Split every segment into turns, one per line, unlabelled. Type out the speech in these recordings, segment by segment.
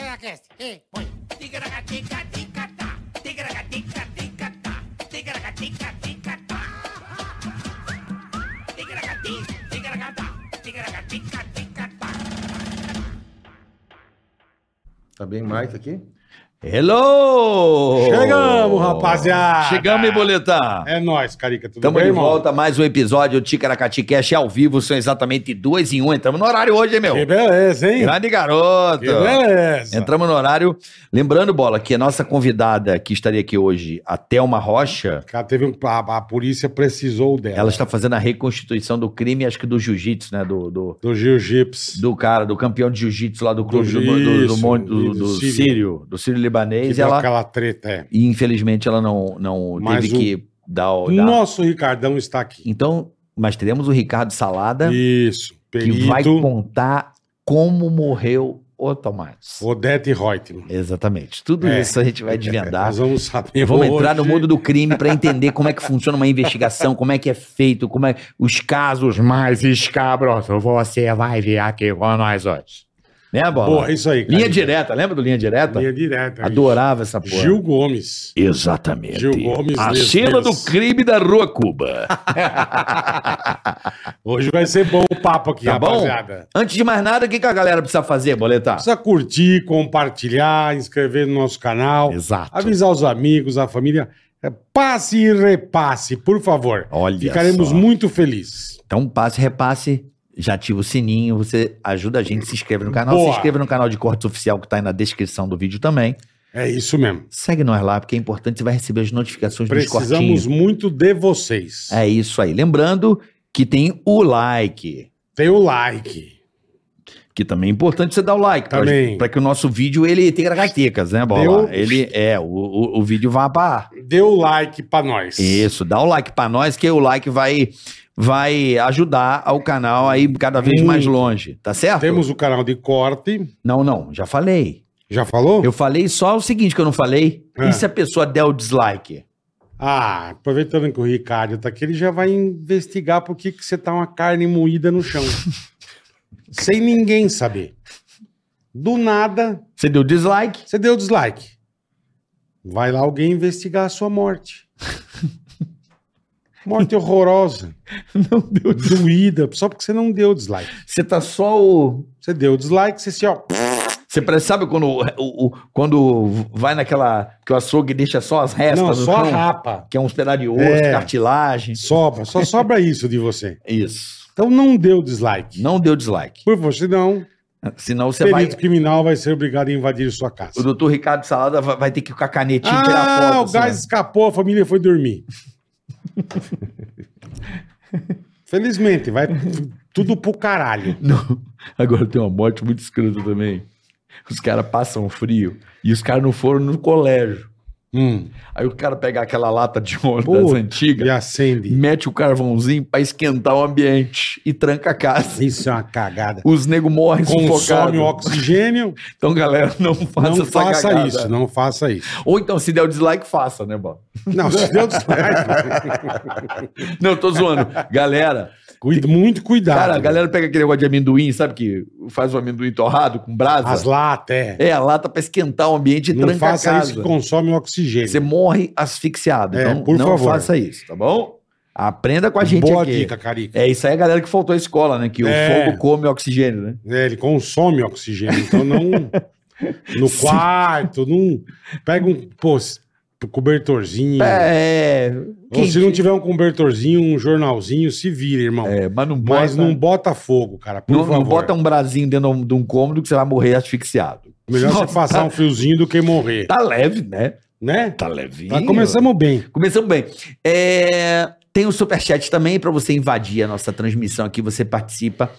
Ticaracast, ei, põe. Ticaracatica-ticatá, ticaracatica-ticatá, ticaracatica-ticatá. Ticaracati, ticaracatá, ticaracatica-ticatá.
Tá bem mais aqui?
Hello!
Chegamos, rapaziada!
Chegamos, hein, Boletar?
É nóis, Carica. Tudo
Estamos
bem,
de
irmão?
volta, mais um episódio do Ticaracati Cash ao vivo, são exatamente dois em um. Entramos no horário hoje, hein, meu?
Que beleza, hein?
Grande garoto!
Que beleza.
Entramos no horário. Lembrando, Bola, que a nossa convidada que estaria aqui hoje, a Thelma Rocha,
Cara, teve um... a, a polícia precisou dela.
ela está fazendo a reconstituição do crime, acho que do jiu-jitsu, né? Do, do,
Do jiu-jitsu.
do cara, do campeão de jiu-jitsu lá do
Do
clube do, do, do,
isso,
Monte- do-
do
do
Sírio.
Sírio, do Sírio Libanês.
Que
E
deu
ela,
aquela treta, é.
e infelizmente, ela não, não
Mas
teve
o-
que dar o. dar-
Nosso Ricardão está aqui.
Então, mas teremos o Ricardo Salada,
Isso.
Né? que vai
Perito
contar como morreu o Tomás.
Odete Reutemann.
Exatamente. Tudo
É.
isso a gente vai desvendar.
Nós vamos saber
Vamos
hoje.
entrar no mundo do crime para entender como é que funciona uma investigação, como é que é feito, como é os casos mais escabrosos. Você vai ver aqui com nós hoje. Né, Bola?
Porra, é isso aí,
Linha
Carica.
direta, lembra do Linha Direta?
Linha direta.
Adorava essa porra.
Gil Gomes.
Exatamente.
Gil Gomes
a
Lesbos.
cena do crime da Rua Cuba.
Hoje vai ser bom o papo aqui,
Tá bom?
rapaziada.
Antes de mais nada, o que, que a galera precisa fazer, Boletar?
Precisa curtir, compartilhar, inscrever no nosso canal.
Exato.
avisar os amigos, a família. É, Passe e repasse, por favor.
Olha
Ficaremos
só.
muito felizes.
Então passe, repasse, já ativa o sininho, você ajuda a gente, se inscreve no canal,
Boa.
se inscreva no canal de cortes oficial que tá aí na descrição do vídeo também.
É isso mesmo.
Segue nós lá, porque é importante, você vai receber as notificações dos
Precisamos
cortinhos.
muito de vocês.
É isso aí. Lembrando que tem o like,
Tem o like.
que também é importante você dar o like pra-
Também.
pra que o nosso vídeo ele tenha características, né, Bola?
Deu.
Ele é, o, o, o vídeo vai pra ar.
Dê o like pra nós.
Isso, dá o like pra nós, que o like vai, vai ajudar o canal aí cada vez mais
Muito.
longe, tá certo?
Temos o canal de corte.
Não, não, já falei.
Já falou?
Eu falei só o seguinte que eu não falei.
Oh. É.
E se a pessoa der o dislike?
Ah, aproveitando que o Ricardo tá aqui, ele já vai investigar por que que você tá uma carne moída no chão. Sem ninguém saber. Do nada,
Você deu dislike?
Você deu dislike. Vai lá alguém investigar a sua morte. Morte horrorosa,
Não deu.
doída, só porque você não deu dislike.
Você tá só o.
Você deu dislike, você se ó.
Você parece- sabe quando, o- o- o- quando vai naquela. que o açougue deixa só as restas
não,
do
só
cão?
rapa.
Que é uns pedaços de osso,
É.
cartilagem.
Sobra, só sobra isso de você.
Isso.
Então não deu dislike.
Não deu dislike.
Por favor, senão,
Senão você
perito
vai.
criminal vai ser obrigado a invadir sua casa.
O doutor Ricardo Salada vai vai ter que ir com a canetinha e tirar
Ah,
foto.
o
assim,
gás
ó.
escapou, a família foi dormir. Felizmente, vai t- tudo pro caralho.
Não. Agora tem uma morte muito escrota também. Os caras passam frio e os caras não foram no colégio.
Hum.
Aí o cara pega aquela lata de óleo das
Puta,
antigas,
E acende.
mete o carvãozinho pra esquentar o ambiente e tranca a casa.
Isso é uma cagada.
Os negros morrem
Consome
sufocados.
oxigênio,
Então, galera, não faça
não
essa
faça
cagada.
isso, não faça isso.
Ou então, se der o dislike, faça, né, Bob?
Não, se deu dislike,
Não, tô zoando. Galera,
cuida, muito cuidado.
cara, a galera pega aquele negócio de amendoim, sabe que faz o amendoim torrado com brasa?
As latas, é.
É, a lata pra esquentar o ambiente e
Não
É tranca a
faça
casa.
isso que consome oxigênio.
Você morre asfixiado.
É,
então,
por
não
favor. Um
faça isso, tá bom? Aprenda com a gente
Boa
aqui.
dica, Carica.
É isso aí, a galera que faltou a escola, né? Que
É.
o fogo come oxigênio, né?
É, ele consome oxigênio, então não... no quarto, não... Pega um, pô, s- cobertorzinho.
É.
Ou
quem-
se não tiver um cobertorzinho, um jornalzinho, se vira, irmão.
é, mas não bota,
Mas não bota fogo, cara, por
não- não
favor.
bota um brasinho dentro de um cômodo que você vai morrer asfixiado.
Melhor
Nossa,
você passar
tá-
um fiozinho do que morrer,
Tá leve, né?
né?
Tá levinho.
Tá, começamos bem.
Começamos bem. É, Tem o superchat também pra você invadir a nossa transmissão aqui, você participa.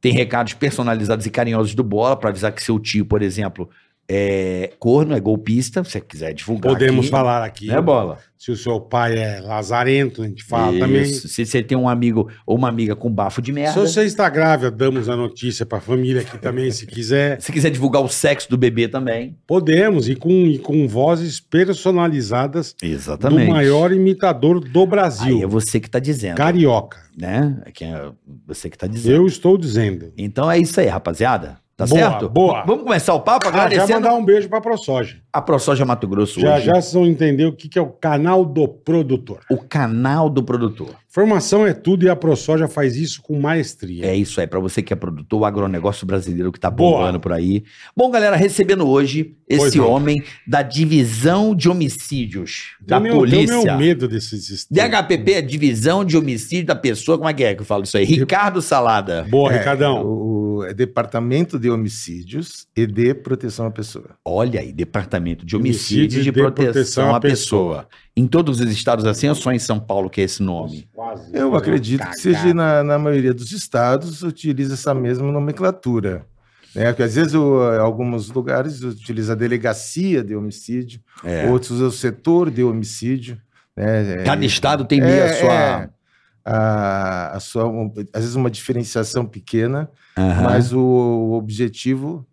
Tem recados personalizados e carinhosos do Bola pra avisar que seu tio, por exemplo, é corno, é golpista, se você quiser divulgar
Podemos
aqui,
falar aqui.
Né, Bola?
Se o seu pai é lazarento, a gente fala
Isso.
também.
Se você tem um amigo ou uma amiga com bafo de merda.
Se você está grávida, damos a notícia para a família aqui também, se quiser.
Se quiser divulgar o sexo do bebê também.
Podemos, e com, e com vozes personalizadas
Exatamente.
do maior imitador do
Aí é
Brasil,
você que tá dizendo,
carioca.
né? É que é você que tá dizendo.
Eu estou dizendo.
Então é isso aí, rapaziada. Tá
Boa,
certo?
boa.
Vamos começar o papo
Ah, já
agradecendo
mandar um beijo pra ProSoja.
a ProSoja Mato Grosso
Já
hoje.
já vocês vão entender o que, que é o canal do produtor.
O canal do produtor.
Formação é tudo e a ProSoja faz isso com maestria.
É isso aí, pra você que é produtor, o agronegócio brasileiro que tá
Boa.
bombando por aí. Bom, galera, recebendo hoje
Pois
esse
não.
homem da divisão de homicídios
Tem
da
meu- tem
polícia.
meu medo desses sistemas.
DHPP é divisão de homicídio da pessoa, como é que é que eu falo isso aí?
Tipo-
Ricardo Salada.
Boa,
É,
Ricardão.
O, o- é Departamento de Homicídios e de Proteção à Pessoa.
Olha aí, Departamento de
Homicídios
Homicídios de,
de
proteção,
Proteção
à
à
pessoa. Em todos os estados assim, ou só em São Paulo que é esse nome?
Quase. um
Tá
Eu acredito que seja
Cagada.
na, na maioria dos estados utiliza essa mesma nomenclatura. Né? Porque às vezes o, alguns lugares utiliza a delegacia de homicídio,
É.
outros o setor de homicídio. né? É,
Cada estado tem
É,
meio a
é.
sua...
a, a sua, um, às vezes uma diferenciação pequena,
Aham.
mas o, o objetivo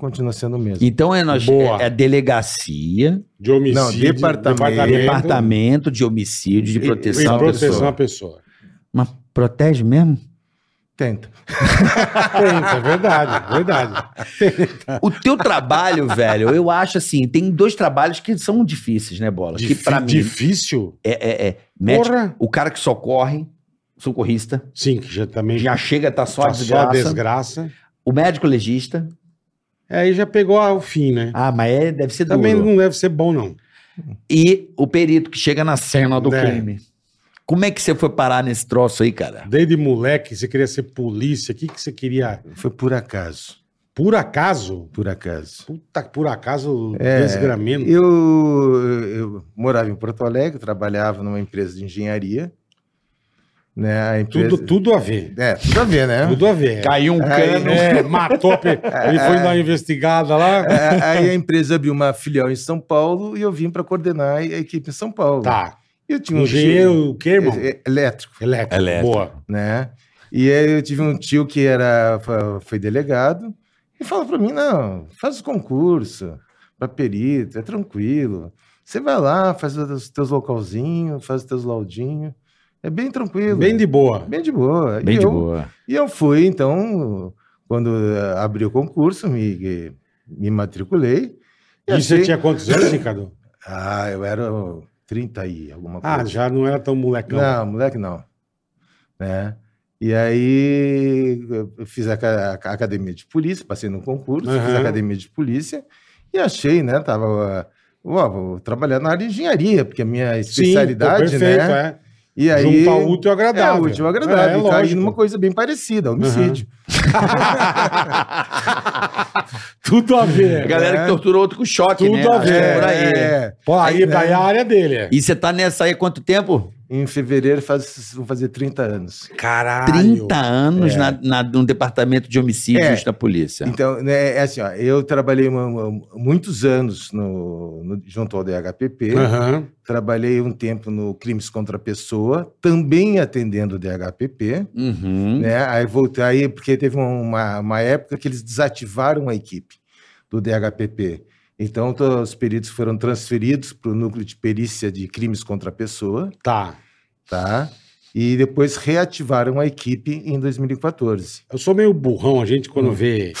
continua sendo o mesmo.
Então é, nós,
Boa.
é, é delegacia,
De homicídio.
Não, departamento.
departamento de homicídio de
E- e
proteção,
E
à
proteção à
pessoa.
pessoa.
Mas protege mesmo?
Tenta.
Tenta, é verdade, é verdade.
O teu trabalho, velho, eu acho assim, tem dois trabalhos que são difíceis, né, Bola? que
Difí-
pra mim
difícil?
é, é, é médico,
Porra.
o cara que socorre, socorrista,
Sim, que já também
já chega, tá só a
tá só a
desgraça.
desgraça. É,
O médico legista.
Aí já pegou o fim, né?
Ah, mas é, deve ser
Também
duro.
não deve ser bom, não.
E o perito que chega na cena do
É.
crime. Como é que você foi parar nesse troço aí, cara?
Desde moleque, você queria ser polícia. O que, que você queria?
Foi por acaso.
Por acaso?
Por acaso.
Puta, por acaso,
É,
desgramento.
Eu, eu morava em Porto Alegre, trabalhava numa empresa de engenharia. Né? A empresa...
Tudo, tudo a ver.
É, tudo a ver, né?
Tudo a ver.
Caiu um cano.
É, matou. a pe- Ele foi dar uma investigada lá.
É, aí a empresa abriu uma filial em São Paulo e eu vim para coordenar a equipe em São Paulo.
Tá.
Eu tinha É. um tio-
Engenheiro, o quê, irmão?
é, é, elétrico,
Elétrico.
Elétrico.
Boa.
né? E aí eu tive um tio que era fa- foi delegado e falou para mim: "Não, faz o concurso para perito, é tranquilo. Você vai lá, faz os teus localzinhos, faz os teus laudinhos. É bem tranquilo.
Bem de boa.
Bem de boa.
Bem
e
de
eu,
boa.
E eu fui, então, quando eh, abri o concurso, me, me matriculei.
E você
achei-
tinha quantos anos, Ricardo?
Ah, eu era o 30 e alguma coisa.
Ah, já não era tão molecão.
Não, moleque não. Né? E aí eu fiz a, ca- a academia de polícia, passei no concurso, fiz
Aham.
a academia de polícia e achei, né? Tava. Ó, vou trabalhar na área de engenharia, porque a minha
Sim, pô,
especialidade,
perfeito,
né?
é.
E aí.
Juntar o útil ao agradável.
É, útil, ao agradável.
É,
e caí
lógico.
numa coisa bem parecida, um homicídio.
Tudo a
A
ver.
galera que torturou outro com choque,
Tudo
né?
a
Acho que
ver.
é por aí.
É.
Pô, aí,
Aí, né?
daí a área dele. é.
E você tá nessa aí há quanto tempo?
Em fevereiro faz, vão fazer 30 anos.
Caralho.
30 anos na, na- no departamento de homicídios
É.
da polícia.
Tá.
Então, né, é assim, ó, eu trabalhei uma- uma- muitos anos no, no- junto ao DHPP,
Aham.
trabalhei um tempo no Crimes contra a Pessoa, também atendendo o DHPP,
Uhum.
né? Aí voltei, aí, porque teve um, uma, uma época que eles desativaram a equipe do DHPP. Então, to- os peritos foram transferidos para o núcleo de perícia de crimes contra a pessoa,
Tá.
tá? E depois reativaram a equipe em 2014.
Eu sou meio burrão, a gente
Hum.
quando vê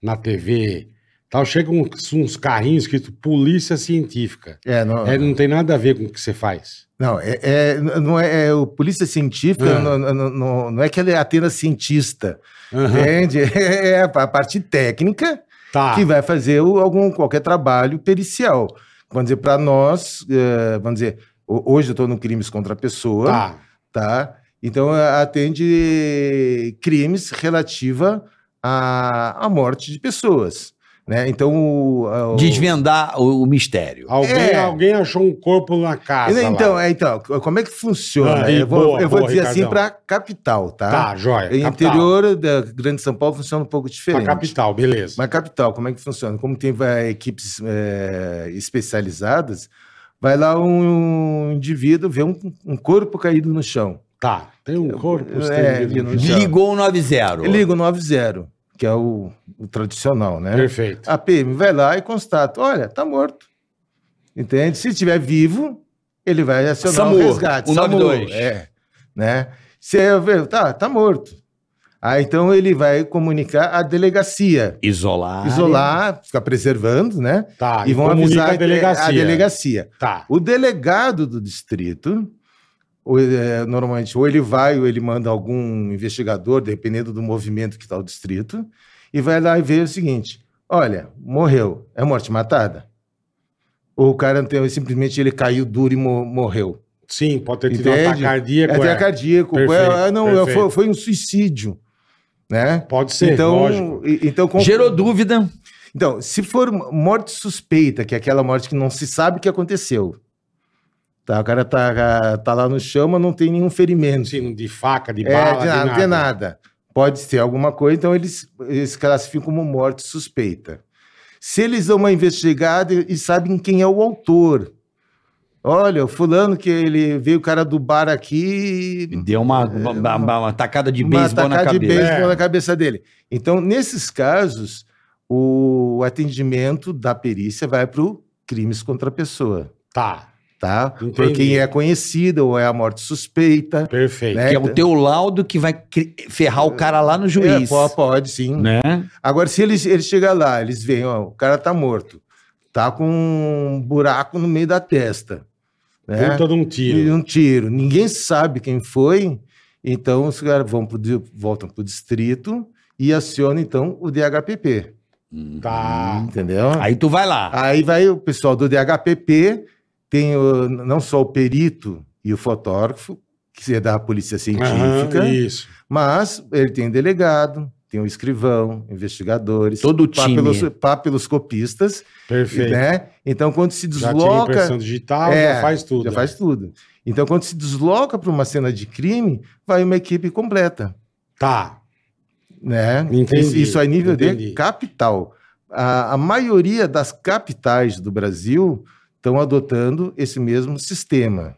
na TV, tal, chegam uns, uns carrinhos escrito polícia científica.
É, não,
É, não tem nada a ver com o que você faz.
Não, é, é- não é, é o polícia científica,
Ah.
não, não- não- não é que ela é apenas cientista,
Aham.
entende? É a pa- parte técnica
Tá.
que vai fazer o- algum, qualquer trabalho pericial. Vamos dizer, para nós, eh, vamos dizer, ho- hoje eu estou no crimes contra a pessoa, tá?
Tá.
Então a- atende crimes relativa à, à morte de pessoas, né? Então o, a- o-
Desvendar o, o mistério.
Alguém,
É.
alguém achou um corpo na casa.
então,
lá.
é, então, como é que funciona?
Ah, e
eu vou,
boa,
eu vou
boa,
dizer assim
Ricardão.
para capital, tá?
Tá, joia.
Em
capital.
interior da Grande São Paulo funciona um pouco
Na
diferente.
capital, beleza.
Mas capital, como é que funciona? Como tem vai, equipes eh, especializadas, vai lá um indivíduo, vê um, um corpo caído no chão.
Tá. Tem um corpo
é,
estendido
ali
no
no
chão.
chão.
Ligou o 90.
Ele liga o 90, que é o, o tradicional, né?
Perfeito.
A PM vai lá e constata, olha, tá morto. Entende? Se estiver vivo, ele vai acionar
SAMU,
o resgate.
o
SAMU,
92.
É, né? Se eu ver, tá, tá morto. Ah, então ele vai comunicar à delegacia,
Isolar.
isolar, ficar preservando, né?
Tá,
e vão
comunica
avisar é
a delegacia.
a delegacia.
Tá.
O delegado do distrito, ou, é, normalmente, ou ele vai ou ele manda algum investigador, dependendo do movimento que está o distrito, e vai lá e vê o seguinte: olha, morreu, é morte matada? Ou o cara tem- simplesmente ele caiu duro e mo- morreu?
Sim, pode ter tido um
Entende?
ataque cardíaco.
É até
é.
cardíaco.
Perfeito,
é, não, é,
perfeito.
foi, foi um suicídio. Né?
Pode ser,
então,
lógico.
e- então, com-
Gerou dúvida.
então, se for morte suspeita, que é aquela morte que não se sabe o que aconteceu, tá? O cara tá, tá lá no chão, mas não tem nenhum ferimento.
Sim, de faca, de
é,
bala,
de nada, de nada. Pode ser alguma coisa, então eles, eles classificam como morte suspeita. Se eles dão uma investigada e, e sabem quem é o autor. Olha, o fulano que ele veio o cara do bar aqui e
Deu uma, uma, uma- uma tacada de
É, uma
beisebol na
tacada de
cabeça.
beisebol
É.
na cabeça dele. Então, nesses casos, o atendimento da perícia vai para o crimes contra a pessoa,
Tá,
tá? Por
Entendi.
quem é conhecida ou é a morte suspeita.
perfeito.
Né?
Que é o teu laudo que vai cri- ferrar o cara lá no
É,
juiz.
po- pode, sim.
né?
Agora, se eles, eles chegam lá, eles veem, ó, o cara tá morto, tá com um buraco no meio da testa, né?
Puta de um
E
tiro.
um tiro. Ninguém sabe quem foi, então os caras vão pro, di- voltam para o distrito e acionam, então, o DHPP. Hum.
Tá.
Entendeu? Aí,
Uhum. Aí tu vai
Ah,
lá.
vai o pessoal do DHPP, tem o- não só o perito e o fotógrafo, que é da polícia científica,
Aham, isso.
mas ele tem delegado, tem o escrivão, investigadores,
Todo o time.
papelos- papiloscopistas,
Perfeito.
né? Então, quando se
já tira impressão
desloca,
digital,
É,
já faz tudo.
já
né?
faz tudo. Então, quando se desloca para uma cena de crime, vai uma equipe completa.
Tá.
né?
Entendi,
Isso- Isso é nível
entendi.
de capital. A, a maioria das capitais do Brasil estão adotando esse mesmo sistema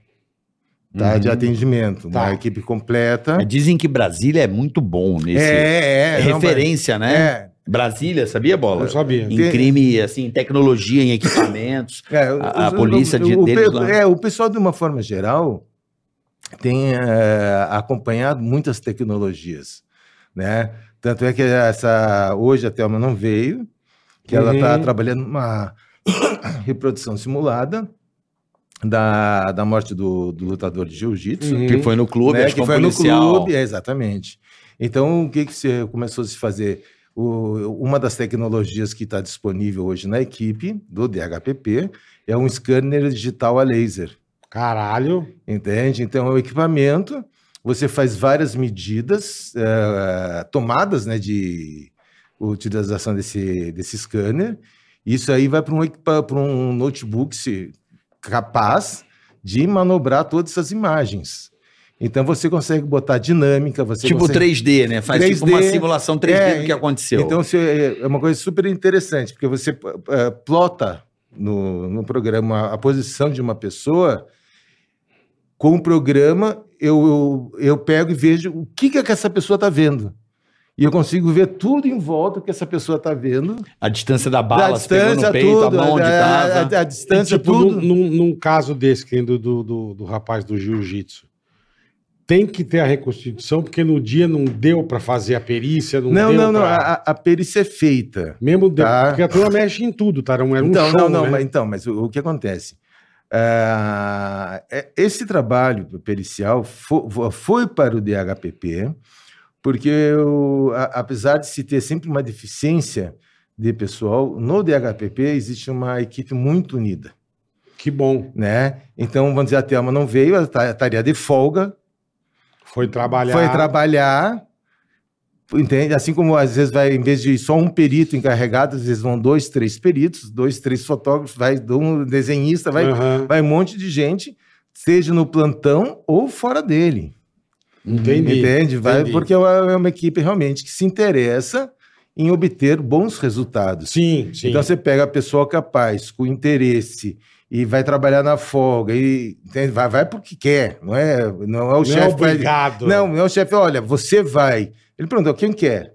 tá, de atendimento.
Tá.
Uma equipe completa.
Uhum. Mas Dizem que Brasília é muito bom nesse. É
não,
referência,
mas-
né?
É,
Brasília, sabia, Bola?
Não sabia.
Em crime, assim, em tecnologia, em equipamentos.
é,
A- a
os-
polícia de-
o, pe-
deles lá.
é, o pessoal, de uma forma geral, tem é, acompanhado muitas tecnologias, né? Tanto é que essa hoje a Thelma não veio, que ela está
Uhum.
trabalhando numa reprodução simulada da, da morte do, do lutador de jiu-jitsu,
Uhum.
Que foi no clube,
né,
acho que
que
um
foi no
policial.
clube, é, exatamente. Então, o que, que você começou a se fazer? O- uma das tecnologias que está disponível hoje na equipe do DHPP é um scanner digital a laser.
Caralho.
Entende? Então, é um equipamento, você faz várias medidas, eh, tomadas né, de utilização desse, desse scanner. Isso aí vai para um, equipa- pra um notebook se- capaz de manobrar todas essas imagens. Então, você consegue botar dinâmica, você
Tipo
consegue...
3D, né? Faz tipo
3D,
uma simulação 3D
é,
do que aconteceu.
Então, você- é uma coisa super interessante, porque você eh, plota no, no programa a posição de uma pessoa. Com o programa, eu, eu, eu pego e vejo o que, que, é que essa pessoa está vendo. E eu consigo ver tudo em volta que essa pessoa está vendo.
a distância da bala,
da
se pegou no peito, a mão onde
a, a-
tava.
é, a- a distância,
E, tipo,
tudo.
num, num- num caso desse, que nem do, do, do, do rapaz do jiu-jitsu, tem que ter a reconstituição, porque no dia não deu pra fazer a perícia, não,
Não,
deu
não, não.
um pra-
A, a perícia é feita.
Mesmo deu,
Tá.
porque a turma mexe em tudo, tá? Era um, era um
então,
show,
não, não,
né?
mas, então, mas o, o que acontece? Ah, é- esse trabalho pericial fo- fo- foi para o DHPP, porque eu, a- apesar de se ter sempre uma deficiência de pessoal, no DHPP existe uma equipe muito unida,
Que bom.
né? Então, vamos dizer, a Thelma não veio, ela tá- estaria de folga,
Foi trabalhar.
foi trabalhar, entende? Assim como às vezes vai, em vez de só um perito encarregado, às vezes vão dois, três peritos, dois, três fotógrafos, vai um desenhista, vai,
Aham,
vai um monte de gente, seja no plantão ou fora dele. é.
Uhum.
Entendi.
entende? Vai,
entendi.
Porque é uma, é uma equipe realmente que se interessa em obter bons resultados.
Sim, sim.
Então você pega a pessoa capaz, com interesse, e vai trabalhar na folga, e entende? vai, vai porque quer, não é, não é o
não é
chefe que vai-
obrigado.
não, não, chefe, é? olha, você vai. Ele perguntou, quem quer?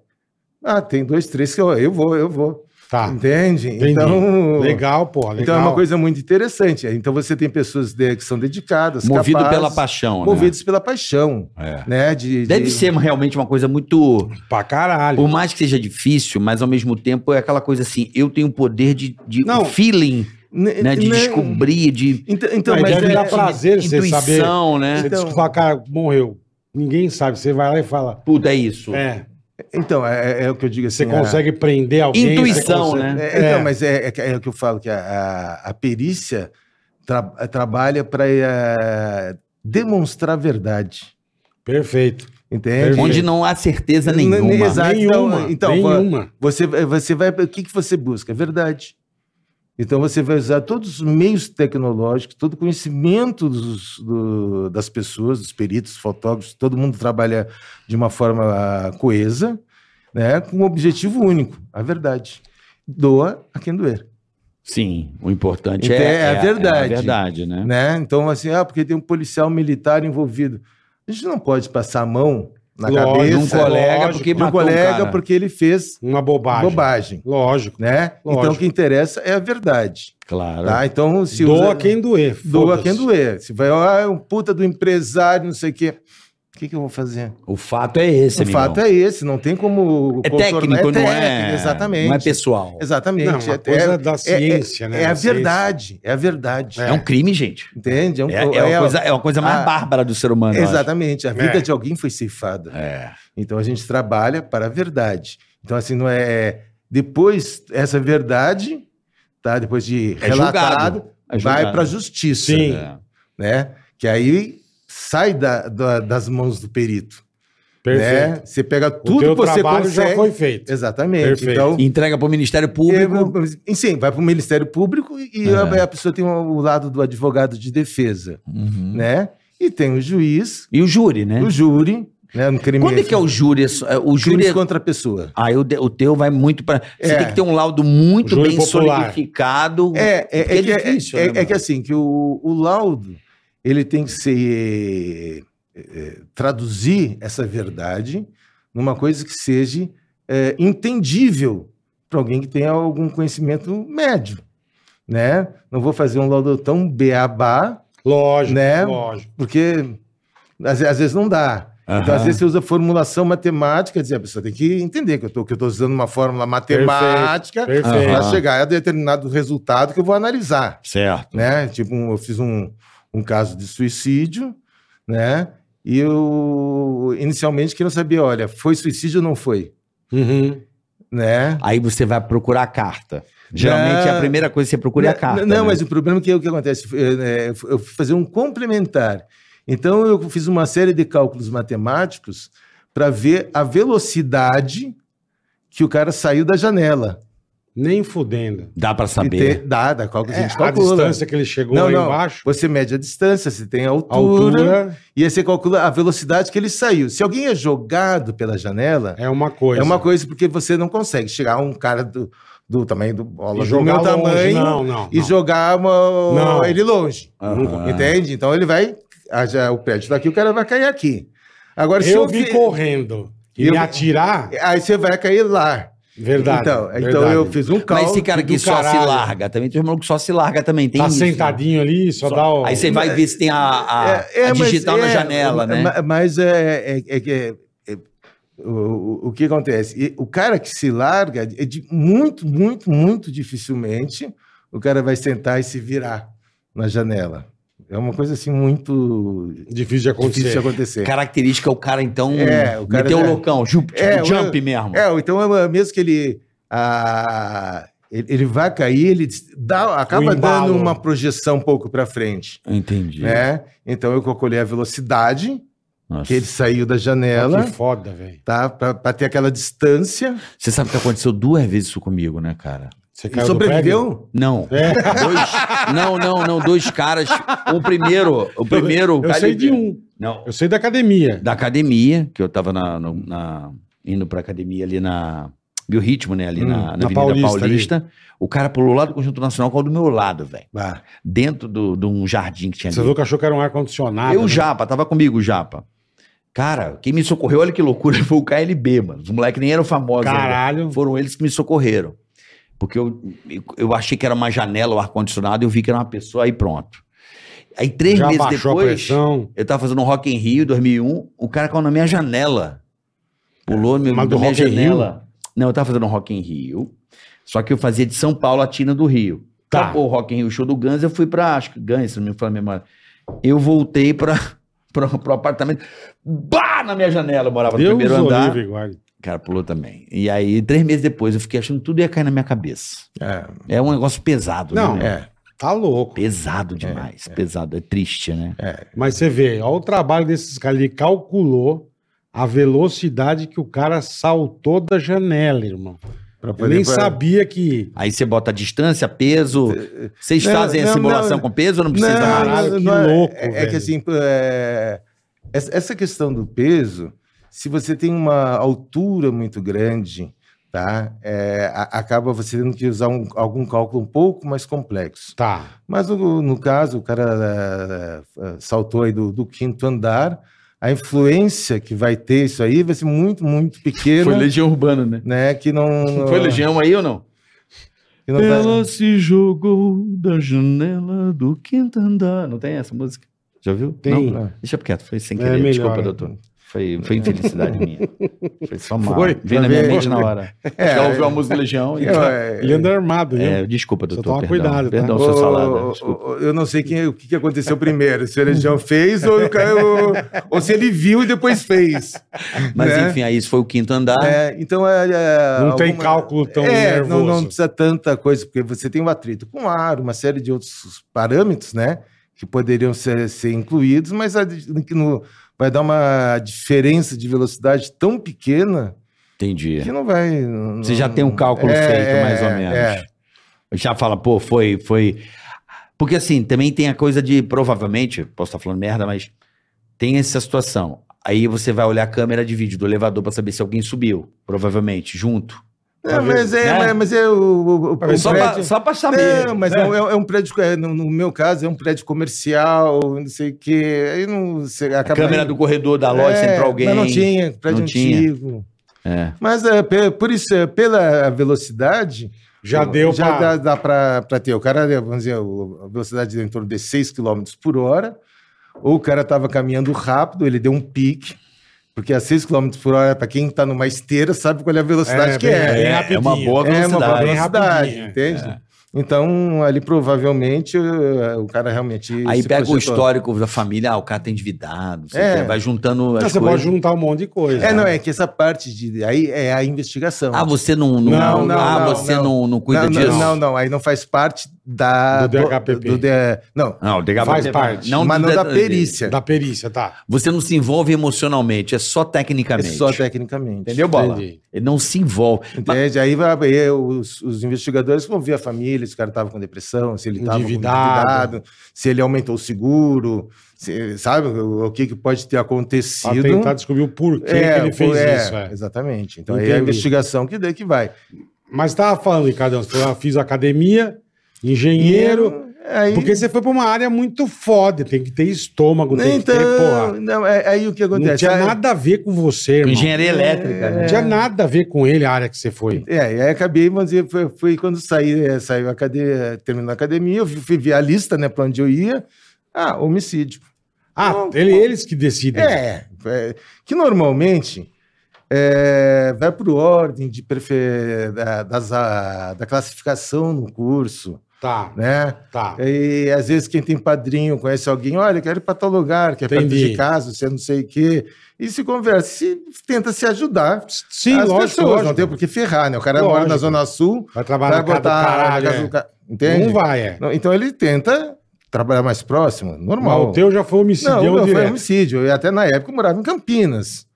Ah, tem dois, três que eu, eu vou, eu vou.
Tá.
Entende?
Entendi.
Então,
legal, pô. Legal.
então é uma coisa muito interessante. Então você tem pessoas de- que são dedicadas,
Movido
capazes,
pela paixão.
movidos pela paixão,
Né? É.
né? De,
Deve
de-
ser realmente uma coisa muito.
Pra caralho.
Por mais que seja difícil, mas ao mesmo tempo é aquela coisa assim: eu tenho o poder de, de
Não.
um feeling,
Ne-
né? De
ne-
descobrir, de
Então, então,
Não,
mas
deve
é-
dar prazer você saber.
intuição,
Você
né?
Então-
descobre, cara, morreu. Ninguém sabe. Você vai lá e fala.
Puta, é isso.
É,
então é, é o que eu digo assim.
você
a-
consegue prender alguém.
Intuição,
você
né?
consegue-
É, então, mas é, é que- é o que eu falo, que a, a- a perícia tra- trabalha para demonstrar a verdade,
Perfeito.
entende?
Perfeito.
Onde não há certeza
N-
nenhuma.
n- exato.
Nenhuma.
Então, então,
nenhuma.
Você, você vai, o que, que você busca? É Verdade. Então você vai usar todos os meios tecnológicos, todo o conhecimento dos- do- das pessoas, dos peritos, fotógrafos, todo mundo trabalha de uma forma coesa, né, com um objetivo único, a verdade. Doa a quem doer.
Sim, o importante é,
Então, é a verdade.
É a verdade, né?
né? Então, assim, ah, porque tem um policial militar envolvido. A gente não pode passar a mão na
Lógico,
cabeça
De um colega,
lógico.
de
porque
um
matou um
colega
cara.
porque ele fez
Uma bobagem.
bobagem,
Lógico.
né? Então, o
Lógico.
que interessa é a verdade,
Claro.
tá? Então, se
doa
usa-
quem doer.
doa
foda-se.
quem doer. Se vai, ah, é um puta do empresário, não sei o quê. O que, que eu vou fazer?
O fato é esse,
o fato é esse, não tem como
É
contornar.
técnico, não é?
técnico, Exatamente.
Não é pessoal.
Exatamente.
Não, uma
é,
coisa
é-
da ciência, né?
é a
da ciência.
verdade, é a verdade.
É, um crime, gente.
Entende? É, um-
É, é uma
é-
coisa, é uma coisa mais
a-
bárbara do ser humano. eu acho.
Exatamente, a vida
É.
de alguém foi ceifada.
É.
Então a gente trabalha para a verdade. Então, assim, não é. Depois, essa verdade, tá? Depois de
É
relatado,
julgado. É
vai
julgado.
para a justiça.
Sim.
É.
Né? Que aí sai da- da- das mãos do perito.
Perfeito.
Né? Você pega
O
tudo
teu
que você
trabalho já
consegue.
foi feito.
Exatamente.
Perfeito.
Então.
Entrega para o Ministério Público.
é, Sim, vai para o Ministério Público e
É.
a- a pessoa tem o lado do advogado de defesa,
Uhum.
né? E tem o juiz,
E o júri, né?
o júri, né? No crime
Quando é que é o júri? É, O júri.
crimes
é-
contra a pessoa.
Ah, o, de- o teu vai muito para. Você
É.
tem que ter um laudo muito
Júri
bem
popular.
solidificado.
É, é,
Porque
é, que, é-
difícil,
é-
né,
é que
mano?
assim, que o, o laudo, ele tem que ser, eh, eh, traduzir essa verdade numa coisa que seja eh, entendível para alguém que tenha algum conhecimento médio, né? Não vou fazer um laudo tão beabá,
Lógico,
Né?
lógico.
porque às, às vezes não dá. Então, às
Aham.
vezes você usa formulação matemática, quer dizer, a pessoa tem que entender que eu estou usando uma fórmula matemática
Perfeito.
para chegar a determinado resultado que eu vou analisar
Certo.
né? Tipo, um- eu fiz um, um caso de suicídio, né? E eu inicialmente queria saber, olha, foi suicídio ou não foi,
Uhum.
né?
Aí você vai procurar a carta. Geralmente
Não.
a primeira coisa que você procura é a
Não,
carta.
Não,
né?
mas o problema é que o que acontece, é, é, eu fui fazer um complementar. Então eu fiz uma série de cálculos matemáticos para ver a velocidade que o cara saiu da janela.
Nem fudendo.
Dá para
E
saber.
ter- dá, dá, qual que a
É,
gente
a
calcula.
distância que ele chegou
Não,
lá
não.
embaixo,
Você mede a distância, você tem
a altura
E aí você calcula a velocidade que ele saiu. Se alguém é jogado pela janela,
é uma coisa.
é uma coisa porque você não consegue chegar um cara do, do tamanho do bola
E
do
jogar
meu
longe,
tamanho
não, não,
e
não.
jogar uma-
Não.
ele longe.
Aham.
Entende? Então ele vai. a- já- o prédio daqui, o cara vai cair aqui. Agora, se
Eu
eu
vi
vi-
correndo e
Eu-
me atirar,
Aí você vai cair lá.
verdade.
então, então
verdade.
eu fiz um cálculo.
Mas esse cara que
do
só se
caralho.
larga também, tem um maluco que só se larga também. Tem
Tá
isso, né?
sentadinho ali, só,
Só-
dá o...
Aí você vai ver se tem a, a-
É, é,
Ah, a
mas
digital na
é,
janela, né?
ma- Mas é, é- é que é- é- o, o- o que acontece? E o cara que se larga, é de- muito, muito, muito dificilmente o cara vai sentar e se virar na janela. É uma coisa assim muito
Difícil de acontecer.
difícil de acontecer.
Característica é o cara, então.
É, o cara
meter o
é-
loucão, ju- tipo
É, o-
jump mesmo.
É, ou então é mesmo que ele, ah, ele ele vai cair, ele dá, acaba
embalo.
dando uma projeção um pouco para frente,
Entendi.
né? Então eu calculei a velocidade
Nossa.
que ele saiu da
Olha
janela.
Que foda, velho.
tá? Para ter aquela distância.
Você sabe que aconteceu duas vezes isso comigo, né, cara?
Você
E
caiu do prédio?
sobreviveu?
Não.
É.
Dois. Não, não, não. Dois caras. O primeiro. O primeiro. o
Eu
cara-
sei de um.
Não.
Eu sei da academia.
Da academia, que eu tava na, no- na- indo pra academia ali na. Biorritmo, né? Ali
Hum,
na,
na
na Avenida
Paulista,
Paulista. O cara pulou lá do Conjunto Nacional, qual do meu lado, velho. Dentro do- de um jardim que tinha ali.
Você viu que achou que era um ar-condicionado.
Eu,
né?
Japa, tava comigo o Japa. Cara, quem me socorreu, olha que loucura, foi o KLB, mano. Os moleques nem eram famosos. ainda.
Caralho.
Foram eles que me socorreram. Porque eu, eu achei que era uma janela, o ar-condicionado, eu vi que era uma pessoa, aí pronto. Aí três
Já
meses
baixou a
depois,
pressão.
eu tava fazendo um Rock in Rio 2001, o cara caiu na minha janela. Pulou na
Mas
minha,
do
minha
Rock in
janela. Não, eu tava fazendo um Rock in Rio, só que eu fazia de São Paulo a Tina do Rio.
Tá.
Acabou o Rock in Rio, o show do Guns, eu fui pra, acho que Guns, se não me fala a memória. Eu voltei pra, pra, pro apartamento, bah, na minha janela, eu morava no
Deus
primeiro
o
andar.
livre, guarde.
O cara pulou também. E aí, três meses depois, eu fiquei achando que tudo ia cair na minha cabeça.
É,
É um negócio pesado,
Não,
né?
é.
Tá louco.
Pesado demais. Pesado, é triste, né?
Mas você vê, olha o trabalho desses caras. Ele calculou a velocidade que o cara saltou da janela, irmão.
Pra
Eu nem
pra-
sabia que.
Aí você bota a distância, peso. Vocês
É, Não,
fazem a
não,
simulação
não.
com peso ou não precisa
Não,
mais?
Caralho, que
não é-
louco,
É, é
velho.
que assim, é, essa essa questão do peso, se você tem uma altura muito grande, tá? É, a- acaba você tendo que usar um- algum cálculo um pouco mais complexo.
Tá.
Mas no, no caso, o cara é, é, saltou aí do, do quinto andar, a influência que vai ter isso aí vai ser muito, muito pequena,
Legião Urbana, né?
né? Que não...
Foi Legião aí ou não?
que não vai-
se jogou da janela do quinto andar. Não tem essa música? Já viu?
Tem.
Não? Deixa quieto, foi sem
É
querer.
melhor,
Desculpa,
né?
doutor. Foi, foi infelicidade minha. Foi só mal.
Foi?
Veio na minha
Foi. Tá
mente na hora.
É,
Já ouviu a música do Legião e... tá-
eu- é,
Ele anda armado, né?
É, desculpa, doutor.
toma
perdão,
cuidado, tá?
perdão,
Ô,
seu salada.
ô,
né? Desculpa.
ô, Eu não sei quem, o que que aconteceu primeiro, se o Legião fez ou, o cara- ou- ou se ele viu e depois fez.
Mas
né?
enfim, aí isso foi o quinto andar.
É, então é, é,
Não tem
alguma-
cálculo
então,
tão
é,
um
nervoso.
Não, não precisa tanta coisa, porque você tem o atrito com o ar, uma série de outros parâmetros, né? Que poderiam ser, ser incluídos, mas a de- que no- vai dar uma diferença de velocidade tão pequena
Entendi.
que não vai. não-
É. Você já tem um cálculo
É,
feito,
é,
mais ou
é,
menos.
é.
Já fala, pô, foi, foi. Porque assim, também tem a coisa de, provavelmente, posso estar falando merda, mas tem essa situação. Aí você vai olhar a câmera de vídeo do elevador pra saber se alguém subiu, provavelmente, junto.
Não, mas é,
Né?
mas- mas é o, o, o,
Pra ver
o
se
Só pra,
prédio-
só pra saber.
Não, mas não, é, é um prédio, é, no, no meu caso, é um prédio comercial, não sei o quê. Aí não você
A
acaba-
câmera do corredor da loja,
É,
entrou alguém.
Mas não tinha, prédio
Não tinha.
antigo.
É.
Mas é, pe- por isso, é, pela velocidade,
Já deu
já
pra.
dá, dá pra, pra ter. O cara, vamos dizer, o- a velocidade é em torno de 6 km por hora, ou o cara estava caminhando rápido, ele deu um pique, porque a 6 km por hora, para quem está numa esteira, sabe qual é a velocidade
É,
que
bem-
é.
bem
É, é uma
rapidinho.
boa
É uma boa
velocidade.
bem
velocidade,
rapidinho, é.
entende? Então, ali provavelmente eh, o cara realmente.
Aí
se
pega o
projetou.
histórico da família, ah, o cara tá endividado, não sei o
É.
quê, vai juntando as
Ah, Você
coisas.
pode juntar um monte de coisa.
É, não, é que essa parte de. Aí é a investigação.
né? Ah, você não, não,
Não,
não,
ah,
não,
você não,
não.
não, cuida
não,
disso?
Não, não, não, aí não faz parte da.
Do DHPP.
do- do D- não,
Não, o DHP
Faz parte.
Não, é.
mas não da
perícia.
perícia.
Da perícia, tá.
Você não se envolve emocionalmente, é só
É
tecnicamente.
só tecnicamente.
Entendeu, Bola?
Entendi.
Ele não se envolve.
Entende? Aí vai, aí os, os investigadores vão ver a família, se o cara estava com depressão, se ele estava
Endividado.
se ele aumentou o seguro, se- sabe o, o que, que pode ter acontecido.
Pra tentar descobrir o porquê que ele fez
é,
isso. é.
Exatamente. Então aí é a
Entendi.
investigação que daí que vai.
Mas tava falando, Ricardão, você falou, ah, fiz academia, engenheiro.
aí,
Porque você foi pra uma área muito foda. Tem que ter estômago, tem que ter, porra.
então, não, é, aí o que
Não
acontece?
tinha
Aí-
nada a ver com você, irmão.
Engenharia elétrica,
Não
né?
tinha nada a ver com ele a área que você foi.
É, e aí acabei, mas eu- foi, foi quando saí, eh, saiu a academia, terminou a academia, eu fui ver a lista, né, pra onde eu ia. Ah, homicídio.
Ah,
Não,
ele,
pô.
eles que decidem.
É, é, que normalmente é, vai por ordem de prefe- da, das, a- da classificação no curso,
Tá,
né?
tá.
E às vezes quem tem padrinho conhece alguém, olha, eu quero ir para tal lugar, que é perto
Entendi.
de casa, você não sei o quê. E se conversa, se tenta se ajudar.
Sim,
As
lógico,
pessoas
lógico.
não tem por que ferrar, né? O cara mora
Lógico.
na Zona Sul,
Vai trabalhar
vai
na casa do
botar
caralho.
na casa
é.
do cara. Entende?
Não vai, é.
Não, Então ele tenta trabalhar mais próximo,
Mas
normal.
o teu já foi um homicídio
Não, não foi um
direto.
homicídio. E até na época eu morava em Campinas.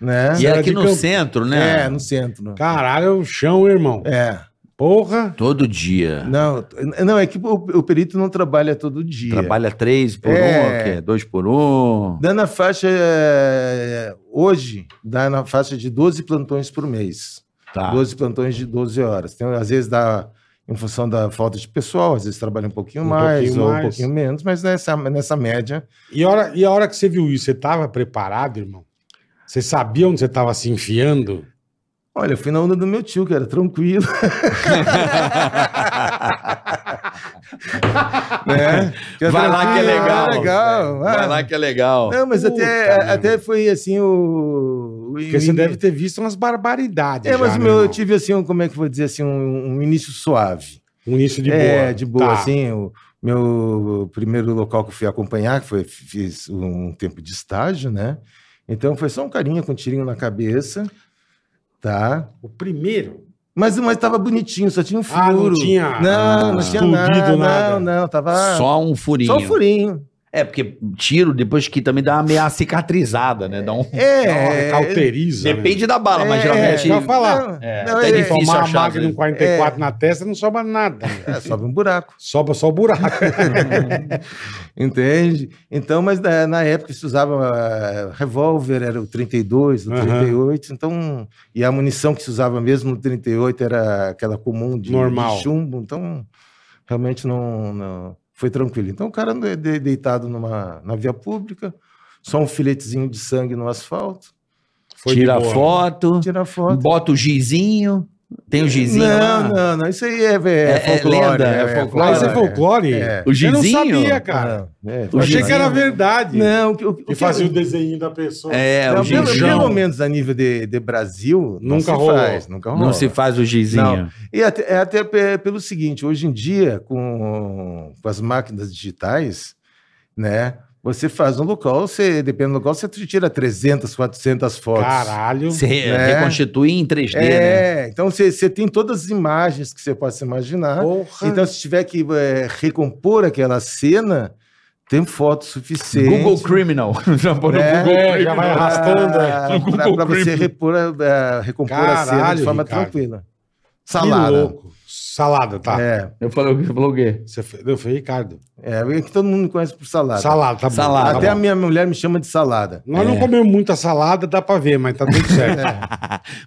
Né?
E
era
era aqui
de
no
campo.
centro, né?
É, no centro.
Caralho, é o chão, irmão.
É.
Porra.
Todo dia.
Não, t- não, é que o, o perito não trabalha todo dia.
Trabalha três por um,
É.
o quê? dois por um.
Dá na faixa. é, Hoje, dá na faixa de 12 plantões por mês.
Ah.
Tá.
12 plantões de 12 horas. Tem, às vezes dá em função da falta de pessoal, às vezes trabalha um pouquinho
Um
mais,
pouquinho
ou
mais.
um pouquinho menos, mas nessa, nessa média.
E a, hora, e a hora que você viu isso, você tava preparado, irmão? Você sabia onde você tava se enfiando?
Olha, eu fui na onda do meu tio, que era tranquilo. né? Que era
Vai lá que é
tranquilo,
legal.
era legal.
Vai
ah.
lá que é legal.
Não, mas
Puta
até,
merda.
até foi assim o. o
Porque você
in-
deve ter visto umas barbaridades.
É, mas
já,
o
né,
meu, eu
irmão?
tive assim, um, como é que eu vou dizer assim, um, um início suave.
Um início de boa.
é, de boa,
Tá.
assim. O meu primeiro local que eu fui acompanhar, que foi, fiz um tempo de estágio, né? Então foi só um carinha com um tirinho na cabeça, tá?
O primeiro.
Mas, mas tava bonitinho, só tinha um furo.
Ah, não tinha-
Não, não
ah,
tinha nada,
explodido nada.
Não, não, tava...
Só um furinho.
Só um furinho.
É, porque tiro depois que também dá uma meia cicatrizada, né? Dá um...
É,
cauteriza. né?
Depende da bala, mas
é,
geralmente.
é, falar.
Não,
É,
não, é-
até
Se
difícil
Tomar a
achar, às
Magnum
vezes.
44 na testa não sobra nada.
é, sobe um buraco.
Sobra só o buraco.
Entende? Então, mas na, na época se usava ah, revólver, era o 32, o
Aham.
38, então. E a munição que se usava mesmo no 38 era aquela comum de,
Normal.
de chumbo, então realmente não, não- Foi tranquilo. Então o cara de- de- deitado numa, na via pública, só um filetezinho de sangue no asfalto,
Foi de
Tira
boa.
foto,
tirar foto.
bota o gizinho. Tem o
Um
gizinho lá.
não, não, não, isso aí é, é,
É- é
folclore.
lenda, é
Ah,
folclore.
isso é folclore?
É.
O
Eu não
gizinho?
sabia, cara.
Não, é,
O
Eu achei
gizinho.
que era verdade.
Não, o, que- o, o
E
que-
fazia o desenho da pessoa.
É,
Não,
o
pelo, pelo
gizinho.
menos a nível de, de Brasil, não
Nunca
se
rolou.
faz. Nunca rolou.
Não se faz o gizinho.
E até, é até pe- pelo seguinte, hoje em dia, com, com as máquinas digitais, né? Você faz um local, você, dependendo do local, você tira 300, 400 fotos.
Caralho.
Se re-
Né?
reconstituir em 3D, né?
É, então você, você tem todas as imagens que você possa imaginar.
Porra.
Então, se tiver que é, recompor aquela cena, tem foto suficiente.
Google Criminal. Já pôr no
É.
Google
É, já vai
Criminal.
arrastando. é.
para Ah, você repor a- a- recompor a cena
Caralho,
de forma
Ricardo.
tranquila.
Que
Salada.
louco. Salada, tá.
É,
Eu falei, você falou o quê?
Você foi, eu falei, Ricardo.
é, é que todo mundo me conhece por salada.
Salada, tá bom.
Salada.
tá
Até a
bom.
minha mulher me chama de salada.
Nós
É.
não comemos muita salada, dá pra ver, mas tá tudo
É
certo.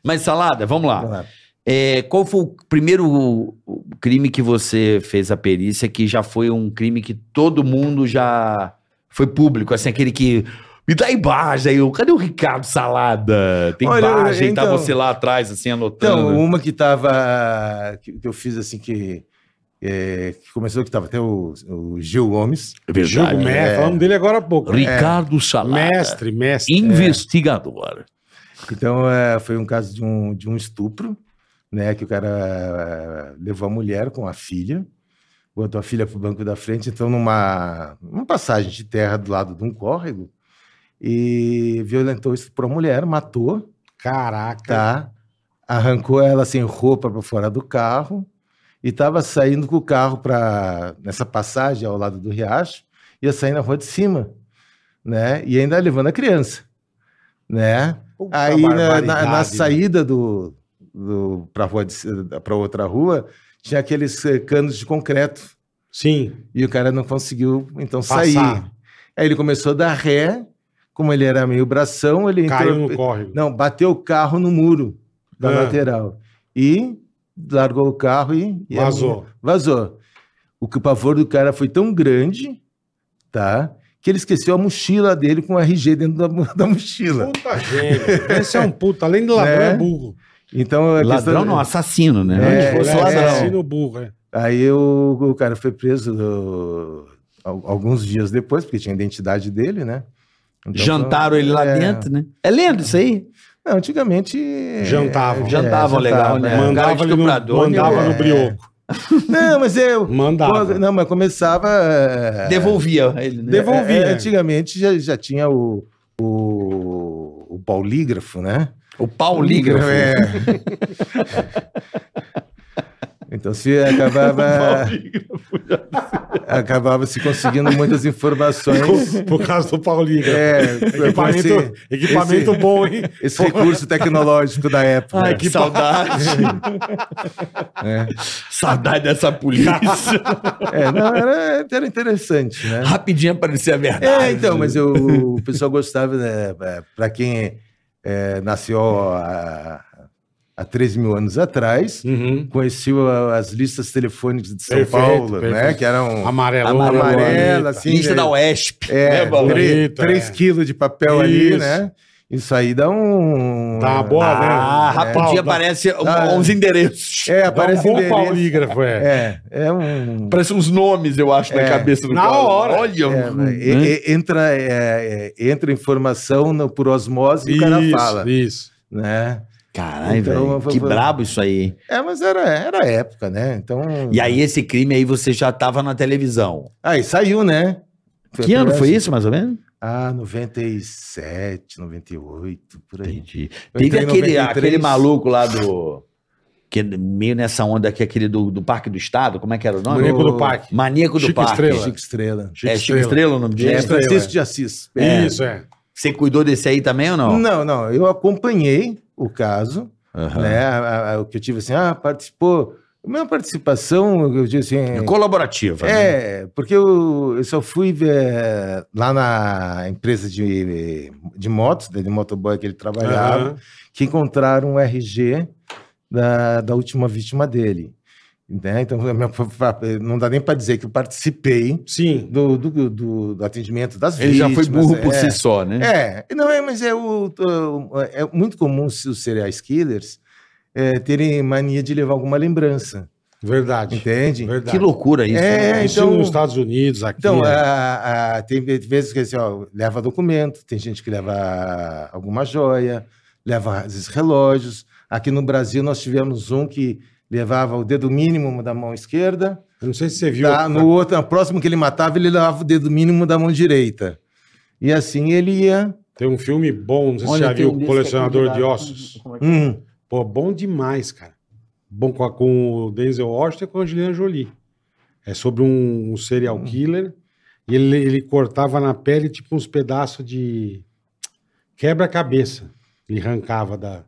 Mas, Salada, vamos lá.
Tá.
Vamos lá.
É, qual foi o primeiro o- o crime que você fez a perícia que já foi um crime que todo mundo já foi público? Assim, aquele que. Me dá imagem aí, eu- cadê o Ricardo Salada? Tem
Olha,
imagem, tá
então-
você lá atrás, assim, anotando.
Então, uma que tava. que que eu fiz assim que. é, que começou que tava até o, o Gil Gomes.
Jogo
é.
mestre, falamos dele agora há pouco.
Ricardo Salada,
Mestre, mestre.
investigador.
Então, é, foi um caso de um, de um estupro, né? Que o cara é, levou a mulher com a filha, botou a filha pro banco da frente, então numa, numa passagem de terra do lado de um córrego, e violentou isso para a mulher, matou,
Caraca.
tá? Arrancou ela sem roupa para fora do carro e estava saindo com o carro para nessa passagem ao lado do riacho, ia sair na rua de cima, né? E ainda levando a criança, né?
Puta
Aí na- na, na
barbaridade, né?
saída do, do para rua para outra rua tinha aqueles eh, canos de concreto
né? Sim.
e o cara não conseguiu então
Passar.
sair. Aí ele começou a dar ré, como ele era meio bração, ele
Caiu
entrou-
no córrego.
não bateu o carro no muro da
Ah.
lateral e largou o carro e, é e a menina-
Vazou.
vazou. O que o pavor do cara foi tão grande, tá? Que ele esqueceu a mochila dele com o RG dentro da, mo- da mochila.
Puta gênio. Esse é um puta. Além de ladrão,
Né?
é burro.
Então, a
Ladrão
questão-
não, assassino, né?
É,
Onde fosse
é,
ladrão.
assassino burro. É.
Aí o, o cara foi preso uh, al- alguns dias depois, porque tinha a identidade dele, né? Então,
Jantaram ele lá
é.
dentro, né? É lendo isso aí?
Não, antigamente. é,
Jantavam.
é,
Jantavam legal, né?
Mano.
cara
Mandava, ele no,
estuprador,
mandava
né? É.
no brioco.
Não, mas eu.
Mandava.
Não, mas começava. é,
Devolvia ele, né?
Devolvia.
é, é, antigamente já, já tinha o, o, o paulígrafo, né?
O paulígrafo.
É. Então se acabava, acabava se conseguindo muitas informações.
Por causa do Paulinho. né?
É,
Equipamento,
esse-
equipamento
esse-
bom, hein?
Esse recurso tecnológico da época. É.
Ai, que saudade.
né?
saudade dessa polícia.
É, não, era, era interessante, né?
Rapidinho aparecia a
É,
verdade.
então, mas eu- o pessoal gostava, né? Para quem é, nasceu há, há 13 mil aanos atrás,
Uhum.
conheceu a- as listas telefônicas de São
Perfeito,
Paulo, né?
perfeito.
Que eram
Amarelo,
Amarelo,
amarela, assim.
Lista
né?
da UESP.
É,
né, Bola?
tre-
três
Bonito, é.
3 quilos de papel ali,
Isso.
né? Isso aí dá um.
Tá uma boa, né?
Ah, rapidinho
Paulo,
aparece um-
Ah.
uns endereços.
É,
dá-
aparece
dá um bom
endereço.
paurígrafo, é.
É, é um.
Aparece uns nomes, eu acho, na
É.
cabeça do
Na
cara.
hora.
Olha,
é,
um-
e- e- entra, é, é, entra informação no- por osmose e o cara fala.
isso.
Né?
Caralho,
Então, eu
velho.
vou-
Que
vou-
brabo isso aí. hein?
É, mas era, era a época, né? Então.
E aí, esse crime aí, você já tava na televisão.
Aí saiu, né?
Que ano foi
isso?
isso, mais ou menos?
Ah, 97, 98, por aí.
Entendi.
Eu
Teve
entrei em
aquele,
93.
aquele maluco lá do. Que é meio nessa onda aqui, aquele do, do Parque do Estado, como é que era o nome?
Maníaco
o-
do Parque.
Maníaco do
Chico
Parque.
Estrela.
Chico Estrela.
Chico
é Chico Estrela o nome
É,
dele?
Estrela.
Francisco de Assis.
É.
Isso, é.
Você cuidou desse aí também ou não?
Não, não, eu acompanhei o caso,
Aham.
né? a- a- O que eu tive assim, ah, participou. A minha participação, eu digo assim.
É Colaborativa. né?
É, porque eu, eu só fui ver eh, lá na empresa de, de motos, né, de motoboy que ele trabalhava,
Aham.
que encontraram o RG da, da última vítima dele. Né? Então, a minha- não dá nem para dizer que eu participei
Sim.
do, do, do- do atendimento das
Ele já
vítimas.
foi burro por
é.
si só, né?
É, não é, mas é, o, o- é muito comum os serial killers é, terem mania de levar alguma lembrança,
Verdade.
entende?
Verdade.
Que loucura isso.
É,
né?
Isso
então-
nos Estados Unidos, aqui.
Então,
né?
a- a- tem ve- vezes que assim, ó, leva documento, tem gente que leva alguma joia, leva às vezes, relógios. Aqui no Brasil nós tivemos um que levava o dedo mínimo da mão esquerda,
Eu não sei se você viu.
tá? no outro, no próximo que ele matava, ele levava o dedo mínimo da mão direita. E assim ele ia.
Tem um filme bom, não sei se você
Olha,
já
tem
viu,
um
O
desse
Colecionador
que é
de
convidado.
Ossos.
Hum,
Pô, bom demais, cara. Bom com, a- com o Denzel Washington e com a Angelina Jolie. É sobre um, um serial killer. E ele, ele cortava na pele, tipo, uns pedaços de quebra-cabeça. Ele arrancava da,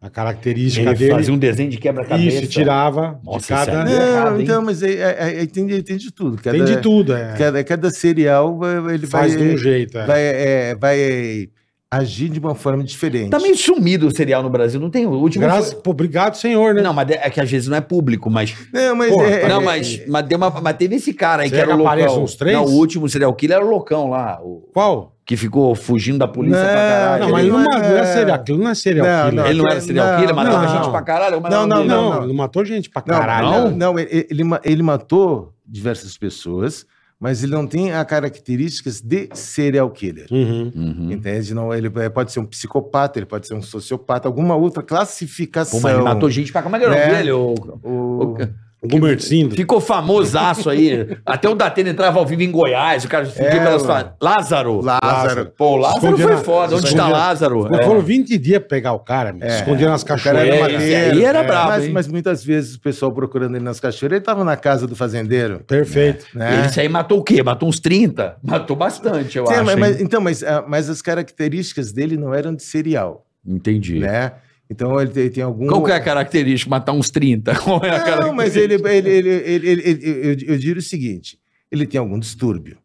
da característica
Ele
dele.
fazia um desenho de quebra-cabeça.
Isso, e tirava de
Nossa,
cada...
isso é- errado,
não,
hein?
então, mas aí, aí- aí tem, de- tem de tudo. Cada,
Tem de tudo, é.
Cada, cada serial vai- ele
Faz
vai,
de um jeito, é.
vai, é, vai agir de uma forma diferente.
Tá meio sumido o serial no Brasil, não tem? O último.
Graças-
tipo, foi-
Pô, obrigado, senhor, né?
Não, mas é que às vezes não é público, mas.
Não, mas,
Pô,
é-
não,
é-
mas, mas, deu uma, mas teve esse cara aí
Será
que era
que
o
aparece
loucão.
uns três?
Não, o último serial killer era o loucão lá, o-
Qual?
que ficou fugindo da polícia
Não,
pra caralho.
Não,
ele não
mas não, é... não é
é-
serial killer, não é serial
Não,
killer.
não,
Ele não era
não,
serial killer, matava
não.
gente pra caralho. como era o
Não,
nome
Não,
dele?
não,
não.
ele matou gente pra
Não,
caralho.
não, não, ele, ele, ma- ele matou diversas pessoas, mas ele não tem as características de serial killer.
Uhum.
Uhum.
Entende? Não, Então, ele é, pode ser um psicopata, ele pode ser um sociopata, alguma outra classificação.
Pô, mas ele matou gente pra caralho. Como é que era
Né?
o nome dele? O-
O-
O Gilbert Sindler.
Ficou famosaço aí. Até o Datena entrava ao vivo em Goiás. O cara fugia
É,
pelas
mano.
fa- Lázaro.
Lázaro.
Pô, o Lázaro
Escondia
foi
na-
foda. Onde está
escondia-
Lázaro?
Não Foram 20 dias pra pegar o é. cara, meu.
É.
esconder nas
O cara
cachoeiras.
era
É, esse aí
madeira.
era brabo,
mas,
hein?
mas muitas vezes o pessoal procurando ele nas cachoeiras, ele estava na casa do fazendeiro.
Perfeito.
Né?
Esse aí matou o quê? Matou uns 30? Matou bastante, eu
Sim,
acho.
mas-
hein?
mas- então, mas, ah, mas as características dele não eram de serial,
Entendi.
né? Então ele tem, tem algum.
Qual que é a característica? Matar uns 30? Qual é
Não,
a característica?
mas ele, ele, ele, ele- ele- ele- eu, eu diria o seguinte: ele tem algum distúrbio.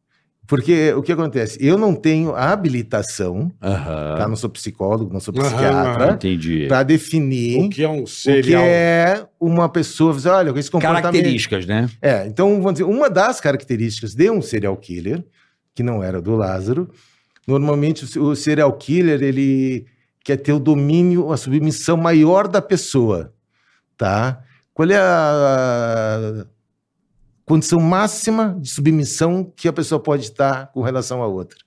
Porque o que acontece? Eu não tenho a habilitação, tá?
Aham.
Não sou psicólogo, não sou
Ah. Aham,
psiquiatra,
Entendi.
para definir
O que é um
o que
serial?
é uma pessoa. dizer, Olha, esse comportamento.
Características, né?
É, então, vamos dizer, uma das características de um serial killer, que não era do Lázaro, normalmente o se- o serial killer, ele quer ter o domínio, a submissão maior da pessoa, tá? Qual é a condição máxima de submissão que a pessoa pode estar com relação à outra?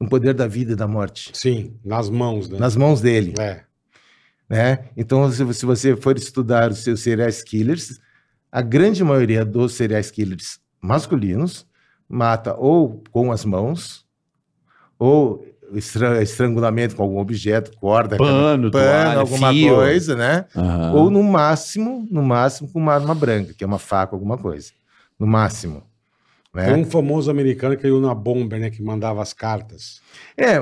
No poder da vida e da morte,
Sim, nas mãos, né?
nas mãos dele
É.
né? Então, se vo- se você for estudar os seus serial killers, a grande maioria dos serial killers masculinos mata ou com as mãos, ou estra- estrangulamento com algum objeto, corda, pano,
Pano, toalha,
alguma
fio. Ah.
coisa, né?
Aham.
Ou no máximo, no máximo com uma arma branca, que é uma faca, alguma coisa. No máximo.
Tem
Né?
um famoso americano que caiu na bomber, né? Que mandava as cartas.
É,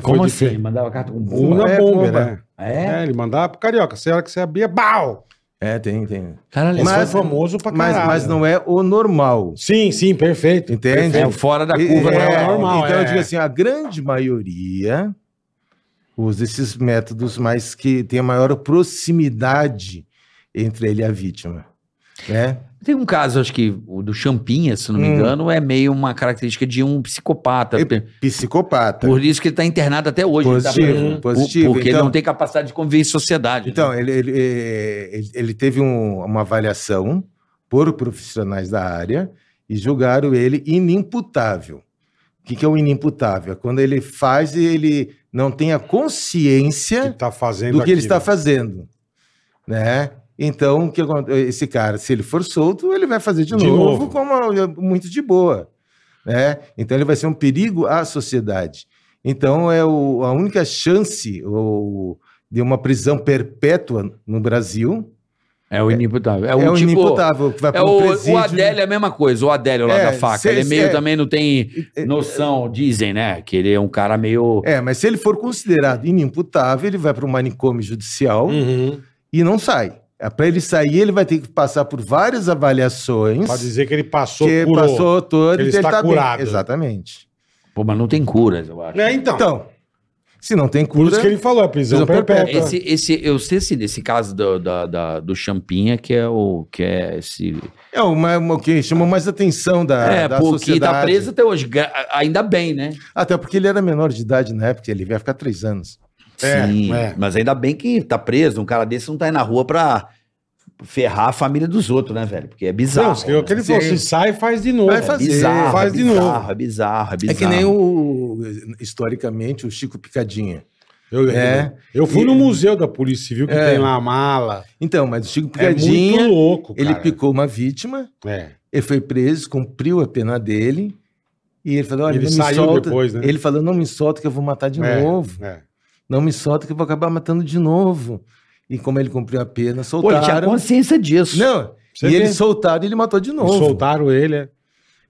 Como
foi
assim?
de...
Mandava carta com
Uma
bomba?
na
É,
bomber,
bomba.
né?
É?
É, ele mandava pro carioca. Se a hora que você abria, bau!
é, tem, tem.
Caralho,
Esse
Mas-
foi famoso pra
Mas,
caralho.
mas não é o normal.
Sim, sim, perfeito.
Entende?
é fora da
E-
curva,
é,
né?
normal,
Então,
é.
eu digo assim, a grande maioria usa esses métodos, mas que tem a maior proximidade entre ele e a vítima. É.
Tem um caso, acho que o do Champinha, se não me
Hum.
engano, é meio uma característica de um psicopata.
E- Psicopata.
Por isso que ele está internado até hoje. ele tá
Positivo,
preso.
positivo.
Porque ele
Então-
não tem capacidade de conviver em sociedade. né?
Então, ele, ele, é, ele- ele teve um- uma avaliação por profissionais da área e julgaram ele inimputável. O que, que é o inimputável? É quando ele faz e ele não tem a
que
consciência
tá fazendo
É
do que ele
aquilo.
está fazendo. Né? Então, o que aconte- esse cara, se ele for solto, ele vai fazer de,
De
novo,
novo.
com uma- eh, muito de boa. Né? Então, ele vai ser um perigo à sociedade. Então, é o- a única chance ou, de uma prisão perpétua no Brasil
É o inimputável. É,
é,
o
o
tipo.
inimputável, que vai
É
para
o,
um
o
presídio.
Adélio é a mesma coisa, o Adélio lá
É,
da faca.
se-
ele é meio
é-
também não tem
é-
noção, dizem, né? Que ele é um cara meio.
É, mas se ele for considerado inimputável, ele vai para um manicômio judicial
Hum.
Uhum.
e não sai. Para ele sair, ele vai ter que passar por várias avaliações.
Pra dizer que ele passou,
que
curou.
passou todo
Ele
e tá
está
bem.
curado.
Exatamente.
Pô, mas não tem curas, eu acho.
É, então.
Então, se não tem
por
cura,
isso que ele falou, é prisão
Prisão
perpétua.
perpétua.
Esse, esse, eu sei se nesse caso do, da, da- do Champinha, que é o que é esse.
é uma, uma- o que chamou mais atenção da,
é,
da
porque
sociedade.
tá preso até hoje. Gra- Ainda bem, né?
Até porque ele era menor de idade na época, ele vai ficar três anos.
É,
Sim,
é.
mas ainda bem que tá preso. Um cara desse não tá aí na rua pra ferrar a família dos outros, né, velho? Porque é bizarro.
Não, é o que ele falou,
né? Sim.
se sai, faz de novo.
Vai
É
fazer,
bizarro,
faz
é
de
bizarro,
novo.
É bizarro, é
É
bizarro.
que nem o, historicamente, o Chico Picadinha.
Eu,
É.
eu fui no
E-
museu da Polícia Civil que
É.
tem lá a mala.
Então, mas o Chico
é
Picadinha,
muito louco,
ele
cara.
picou uma vítima,
É.
ele foi preso, cumpriu a pena dele, e ele falou, olha,
Ele
não me
saiu
solta.
depois, né?
Ele falou, não me solta que eu vou matar de
É,
novo.
é.
Não me solta que eu vou acabar matando de novo. E como ele cumpriu a pena,
Pô, ele tinha
soltaram.
consciência disso.
né? não,
Você
e
vê.
eles soltaram e ele matou de novo.
Soltaram ele. é.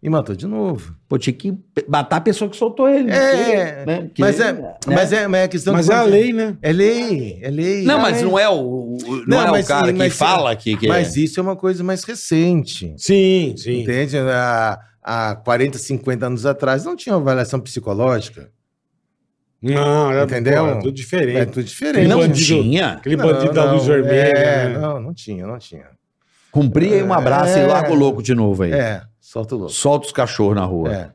E matou de novo.
Pô, tinha que matar a pessoa que soltou ele.
É,
né? Porque-
mas, é,
né?
mas, é, mas é a questão.
Mas
do-
é a lei, né?
É lei, é lei.
Não,
é
mas
lei.
não é o, o- não
Não,
é
mas-
o cara que
mas-
fala que, que é.
Mas isso é uma coisa mais recente.
Sim, sim.
Entende? Há, há 40, 50 anos atrás não tinha avaliação psicológica.
Não, era,
Entendeu?
Pô, é tudo diferente.
É tudo
Ele
diferente.
não
bandido-
tinha.
Aquele
Não,
bandido da
não,
luz vermelha.
é,
né?
Não, não tinha, não tinha.
Cumpria aí um abraço
É.
e larga o louco de novo aí.
É, solta o louco.
Solta os cachorros na rua.
É.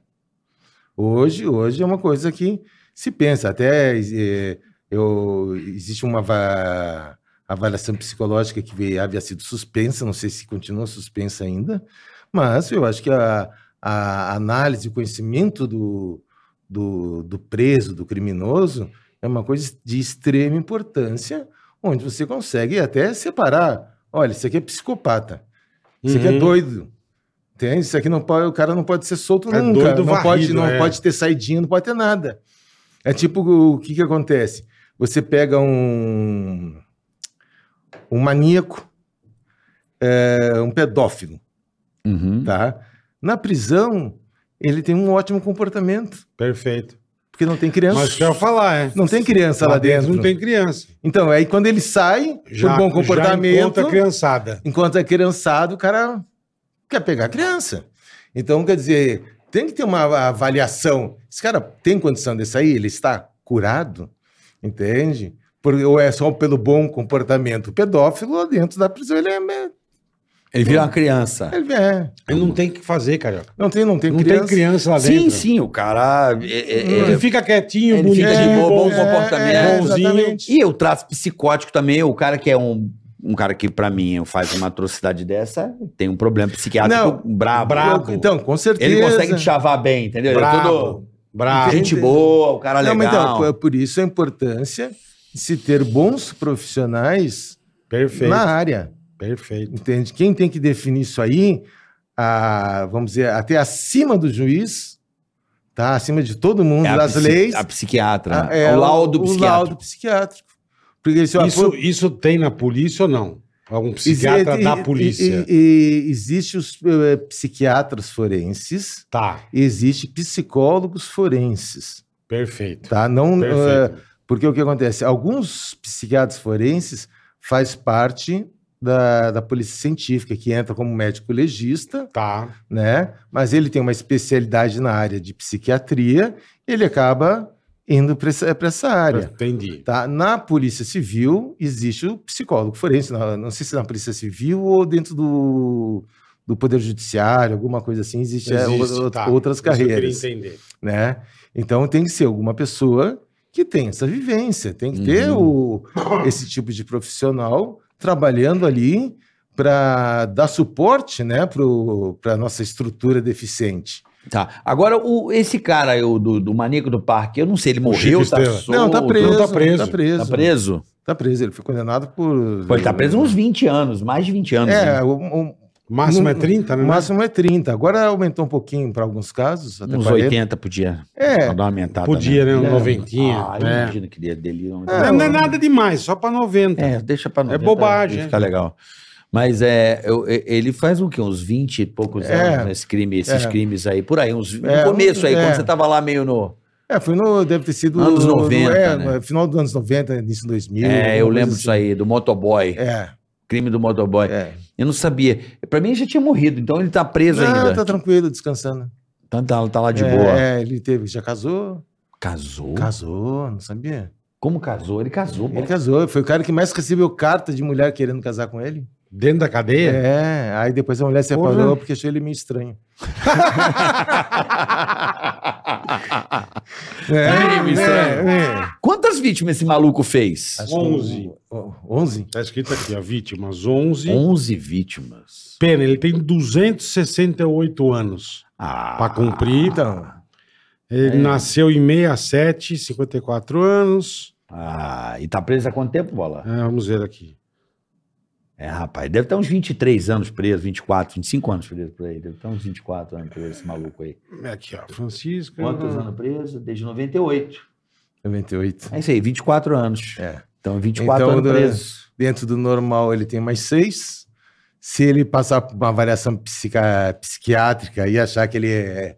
Hoje, hoje é uma coisa que se pensa. Até eh, eu, existe uma va- avaliação psicológica que havia sido suspensa, não sei se continua suspensa ainda, mas eu acho que a, a análise, o conhecimento do, do, do preso, do criminoso, é uma coisa de extrema importância, onde você consegue até separar. Olha, isso aqui é psicopata. Isso aqui é
Uhum.
doido. Entende? Isso aqui não pode, o cara não pode ser solto
É
nunca.
doido
não pode,
varrido,
não
é.
pode ter saidinha, não pode ter nada. É tipo o que que acontece? Você pega um um maníaco, é, um pedófilo,
Uhum.
tá? Na prisão ele tem um ótimo comportamento
Perfeito.
porque não tem criança.
Mas quero falar, é.
Não tem criança lá, dentro.
Não tem criança.
Então aí quando ele sai por bom
Já
comportamento,
encontra a criançada.
Enquanto é criançado, o cara quer pegar a criança. Então, quer dizer, tem que ter uma avaliação. Esse cara tem condição de sair? Ele está curado? Entende? Por- ou é só pelo bom comportamento O pedófilo, lá dentro da prisão, ele é. me-
Ele vira uma criança.
Ele é
Ele não tem o que fazer, cara.
não tem, não tem
não
criança.
tem criança lá
Sim,
dentro.
sim, o cara. é- é- é-
Ele fica quietinho,
Ele
bonitinho.
fica de boa, bom
é,
comportamento.
Hum. É,
bonzinho.
exatamente.
E o traço psicótico também, o cara que é um. Um cara que, pra mim, faz uma atrocidade dessa, tem um problema psiquiátrico brabo.
brabo.
Então, com certeza.
Ah,
Ah,
Ele consegue te chavar bem, entendeu? Ele é todo
Bravo. Bravo.
gente boa, o cara
Não,
legal.
mas então, por- por isso a importância de se ter bons profissionais
Perfeito.
na área.
Perfeito.
Entende? Quem tem que definir isso aí, a, vamos dizer, até acima do juiz, tá? Acima de todo mundo
É a
das
psi-
leis.
A psiquiatra.
a-
né? o laudo psiquiátrico.
Ah, é, O laudo psiquiátrico. Porque se eu-
Isso, isso tem na polícia ou não? Algum psiquiatra
existe-
da polícia.
é E, e- e existe os eh, psiquiatras forenses,
Tá,
e existe psicólogos forenses,
perfeito.
tá? Não, eh,
Perfeito.
porque o que acontece? Alguns psiquiatras forenses faz parte da, da polícia científica, que entra como médico legista,
Tá.
né? Mas ele tem uma especialidade na área de psiquiatria, ele acaba indo para essa, pra essa área.
Entendi.
Tá? Na Polícia Civil existe o psicólogo forense, na- não sei se na Polícia Civil ou dentro do, do Poder Judiciário, alguma coisa assim, existe, é,
Existe,
o-
tá.
outras
Isso que eu queria
carreiras.
entender.
né? Então tem que ser alguma pessoa que tenha essa vivência, tem que ter
Uhum.
o, esse tipo de profissional trabalhando ali para dar suporte, né, para a nossa estrutura deficiente.
Tá. Agora, o, esse cara eu, do, do maníaco do parque, eu não sei, ele
Chico
morreu, tá
Estrela.
solto,
Não, tá preso,
não tá preso.
tá preso,
Tá preso?
tá preso, Ele foi condenado por.
Pô, ele tá preso uns 20 anos, mais de 20 anos. né?
É, o, o-
Máximo é
Não-
30, né?
o máximo é 30. Agora aumentou um pouquinho para alguns casos, até
Uns
40.
80 podia
É,
dar uma aumentada.
Podia, né? Um
É.
noventinha.
Ah, eu
né?
imagino que delírio.
Não,
um-
não é nada demais, só pra 90.
um- É, deixa pra 90,
bobagem,
Ficar legal. Mas é, eu- e- ele faz o quê? Uns 20 e poucos
É.
anos nesse crime, esses
É.
crimes aí, por aí, uns,
É,
no começo aí,
é.
quando você tava lá meio no.
é, foi no. Deve ter sido.
Anos
no-
90,
é,
né?
no final dos anos 90, início de 2000.
é, eu
alguma
lembro
coisa
disso aí, do motoboy,
assim. É,
crime do motoboy.
é.
Eu não sabia. Pra mim ele já tinha morrido, então ele tá preso
Não,
ainda.
tá tranquilo, descansando.
Então tá, tá lá de
é,
boa.
É, ele teve, já casou.
Casou?
Casou, não sabia?
Como casou? Ele casou, pô.
Ele casou, foi o cara que mais recebeu carta de mulher querendo casar com ele.
Dentro da cadeia?
É, aí depois a mulher se
Porra.
separou porque achou ele meio estranho. É,
meio estranho. Quantas vítimas esse maluco fez?
Acho que
Onze.
o- o- Onze?
Tá escrito aqui, ó, vítimas, 11.
11 vítimas.
Pena, ele tem 268 anos
Ah, É.
pra cumprir. tá?
Então,
Ele nasceu em 67, 54 anos.
Ah, e tá preso há quanto tempo, Bola?
É, vamos ver aqui.
É, rapaz, deve ter uns 23 anos preso, 24, 25 anos preso por aí. Deve ter uns 24 anos preso esse maluco aí.
É Aqui, ó. Francisco.
Quantos anos preso? Desde 98.
98.
É isso aí, 24 anos.
É.
Então, 24
Então,
anos
do-
preso.
Dentro do normal ele tem mais seis. Se ele passar por uma avaliação psica- psiquiátrica e achar que ele é-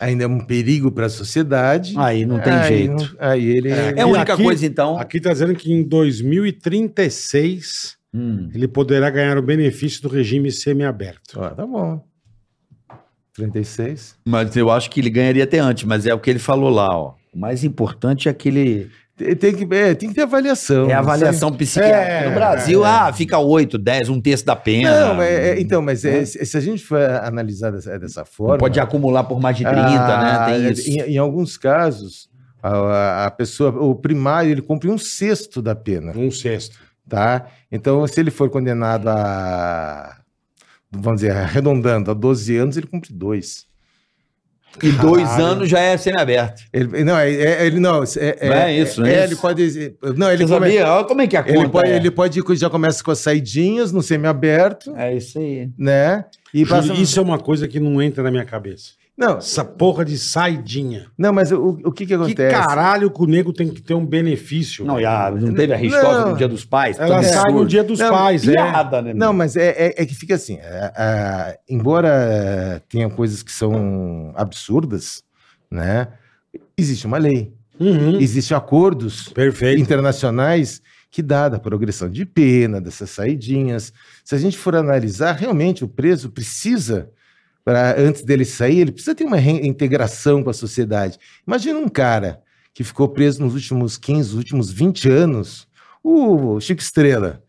ainda é um perigo para a sociedade,
Aí Ah, não tem
aí
jeito.
não- Aí ele.
É a única
aqui-
coisa, então.
Aqui tá dizendo que em 2036
Hum.
ele poderá ganhar o benefício do regime semiaberto.
Ah, tá bom. 36.
Mas eu acho que ele ganharia até antes, mas é o que ele falou lá, ó. O mais importante é aquele.
Tem, tem que, é, tem que ter avaliação.
É a avaliação psiquiátrica.
É,
no Brasil, ah, fica 8, 10, um terço da pena.
Não, é, é, então, mas é, se se a gente for analisar dessa, dessa
Né? Não
forma.
Pode acumular por mais de 30,
ah,
né? Tem
é,
isso.
Em, em alguns casos, a, a pessoa, o primário, ele cumpre um sexto da pena,
Um sexto.
tá? Então, se ele for condenado a. Vamos dizer, arredondando a 12 anos, ele cumpre dois.
E dois
Caralho.
anos já é semiaberto.
Ele, não, é, é- ele não. É,
Não é isso, não é
é,
isso?
ele pode. Não, ele
Você
come-
sabia? Olha como é que a
Ele
conta
pode,
é.
ele pode já começa com as saidinhas no semiaberto,
É isso aí.
né? E
Júlio,
passa...
Isso é uma coisa que não entra na minha cabeça.
Não,
Essa porra de saidinha.
não, mas o, o que que
Que
acontece?
caralho que o nego tem que ter um benefício.
Não,
velho?
e a- não teve a resposta
Não.
no Dia dos Pais?
Ela
Tanto
sai
absurdo.
no dia dos
Não,
pais, é.
Piada, né?
Não,
meu?
mas é, é- é que fica assim. é, é, embora tenha coisas que são absurdas, né? Existe uma lei,
Uhum.
existem acordos
Perfeito.
internacionais que dá da progressão de pena, dessas saidinhas. Se a gente for analisar, realmente o preso precisa, para antes dele sair, ele precisa ter uma reintegração com a sociedade. Imagina um cara que ficou preso nos últimos 15, nos últimos 20 anos, o Chico Estrela.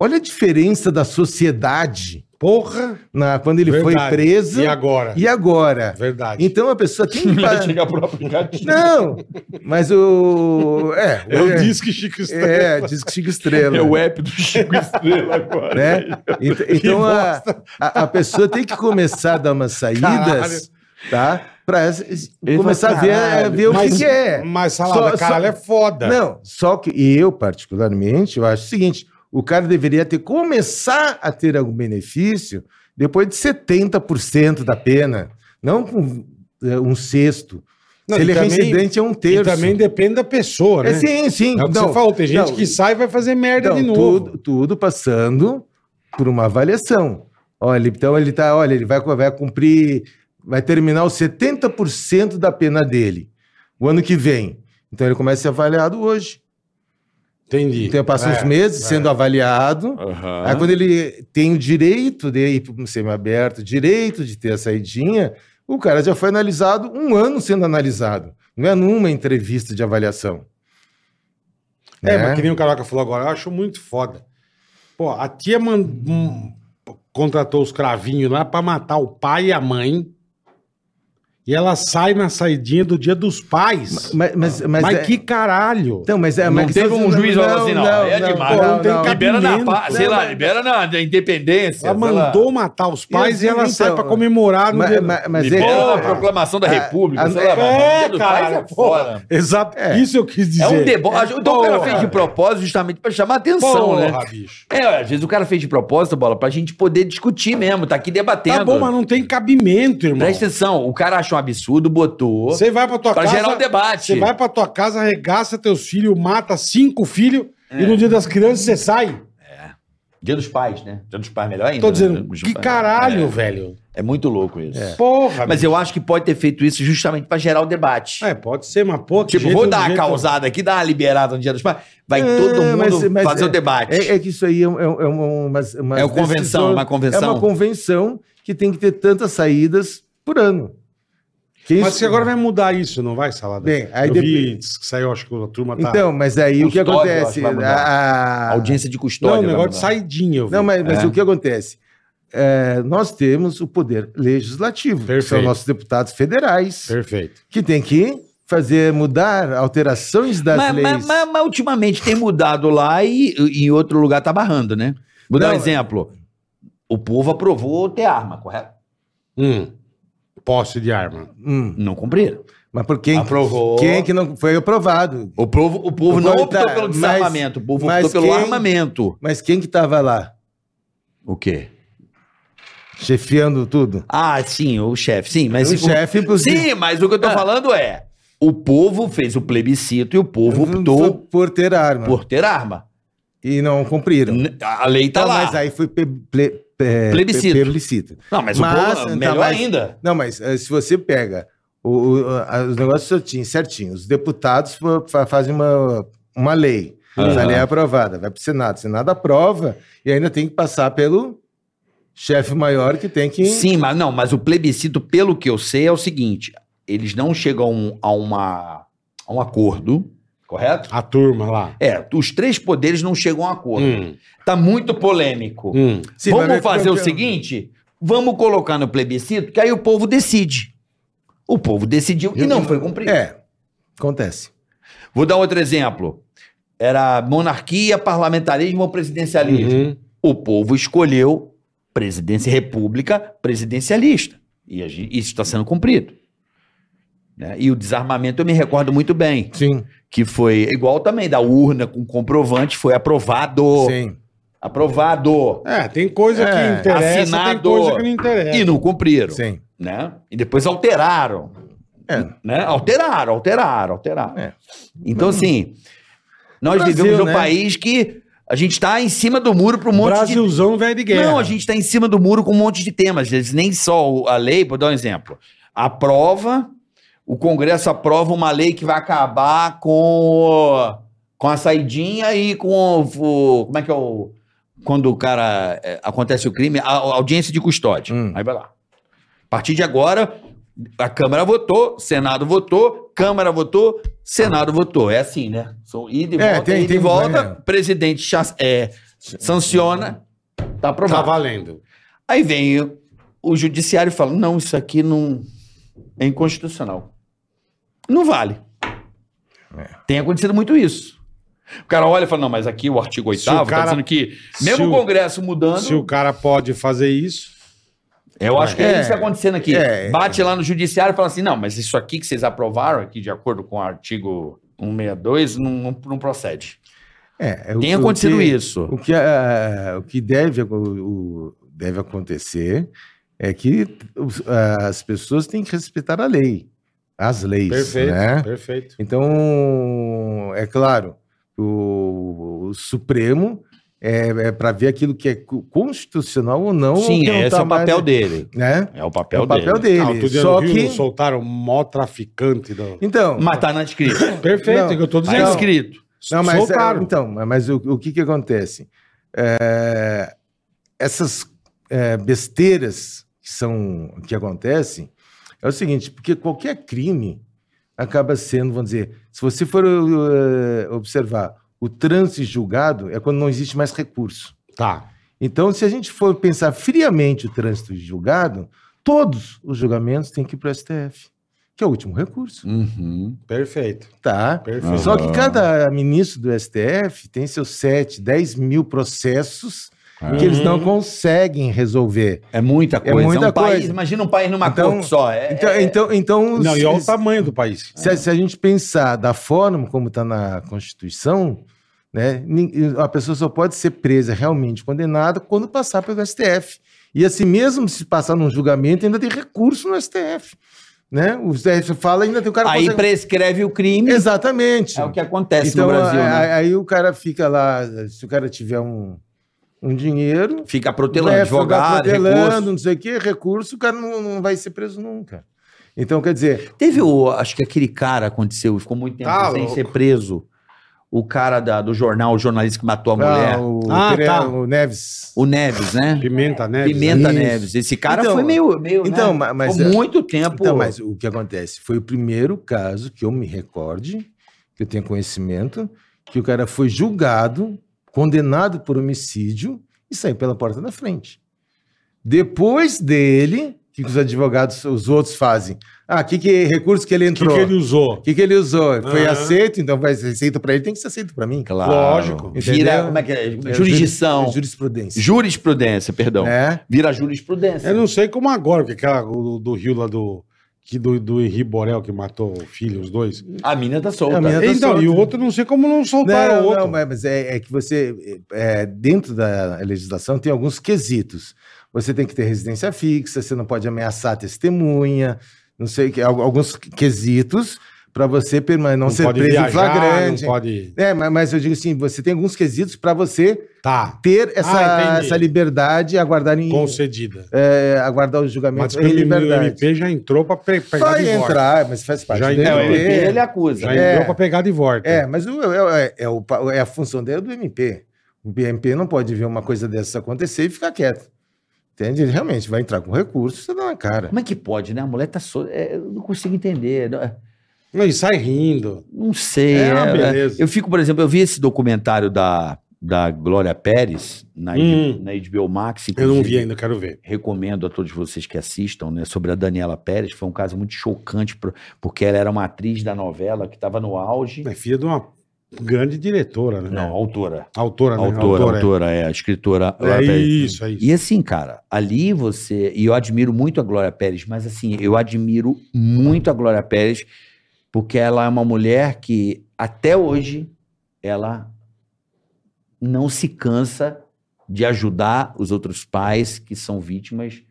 Olha a diferença da sociedade
Então-
Porra.
na, quando ele foi
Verdade.
preso
E agora?
e agora.
Verdade.
Então a pessoa tem que.
Vai
pa-
chegar pro aplicativo.
Não, mas o. É,
É o
é,
disque Chico Estrela.
é, diz que Chico Estrela.
É o app do Chico Estrela agora.
né? Ent- Então a, a, a pessoa tem que começar a dar umas saídas, tá? Para começar a
fala,
ver,
"Caralho,
a ver o que,
É, Mas,
que é.
mas salada,
Só-
caralho,
só-
é foda.
Não, só que eu, particularmente, eu acho o seguinte: o cara deveria ter começar a ter algum benefício depois de 70% da pena, não com é, um sexto.
Não,
Se
e
ele é
também-
reincidente, é um
E
terço.
também depende da pessoa, né?
é, sim, sim.
É o que
não,
você falou, tem gente
não,
que sai e vai fazer merda
Então,
de novo.
tudo, tudo passando por uma avaliação. Olha, então ele tá, olha, ele vai, vai cumprir, vai terminar os 70% da pena dele o ano que vem. Então ele começa a ser avaliado hoje.
Entendi.
Então passa uns
É,
meses
é.
sendo avaliado.
Aham.
Aí quando ele tem o direito de ir para um semiaberto, direito de ter a saidinha, o cara já foi analisado um ano sendo analisado. Não é numa entrevista de avaliação.
É,
Né?
mas que nem o Caraca falou agora, eu acho muito foda. Pô, a tia man- hum, contratou os cravinhos lá pra matar o pai e a mãe. E ela sai na saidinha do dia dos pais. Mas,
Mas, mas, mas, é-
que caralho!
Então, mas é
Não
mas
teve um juiz falando assim, não, é demais,
não tem cabimento.
libera na
Não,
paz, sei lá, libera na, na independência.
Tá ela
sei lá.
mandou matar os pais e,
E assim,
ela sai
então,
pra comemorar no
Mas,
dia...
mas, mas é,
Libera a
é,
proclamação da
Ah,
República,
ah,
sei lá.
é,
mas
É,
dia do
cara,
Pais é
pô,
fora.
Exato,
É.
isso eu quis dizer.
É um deboche. Então o cara
Porra.
fez de propósito justamente pra chamar atenção,
Porra,
né?
bicho.
É, às vezes o cara fez de propósito, bola, pra gente poder discutir mesmo, tá aqui debatendo.
Tá bom, mas não tem cabimento, irmão.
Presta atenção, o cara achou um absurdo, botou.
Você vai pra tua
Pra
casa.
gerar o debate.
Você vai pra tua casa, arregaça teus filhos, mata cinco filhos e
É.
no dia das crianças você sai.
Dia dos pais, né? Dia dos pais melhor ainda.
Tô
né?
dizendo,
Dia dos
que
pais.
caralho, velho.
É muito louco isso.
Porra,
Mas eu acho que pode ter feito isso justamente pra gerar o debate.
bicho. É, pode ser, mas pô, que
Tipo,
jeito-
vou dar a
jeito-
causada aqui, dar uma liberada no dia dos pais. Vai
É,
todo mundo
mas- mas
fazer
é-
o debate.
é- é que isso aí é, um- é um- é um- umas, umas
É uma convenção,
decisões-
uma convenção.
É uma convenção que tem que ter tantas saídas por ano. Que
Mas
isso-
que agora vai mudar isso, não vai, Salada?
Bem, aí
eu vi
depende.
diz que saiu, acho que a turma tá...
Então, mas aí o que
Custódio, eu acho
acontece?
que vai mudar.
A- a-
Audiência de custódia.
é
não, o
um
vai
negócio de
mudar.
saidinha, eu vi.
Não, mas, mas
É.
o que acontece? É, nós temos o poder legislativo, que são
Perfeito.
nossos deputados federais,
Perfeito.
que tem que fazer mudar alterações das
Mas,
leis.
mas- mas- mas ultimamente tem mudado lá e e em outro lugar tá barrando, né? Vou dar um
Não, é-
exemplo. O povo aprovou ter arma, correto?
Hum. Posse de arma.
Hum,
Não cumpriram.
mas por quem?
Aprovou.
Quem que não foi aprovado?
O povo, o povo
Eu
não
vou
optou
entrar,
pelo
tá, mas-
desarmamento, o povo optou
mas
pelo
quem-
armamento.
Mas quem que estava lá,
O quê?
chefiando tudo?
Ah, sim, o chefe, sim, mas...
o
o-
chefe, inclusive, Ah.
Sim, mas o que eu tô falando é, o povo fez o plebiscito e o povo optou
foi por ter arma
por ter arma.
e não cumpriram.
N- A lei tá
Não,
lá.
Então. Mas aí foi pe- ple- pe-
Plebiscito.
pe- plebiscito.
Não, mas,
Mas,
o povo,
tá,
melhor
mas-
ainda.
Não, mas eh, se você pega o, o, a- os negócios certinho, certinho, os deputados fa- fa- fazem uma, uma lei. Essa
Aham.
lei é aprovada, vai para o Senado. O Senado aprova e ainda tem que passar pelo chefe maior que tem que.
Sim, mas não, mas o plebiscito, pelo que eu sei, é o seguinte: eles não chegam a, uma, a um acordo, correto?
A turma lá.
É, os três poderes não chegam a um acordo.
Hum.
Tá muito polêmico.
Hum.
Sim, mas- é
vamos fazer o seguinte: vamos colocar no plebiscito, que aí o povo decide. O povo decidiu e não foi cumprido.
É, acontece.
Vou dar outro exemplo. Era monarquia, parlamentarismo ou presidencialismo.
Uhum.
o povo escolheu presidência república presidencialista. E a gen- isso está sendo cumprido. Né? E o desarmamento eu me recordo muito bem,
Sim,
que foi igual também da urna com comprovante, foi aprovado.
sim.
Aprovado.
É, tem coisa
É,
que interessa, tem
assinado.
coisa que não interessa.
E não cumpriram.
Sim.
Né? E depois alteraram.
É.
Né? Alteraram, alteraram, alteraram.
É.
Então, assim, nós
Brasil,
vivemos num
né?
país que a gente está em cima do muro para um monte de
Brasilzão velho de guerra.
Não, a gente está em cima do muro com um monte de temas. Eles nem só o- a lei, vou dar um exemplo. Aprova, o Congresso aprova uma lei que vai acabar com o- com a saidinha e com o, o- como é que é o quando o cara é, acontece o crime, a, a audiência de custódia.
Hum.
Aí vai lá. A partir de agora, a Câmara votou, Senado votou, Câmara votou, Senado votou. É assim, né? São ida e
É,
volta,
tem-
ida e
tem-
volta,
é.
presidente chas- é, sanciona, tá
Tá
aprovado.
valendo.
Aí vem o- o judiciário e fala: não, isso aqui não é inconstitucional. Não vale.
É.
Tem acontecido muito isso. O cara olha e fala: não, mas aqui o artigo
Se o
8 está
cara-
dizendo que,
se
mesmo o
o-
Congresso mudando,
Se o cara pode fazer isso,
eu acho que é,
É.
isso que está acontecendo aqui.
É.
Bate lá no judiciário e fala assim: não, mas isso aqui que vocês aprovaram, aqui de acordo com o artigo 162, não, não, não procede.
É, é o-
Tem
o
acontecido
que-
isso.
O que, ah, o que deve, o- o- deve acontecer é que os- as pessoas têm que respeitar a lei, as leis,
perfeito,
né?
perfeito.
Então, é claro, o, o Supremo é, para ver aquilo que é co- constitucional ou não. ou que
Sim,
não
esse
tá
é o papel
mais,
dele.
Né?
É o
É
papel,
o papel
dele.
dele.
Ah, outro dia
Só
no Rio
que,
soltaram o maior traficante do...
então,
Mas tá na escrito.
Perfeito,
Não,
é que eu tô
Tá
dizendo.
escrito.
Não, mas, é,
soltaram.
então, mas o, o que que acontece? É, essas é, besteiras que são que acontecem é o seguinte, porque qualquer crime acaba sendo, vamos dizer, se você for eh, observar, o transe julgado é quando não existe mais recurso.
Tá.
Então, se a gente for pensar friamente o trânsito julgado, todos os julgamentos têm que ir para o STF, que é o último recurso,
Uhum.
Perfeito.
tá?
Perfeito.
Só que cada ministro do STF tem seus 7, 10 mil processos
É.
que eles não
Uhum.
conseguem resolver.
É muita coisa.
muita
um país-
coisa.
Imagina um país numa
Então-
corte só. É,
Então,
é-
então, então
Não, e olha o
se,
tamanho né? do país.
se a- se a gente pensar da forma como está na Constituição, né, nin- a pessoa só pode ser presa realmente condenada quando passar pelo STF. E assim mesmo se passar num julgamento, ainda tem recurso no STF. Né? O STF fala ainda tem o cara
aí
consegue-
prescreve o crime.
Exatamente.
É o que acontece
então,
no Brasil.
a-
né?
a- aí o cara fica lá, se o cara tiver um, um dinheiro,
Fica protelando,
É, ficar
advogado,
protelando,
recurso.
não sei o que, recurso, o cara não, não vai ser preso nunca. Então, quer dizer,
Teve o. Acho que aquele cara aconteceu, ficou muito tempo
Tá
sem
louco.
ser preso. O cara da- do jornal, o jornalista que matou a mulher.
ah, o,
Ah,
Tere-
tá.
o Neves.
O Neves, né?
Pimenta Neves.
Pimenta
né?
Neves. Esse cara
Então,
foi meio. meio
então,
né?
ma- mas-
Ficou muito tempo.
Então, mas o que acontece? Foi o primeiro caso que eu me recorde, que eu tenho conhecimento, que o cara foi julgado, condenado por homicídio e saiu pela porta da frente. Depois dele, o que que os advogados, os outros fazem? Ah, o que, que recurso que ele
O que,
entrou?
que ele usou?
usou? Foi
Aham.
aceito, então vai ser aceito para ele, tem que ser aceito para mim.
Claro.
lógico,
Vira.
entendeu? Então,
Como é que é? Jurisdição.
Jurisprudência.
Jurisprudência, perdão.
É.
Vira jurisprudência.
Eu não sei como agora, porque aquela do, do Rio lá do. Que do, do Henri Borel que matou o filho, os dois.
A mina tá solta.
A mina tá-
Então, e o
solto.
outro não sei como não soltaram o
Não,
outro.
não, mas mas é, é que você, é, dentro da legislação, tem alguns quesitos. Você tem que ter residência fixa, você não pode ameaçar a testemunha, não sei, o que, al- alguns quesitos para você permanecer, não, ser preso em flagrante.
Não pode.
É, mas, mas eu digo assim, você tem alguns quesitos para você
Tá,
ter essa,
entendi.
essa liberdade, aguardar, em,
concedida.
é, aguardar o
Mas
julgamento em
pelo o
liberdade.
MP já entrou pra pe- pegar
Vai
de volta.
entrar, mas faz parte
Já
do
entrou,
É, o
MP.
MP ele acusa.
Já
É.
entrou pra pegar de volta.
É, mas o- é, é- é o pa- é a função dele do MP. O MP não pode ver uma coisa dessas acontecer e ficar quieto. Entende? Ele realmente vai entrar com recurso, você dá na cara.
Como é que pode, né? A mulher tá solta. É, eu não consigo entender. Não- é,
Não, e sai rindo.
Não sei.
É uma
é-
beleza.
Eu fico, por exemplo, eu vi esse documentário da, da Glória Pérez na,
Hum.
na HBO Max.
Eu não vi
inclusive.
ainda, quero ver.
Recomendo a todos vocês que assistam, né? Sobre a Daniela Pérez. Foi um caso muito chocante, pro- porque ela era uma atriz da novela que estava no auge.
É filha de uma grande diretora, né?
Não, autora.
Autora, né?
Autora, autora, é. a escritora. Glória
É,
Pérez.
isso, é isso.
E assim, cara, ali você. E eu admiro muito a Glória Pérez, mas assim, eu admiro muito a Glória Pérez, porque ela é uma mulher que até hoje ela não se cansa de ajudar os outros pais que são vítimas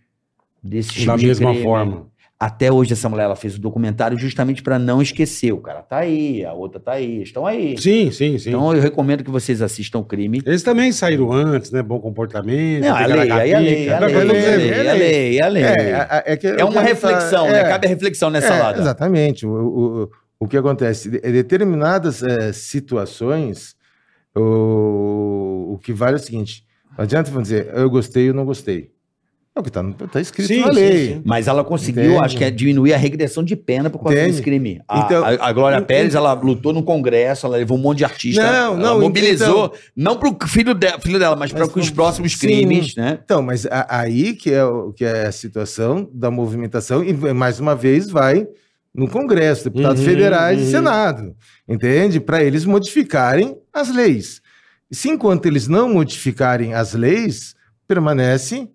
desse tipo
da
de
mesma
crime.
forma.
Até hoje essa mulher ela fez o documentário justamente para não esquecer. O cara tá aí, a outra tá aí, estão aí.
Sim, sim, sim.
Então eu recomendo que vocês assistam o crime.
Eles também saíram antes, né? Bom comportamento.
Não, a lei, aí a lei, a lei, a lei, a lei, a lei, a lei.
É, a- a- que
É
eu
uma
quero
reflexão,
falar-
né?
é,
Cabe a reflexão nessa
é,
lada.
Exatamente. O, o, o- o que acontece? De- Determinadas eh, situações, o, o que vale é o seguinte: não adianta dizer, eu gostei ou não gostei. É o que está escrito
Sim,
na
sim,
lei.
sim.
Mas ela conseguiu,
Entende?
acho que é diminuir a regressão de pena por causa
Entende?
desse crime. A,
Então-
a- a Glória
Ent-
Pérez, ela lutou no Congresso, ela levou um monte de artista.
Não,
ela
não, então-
mobilizou, não pro filho, de- filho dela, mas,
Mas
para os
pro-
próximos
sim.
crimes, né?
Então, mas a- aí que é, o- que é a situação da movimentação, e mais uma vez vai no Congresso, deputados
Uhum,
federais
uhum.
e Senado, entende? Para eles modificarem as leis. Se enquanto eles não modificarem as leis, permanecem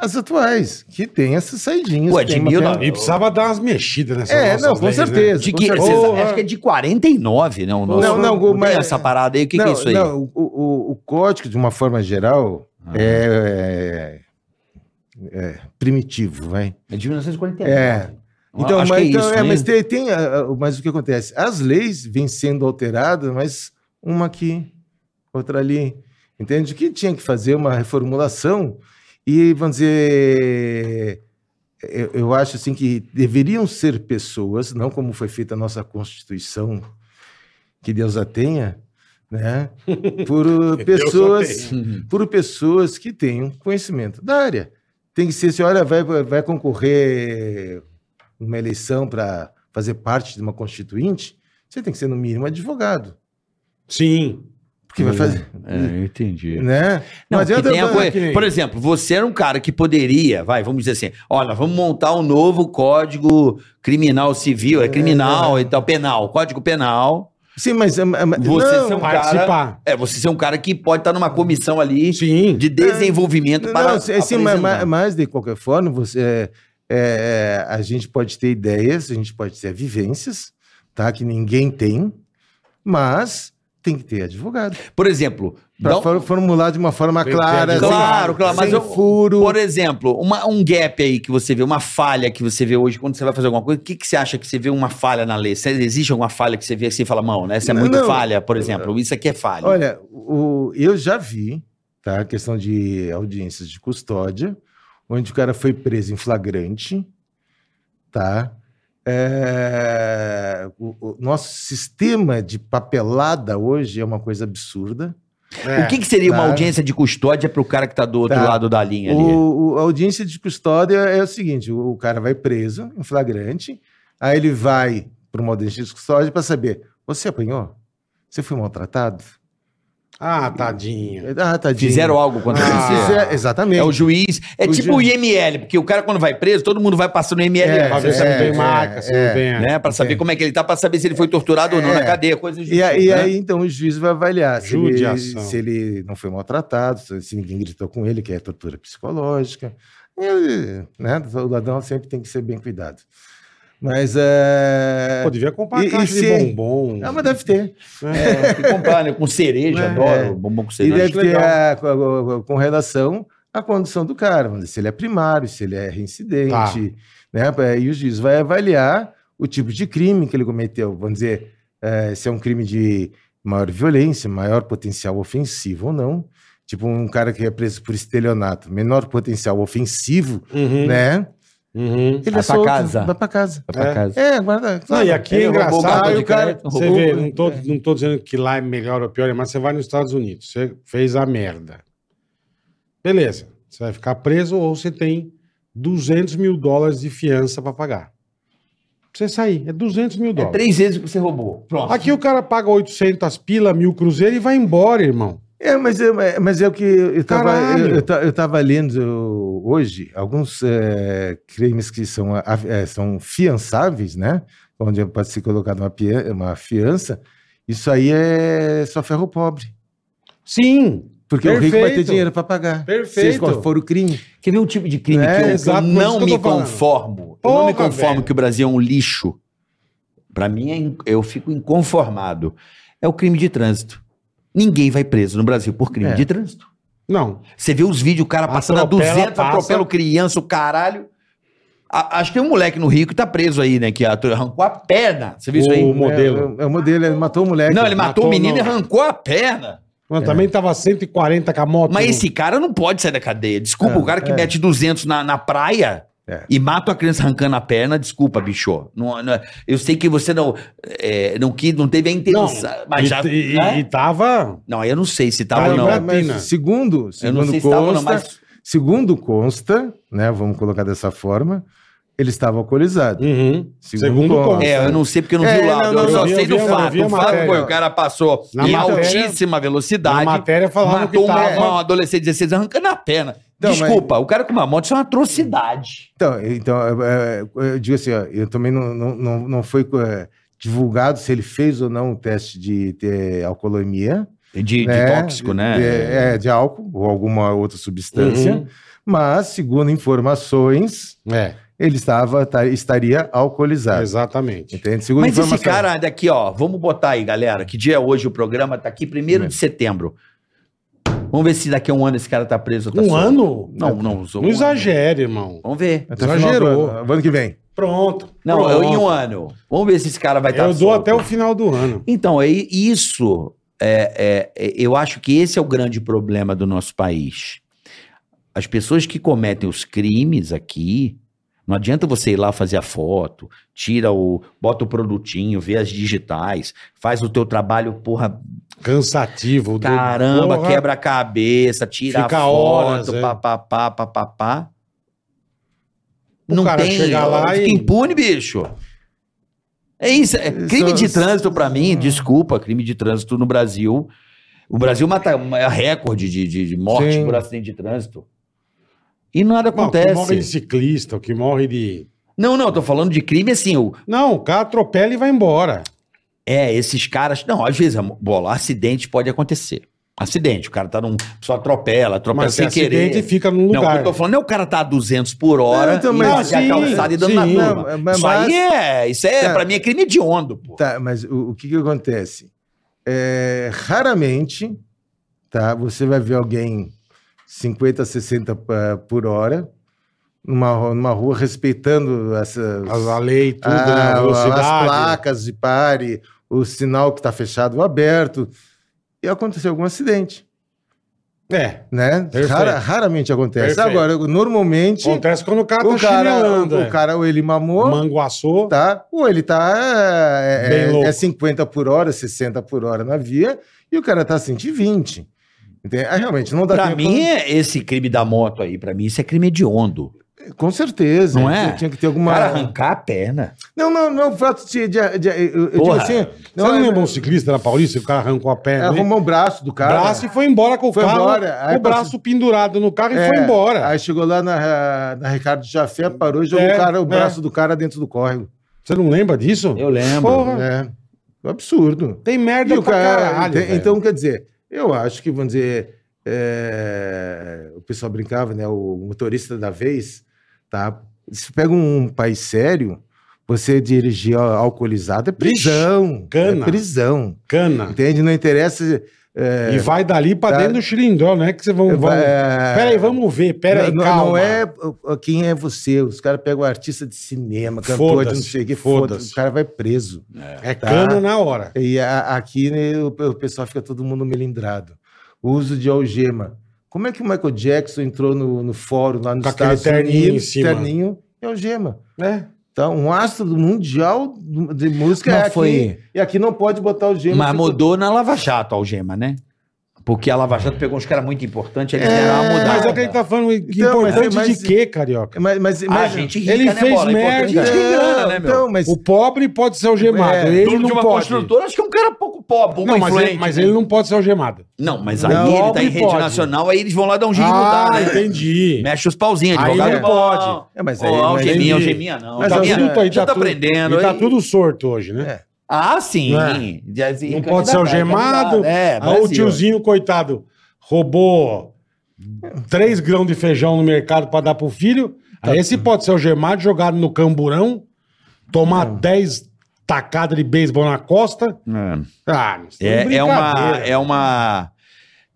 as atuais, que tem essas saidinhas.
Pô, é
que tem
Edmilson,
uma pena-
E precisava dar umas mexidas nessa
É, não, com
né?
certeza.
né? De que,
com
vocês-
certeza.
acho que é de 49, né? O nosso,
Não, não,
tem
mas-
essa parada aí. O que, que
não,
é isso aí?
não, o, o- o código, de uma forma geral,
Ah,
é, é primitivo, vai.
é de 1949.
É.
Eu
Então,
acho
mas,
que é
então,
isso,
é,
né?
mas tem, tem, ah, ah, mas o que acontece? As leis vêm sendo alteradas, mas uma aqui, outra ali. Entende? Que tinha que fazer uma reformulação e, vamos dizer, eu, eu acho assim que deveriam ser pessoas, não como foi feita a nossa Constituição, que Deus a tenha, né? Por uh,
Deus a
pessoas
tenha.
Uhum.
por pessoas que tenham conhecimento da área. Tem que ser assim, olha, vai, vai concorrer numa eleição para fazer parte de uma constituinte, você tem que ser, no mínimo, advogado.
Sim.
Porque vai fazer.
É, eu entendi.
Né?
Não, que
adianta-
tem a coisa-
que nem-
Por exemplo, você era um cara que poderia, vai, vamos dizer assim, olha, vamos montar um novo código criminal civil, é criminal e tal, penal, código penal.
Sim, mas. é- é-
Você
não,
ser um cara-
Participar.
É, você ser um cara que pode estar numa comissão ali
Sim.
de desenvolvimento
É, Não,
para
sim, sim, mas,
apresentar.
mas- mas de qualquer forma, você, é, é, a gente pode ter ideias, a gente pode ter vivências, tá? Que ninguém tem, mas tem que ter advogado.
Por exemplo,
Para
dá um-
formular de uma forma
Tem que ter
clara,
advogado.
Claro, claro, mas
sem
eu-
furo.
por exemplo, uma- um gap aí que você vê, uma falha que você vê hoje quando você vai fazer alguma coisa, o que, que você acha que você vê uma falha na lei? Se existe alguma falha que você vê assim e fala, mão, né? Essa é
Não,
muito
não.
falha, por exemplo, isso aqui é falha.
Olha, o, eu já vi, tá? A questão de audiências de custódia, onde o cara foi preso em flagrante, tá? É, o, o nosso sistema de papelada hoje é uma coisa absurda.
É.
o que, que seria uma
tá.
audiência de custódia pro cara que tá do outro
Tá.
lado da linha ali? é.
O, o- a audiência de custódia é o seguinte: o, o cara vai preso em flagrante, aí ele vai para uma audiência de custódia para saber: você apanhou? Você foi maltratado?
Ah, tadinho.
Ah, tadinho.
Fizeram algo contra
Ah,
você?
fizeram.
Fizer- exatamente.
É o juiz. É
O
tipo o
juiz.
IML, porque o cara quando vai preso, todo mundo vai passando o IML,
É,
Pra ver se
é,
não tem
é,
marca, se
é.
não tem.
né? Pra saber
Entendi.
como é que ele tá, pra saber se ele foi torturado ou não na
É.
cadeia, coisas do
E, a-
tipo,
e
né?
aí, então, o juiz vai avaliar se ele,
Judiação.
se ele não foi maltratado, se se ninguém gritou com ele, que é tortura psicológica. E, né, o ladrão sempre tem que ser bem cuidado. Mas é.
Pô, devia comprar
E-
uma
e
caixa
se-
de bombom.
Ah, mas deve ter.
É.
Tem que comprar, né? Com cereja,
É.
adoro bombom com
E
cereja.
deve ter
legal.
a- com a- com relação à condição do cara, vamos dizer, se ele é primário, se ele é reincidente,
Tá.
né? E o juiz vai avaliar o tipo de crime que ele cometeu. Vamos dizer, eh, se é um crime de maior violência, maior potencial ofensivo ou não. Tipo, um cara que é preso por estelionato, menor potencial ofensivo,
Uhum.
né?
Uhum.
Ele
Vai pra
é solto,
casa.
vai pra casa.
Vai pra
É.
casa.
É, guarda.
Não, e aqui é
Ele roubou um
engraçado.
cartão de
aí o cara-
crédito,
Você
roubou- um
vê, não tô, não tô dizendo que lá é melhor ou pior, mas você vai nos Estados Unidos, você fez a merda. Beleza, você vai ficar preso ou você tem 200 mil dólares de fiança pra pagar. Pra você sair, é 200 mil
É
dólares.
três vezes o que você roubou. Pronto.
Aqui o cara paga 800 pila, mil cruzeiro e vai embora, irmão.
É, mas é, é- mas é o que eu estava
Caralho!
eu, eu, ta- eu tava lendo hoje alguns eh, crimes que são, a- a- eh, são fiançáveis, né? Onde pode ser colocada uma, pia- uma fiança. Isso aí é só ferro pobre.
Sim,
Porque o rico vai ter
Perfeito.
dinheiro para pagar.
Perfeito.
Se qual for o crime.
Quer ver um tipo de crime
É,
que eu- que eu,
exato, por isso
não
que eu
me
tô falando.
conformo? eu não
Porra,
me conformo
velho.
que o Brasil é um lixo. Pra mim, é in- eu fico inconformado. É o crime de trânsito. Ninguém vai preso no Brasil por crime
É.
de trânsito.
não.
Você vê os vídeos, o cara passando a
Atropela,
200,
passa.
atropela o criança, o caralho. A- acho que tem um moleque no Rio que tá preso aí, né? Que atro- arrancou a perna. Você viu isso
O
aí?
modelo.
É, é o modelo, ele matou o moleque.
Não, ele matou, o
matou,
menino
não.
e arrancou a perna.
Mano, também tava 140 com a moto.
Mas esse cara não pode sair da cadeia. Desculpa,
É,
o cara que
é.
mete 200 na, na praia
É.
e mata a criança arrancando a perna, desculpa, bicho. Não, não- eu sei que você não, é, não, que, não teve a
não.
intenção, mas
e,
já...
e-
né?
e tava.
Não, eu não sei se tava
Tá
ou não.
lembrado?
Ah, Mas,
Latina.
segundo,
Eu não
segundo
sei se tava ou não,
consta,
mas...
segundo consta, né? Vamos colocar dessa forma, ele estava alcoolizado.
Uhum.
Segundo
Segundo
consta.
consta.
É, eu não sei porque eu não
É,
vi o lado.
não,
eu
não,
só
eu vi,
sei
eu
do
vi, eu
fato.
vi a
O fato
matéria.
foi, o cara passou
Na
em
matéria-
altíssima
Na
velocidade,
matéria falava que
matou uma-
tava. Então,
uma- um adolescente de 16 anos arrancando a perna.
Não, mas-
desculpa, o cara com uma moto, isso é uma atrocidade.
Então, então é, é, eu digo assim, ó, eu também não, não, não, não foi é, divulgado se ele fez ou não o teste de ter alcoolemia.
De, de
né?
tóxico, né?
De, é, de álcool ou alguma outra substância.
Uhum.
Mas, segundo informações,
É,
ele estava, tá- estaria alcoolizado.
exatamente.
Entende? Segundo
Mas esse
informações.
cara daqui, ó, vamos botar aí, galera, que dia é hoje o programa, tá aqui 1 de setembro. Vamos ver se daqui a um ano esse cara tá preso ou tá
Um
solto.
ano?
Não, não, sou
Não exagere, irmão.
Vamos ver.
Até o final do
Exagerou.
ano, ano que vem.
Pronto.
Não, eu,
pronto.
em um ano. Vamos ver se esse cara vai tá estar
Eu dou até o final do ano.
Então, é i- isso. é- é- é- eu acho que esse é o grande problema do nosso país. As pessoas que cometem os crimes aqui, não adianta você ir lá fazer a foto, tira o, bota o produtinho, vê as digitais, faz o teu trabalho, porra,
Cansativo. do-
caramba,
Porra.
quebra a cabeça, tira
Fica
a foto,
horas, é.
papapá, papapá.
O
Não
cara
tem,
chega lá
fica
e-
impune, bicho. É isso. é crime
Isso-
de trânsito, pra mim,
Hum.
desculpa, crime de trânsito no Brasil. O Brasil mata é recorde de, de, de mortes
Sim.
por acidente de trânsito. E nada
Não, o que morre de
acontece.
ciclista, o que morre de.
Não, não, eu tô falando de crime assim. O,
Não, o cara atropela e vai embora.
é, esses caras. Não, às vezes, amor, bola, acidente pode acontecer. Acidente, o cara tá num. Só atropela, atropela
Mas
sem
sem
querer.
acidente fica num
Não, o que
lugar.
eu tô falando é o cara tá a 200 por hora
Não, então,
e
mas-
fazer a
Sim,
calçada e dando na
sim.
turma.
Não, é mas-
isso aí é, isso é,
Tá.
pra mim é crime hediondo, pô.
Tá, mas o, o que, que acontece? É, raramente tá, você vai ver alguém 50, 60 pa- por hora numa, ro- numa rua respeitando essas,
As- A lei, tudo,
Ah,
a-
né? A
as
velocidade.
placas de pare, o sinal que está fechado ou aberto. E aconteceu algum acidente,
É.
né?
Perfeito.
Rara- raramente acontece.
Perfeito.
Agora, normalmente,
Acontece quando o cara
o,
tá
cara,
chinelando.
o
é.
cara ou ele mamou,
Manguaçou.
tá? Ou ele tá
Bem
é, é,
louco.
é 50 por hora, 60 por hora na via, e o cara tá 120. Entende? Ah, realmente
Então,
não dá
Pra
tempo.
mim, é esse crime da moto aí, pra mim, isso é crime hediondo.
é
Com certeza.
Não é?
Tinha que ter
O
alguma.
Cara, arrancar a perna.
Não, não, não é o fato de. de- de- eu, eu digo
Porra.
assim. Não,
Você não
é-
lembra um ciclista na Paulista? que O cara arrancou a
é,
perna. né?
arrumou o braço do cara.
braço e foi embora com o
Foi
carro.
embora, aí
o braço pendurado no carro e
É,
foi embora.
Aí chegou lá na, na Ricardo Jafé, parou e jogou
É,
o, cara, o
é.
braço do cara dentro do córrego.
Você não lembra disso?
Eu lembro.
Porra,
É. Um absurdo.
tem
E
merda
o
pra
cara-
caralho.
ente-
velho.
então, quer dizer, eu acho que, vamos dizer, é, o pessoal brincava, né? O motorista da vez, tá? Se pega um país sério, você dirigir á- alcoolizado é prisão.
cana.
É prisão.
cana.
Entende? Não interessa. É,
E vai dali pra
Tá.
dentro do xilindró, não é que você vão. vão...
é,
Peraí, vamos ver, peraí,
não,
calma.
não é uh, quem é você. Os caras pegam artista de cinema, cantor de não
Foda-se,
sei o que, foda-se.
foda-se.
O cara vai preso.
É
Tá.
cana na hora.
E a- aqui né, o, o pessoal fica todo mundo melindrado. O uso de algema. Como é que o Michael Jackson entrou no, no fórum lá nos
Com aquele
Estados
terninho em
Unidos?
cima.
Terninho e algema.
É.
Então, um astro do mundial de música
Mas
é aqui.
foi-
E aqui não pode botar algema.
Mas
Você-
mudou na Lava Jato a algema, né? Porque a Lava Jato pegou uns caras muito importantes, eles
É,
deram uma mudada.
Mas é que ele tá falando que
Então, mas- é
importante
mas-
de quê, carioca?
Mas, mas,
A
mas-
Ah, gente rica,
Ele
né,
fez
bola? É
merda.
importante que tem grana, né, meu?
então, mas
O pobre pode ser algemado.
É,
ele
Dono
não
de uma
pode.
construtora, acho que é um cara pouco pobre, um
Não, mas,
influente.
ele, mas ele não pode ser algemado.
Não, mas aí
Não,
ele tá
pobre
em rede
pode. Ah,
nacional, aí eles vão lá dar um jeito de mudar, né?
entendi.
Mexe os pauzinhos,
Aí
advogado
não pode.
É, mas
Ô,
aí- mas
algeminha,
ele-
algeminha não.
Mas
tá
Algeminha,
tudo, aí
já
tá,
tá
tudo,
aprendendo.
e tá
hein?
tudo sorto hoje, né?
Ah, sim.
Né?
Já se
Não
candidatar,
pode ser algemado.
É,
Aí Ah, o
Brasil.
tiozinho, coitado, roubou três grãos de feijão no mercado pra dar pro filho.
Tá.
Aí esse pode ser algemado, jogado no camburão, tomar dez tacadas de beisebol na costa.
É.
Ah, isso tá de
É, é uma,
brincadeira.
é uma.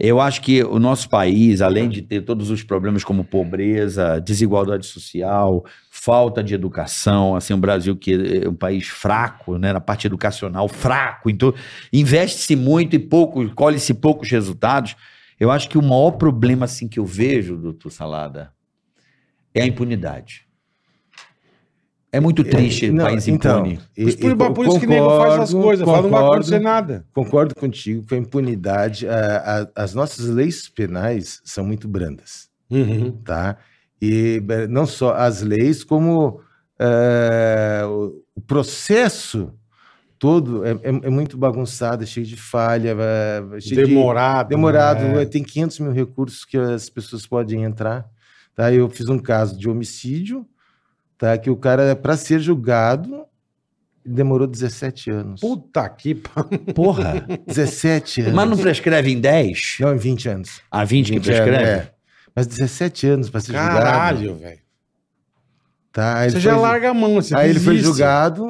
Eu acho que o nosso país, além de ter todos os problemas como pobreza, desigualdade social, falta de educação, assim, o Brasil que é um país fraco, né, na parte educacional, fraco, então investe-se muito e pouco, colhe-se poucos resultados. Eu acho que o maior problema, assim, que eu vejo, doutor Salada, é a impunidade. É muito triste o
não,
país
então,
impune.
e-
Mas por,
e
mas por isso que o nego faz essas
concordo,
coisas. Fala, não vai
concordo.
acontecer nada.
Concordo contigo com a impunidade. a- a- as nossas leis penais são muito brandas, tá? E eh, não só as leis, como eh, o o processo todo é, é- é muito bagunçado, é cheio de falha, eh, cheio de-
Demorado.
demorado.
né?
eh, Tem 500 mil recursos que as pessoas podem entrar. Tá? Eu fiz um caso de homicídio, tá? que o cara, para ser julgado, demorou 17 anos.
Puta que pariu.
Porra.
17 anos.
Mas não prescreve em 10?
Não, em 20 anos.
A 20 que
20 anos,
prescreve?
é. Mas 17 anos para ser julgado.
Caralho, velho.
Tá, aí ele
Você já
foi-
larga a mão. Você
Aí ele foi
desiste.
julgado,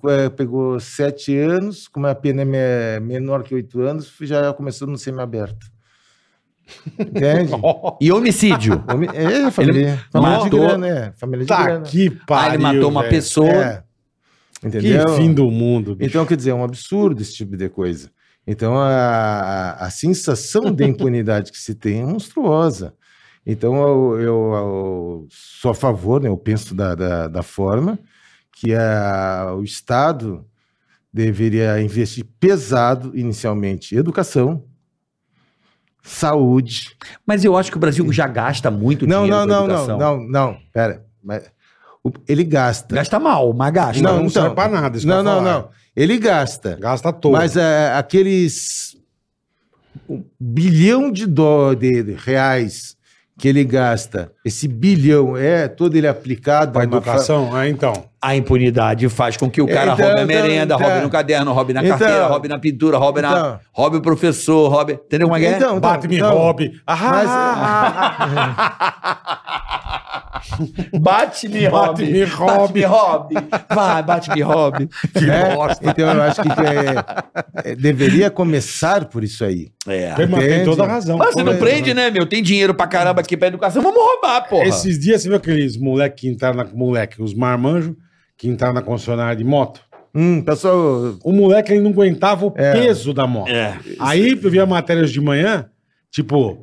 uh, eh, pegou 7 anos, como a pena é me- menor que 8 anos, fui- já começou no semiaberto. Entende?
E homicídio?
Homem- É, família, família
matou-
de grana, é. Família de
Puta
grana.
Tá, que
Ah,
pariu.
ele matou uma
velho.
pessoa.
É.
Que
Entendeu?
fim do mundo, bicho.
Então, quer dizer, é um absurdo esse tipo de coisa. Então, a, a- a sensação de impunidade que se tem é monstruosa. Então, eu, eu- eu sou a favor, né, eu penso da, da, da forma que a, o Estado deveria investir pesado, inicialmente, em educação, saúde.
Mas eu acho que o Brasil já gasta muito
Não, não,
dinheiro com
não, não,
educação.
não, não, pera. Mas o- ele gasta.
Gasta mal, mas gasta.
Não, não,
Não, então.
serve pra nada. isso que
não,
eu
não,
ia falar.
não. Ele gasta.
Gasta todo.
Mas é, aqueles um bilhão de dólares de reais que ele gasta, esse bilhão é todo ele aplicado
Pra
numa fa-
educação? É, então.
A impunidade faz com que o
Então,
cara roube a
então,
merenda,
então.
roube no caderno, roube na
Então.
carteira, roube na pintura, roube, na,
Então.
roube o professor, roube. Entendeu como é que é?
Então,
Bate me
então,
roube. Ah,
é,
Bate me
Bate me
Bate me robe. Vai, bate me robe.
né? Então eu acho que é- é, deveria começar por isso aí.
É.
tem, mas tem
Entende?
toda a razão. é?
Mas você não
Correto,
prende, né, meu? Tem dinheiro pra caramba aqui pra educação. Vamos roubar, porra.
Esses dias você viu aqueles moleque que entraram na. Moleque, os marmanjos que entraram na concessionária de moto.
Hum, pessoal,
O moleque ele não aguentava o peso da moto.
É.
Aí eu via matérias de manhã, tipo,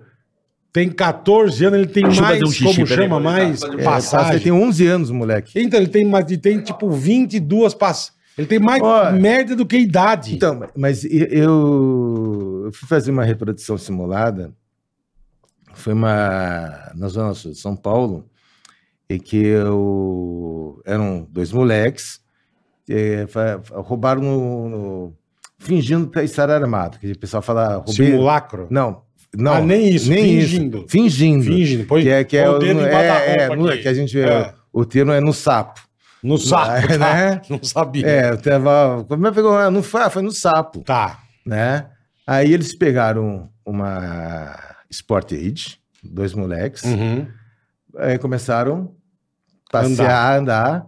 tem 14 anos, ele tem
Deixa eu
mais,
fazer um xixi,
como
peraí,
chama,
vou voltar,
mais
fazer um
é,
passagem.
você tem 11 anos, moleque.
Então, ele tem mais, ele tem tipo 22 passagens. Ele tem mais
Olha.
merda do que idade.
Então, mas e- eu, eu fui fazer uma reprodução simulada. Foi uma na zona sul de São Paulo e que eu eram dois moleques eh, fa- fa- roubaram no, no- fingindo pra estar armado, que o pessoal fala roubei.
Simulacro.
Não, não.
Ah, nem isso,
nem
fingindo.
isso. Fingindo.
Finge, depois
Que é que é,
põe
o- é, é, no-
aqui.
que a gente
É.
o termo é no sapo.
No saco, tá?
né?
Não sabia.
É, eu tava, como é que pegou? Ah, Não foi, foi no sapo
Tá.
né? Aí eles pegaram uma Sportage, dois moleques,
Uhum.
aí começaram a passear, andar.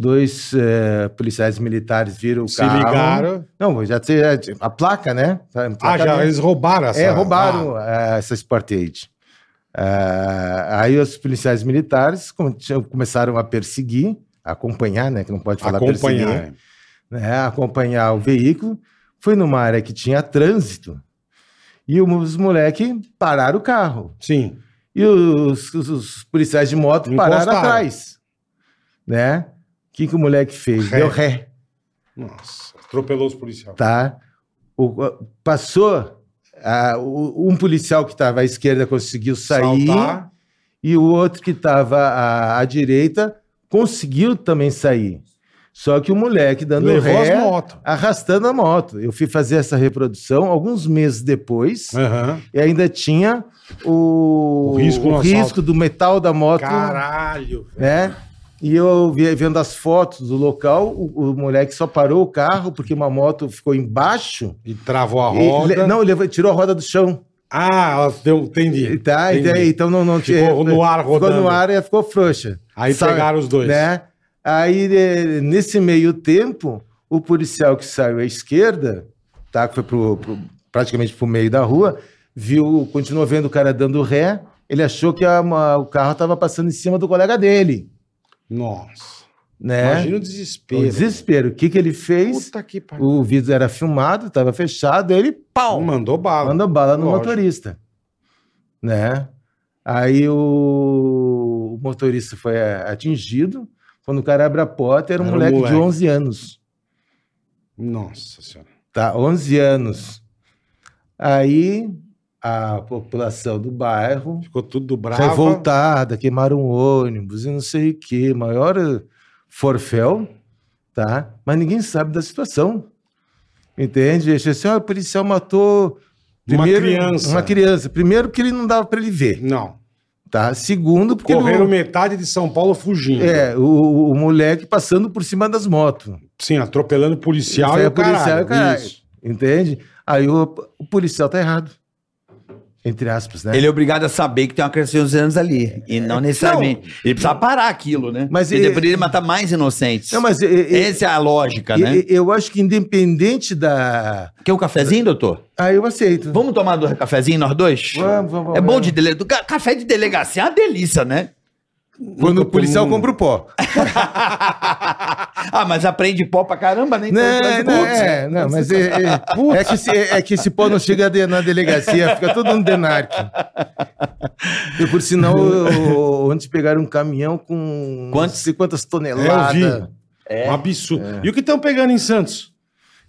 Dois eh, policiais militares viram o
Se
carro.
ligaram.
Não, já tinha já tinha- a placa, né? A placa,
Ah, já,
né?
eles Ah. roubaram essa.
É, roubaram eh, essa Sportage. Ah, aí os policiais militares com- tinham- começaram a perseguir, a acompanhar, né? Que não pode
Ah,
falar perseguir
acompanhar.
né, acompanhar o veículo. Fui numa área que tinha trânsito e os moleques pararam o carro.
Sim.
E os, os- os policiais de moto pararam
Encostaram.
atrás. Né? O que, que o moleque fez?
Ré.
Deu ré,
Nossa, atropelou os policiais.
tá? O- a- passou, a- o- um policial que estava à esquerda conseguiu sair
Saltar.
e o outro que estava à, à direita conseguiu também sair. Só que o moleque dando
Levou
ré...
as motos.
arrastando a moto. Eu fui fazer essa reprodução alguns meses depois
Aham.
e ainda tinha o,
É. O risco no
o
assalto.
risco do metal da moto,
Caralho. velho.
né? E eu vi- vendo as fotos do local, o, o moleque só parou o carro porque uma moto ficou embaixo.
E travou a
E
roda.
le- não, levou- tirou a roda do chão.
Ah, ela deu, entendi.
Tá? E
Entendi.
daí, então não, não
Ficou no ar rodando.
Ficou no ar e ficou frouxa.
Aí
Sabe?
pegaram os dois.
né? Aí, eh, nesse meio tempo, o policial que saiu à esquerda, tá? Que foi pro, pro- praticamente pro meio da rua, viu, continuou vendo o cara dando ré. Ele achou que a ma- o carro estava passando em cima do colega dele,
Nossa.
né?
Imagina o
o
desespero.
desespero. O que, que ele fez?
Puta que pariu.
O vidro era filmado, estava fechado, ele pau,
Mandou bala.
mandou bala no
Lógico.
motorista, né? Aí o, o motorista foi a- atingido. Quando o cara abre a porta, era um
Era um
moleque, de
moleque.
11 anos,
Nossa senhora.
tá? 11 anos. Aí a população do bairro
Ficou tudo bravo.
revoltada, queimaram um ônibus e não sei o que, maior forféu, tá? Mas ninguém sabe da situação, entende? Esse assim, ó, o policial matou
Uma criança.
uma criança. Primeiro porque ele não dava para ele ver,
Não.
tá? Segundo porque
Correram
ele-
metade de São Paulo fugindo.
é o, o moleque passando por cima das motos,
Sim, atropelando policial
Isso
e
é
o
policial
caralho.
e o caralho.
Isso.
entende? Aí o, o policial tá errado, entre aspas, né?
Ele é obrigado a saber que tem uma criança de 11 anos ali. E não necessariamente. Ele precisa parar aquilo, né?
É. Mas
ele
e-
deveria matar mais inocentes.
Não, mas eh, e- e-
Essa é a lógica,
e-
né?
e- eh, eu acho que independente da
Quer um cafezinho, doutor?
Aí eu aceito.
Vamos tomar dois cafezinhos, nós dois?
Vamos, vamos,
É
vamos.
bom de delegacia. Café de delegacia é uma delícia, né?
Quando o policial
tomou um.
compra o pó.
ah, mas aprende pó pra caramba, né? Então,
Não,
traz
não,
outro.
é, não, mas é, é, é que esse, é que esse pó não chega de- na delegacia, fica todo no denarque. E por sinal, eu- ontem pegaram um caminhão com
Quantos?
não sei quantas
É, eu
toneladas.
É.
vi. Um absurdo. E o que estão pegando em Santos?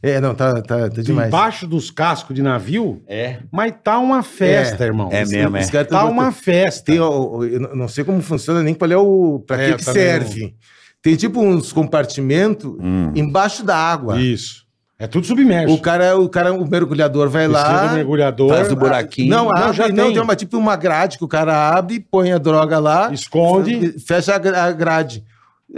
É, não, tá, tá, tá demais.
Embaixo dos cascos de navio,
É.
mas tá uma festa, irmão.
É mesmo, é.
Os caras tão
Tá
botando-
uma festa.
Tem, o- o- eu n- não sei como funciona, nem qual é o. Pra
É,
que, que
também
serve. Tem tipo uns compartimentos
Hum.
embaixo da água.
Isso. É tudo submerso.
O cara, o cara, o mergulhador vai
Precisa do
lá.
mergulhador,
Faz o buraquinho.
Ah, Não,
Não,
abre,
já
não,
tem.
tem uma, tipo uma grade que o cara abre, põe a droga lá,
esconde.
fe- fecha a gra- a grade.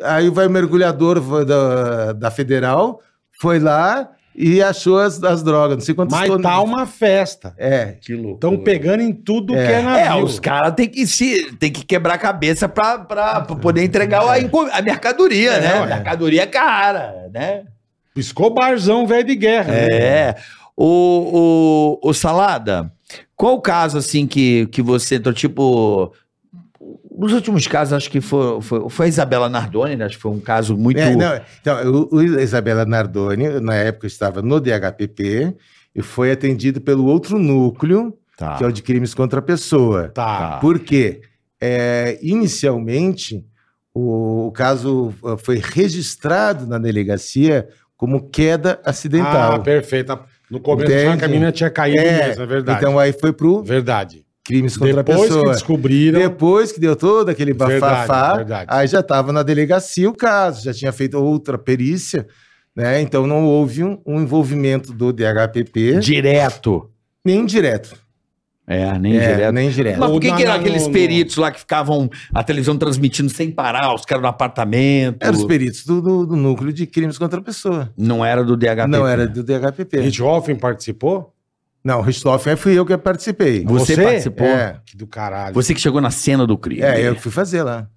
Aí vai o mergulhador va- da, da Federal, foi lá e achou as, as drogas. Não sei quantas
Mas
tonas.
tá uma festa.
É.
Que louco.
Estão pegando em tudo
É.
que é
É,
navio.
os caras têm que, se- tem que quebrar a cabeça pra, pra, pra poder entregar
É.
a, enco- a mercadoria, né? A
ué.
mercadoria é cara, né?
Escobarzão, velho de guerra. né?
É. O, o, o Salada, qual o caso, assim, que, que você entrou, tipo... Os últimos casos, acho que foi, foi, foi a Isabela Nardoni, né? Acho que foi um caso muito...
É, não, então, eu- o Isabela Nardoni, eu, na época eu estava no DHPP, e foi atendido pelo outro núcleo,
Ah.
Tá.
que é o de crimes contra a pessoa.
Tá.
Tá.
Por quê? Ah, É, inicialmente, o, o caso ah, foi registrado na delegacia como queda
Ah,
acidental.
perfeita. No começo
Então, Entende?
achava que a menina tinha caído
É,
mesmo, é verdade.
então aí foi pro
verdade.
crimes contra a
Depois que
pessoa.
descobriram,
Depois que deu todo aquele
Verdade,
bafafá,
verdade.
aí já estava na delegacia o caso, já tinha feito outra perícia, né? Então não houve um, um envolvimento do DHPP,
Direto.
nem direto.
É, nem
É,
direto.
Nem direto.
Mas por que,
Ou
que
na-
eram
na-
aqueles
no-
peritos lá que ficavam a televisão transmitindo sem parar, os caras no apartamento?
Eram os peritos do, do- do núcleo de crimes contra a pessoa.
Não era do DHP.
Não era
né?
do DHPP.
Richthofen participou?
Não, Richthofen fui eu que participei.
Você,
Você?
participou.
É,
Que do caralho.
Você que chegou na cena do crime.
é, eu que fui fazer lá.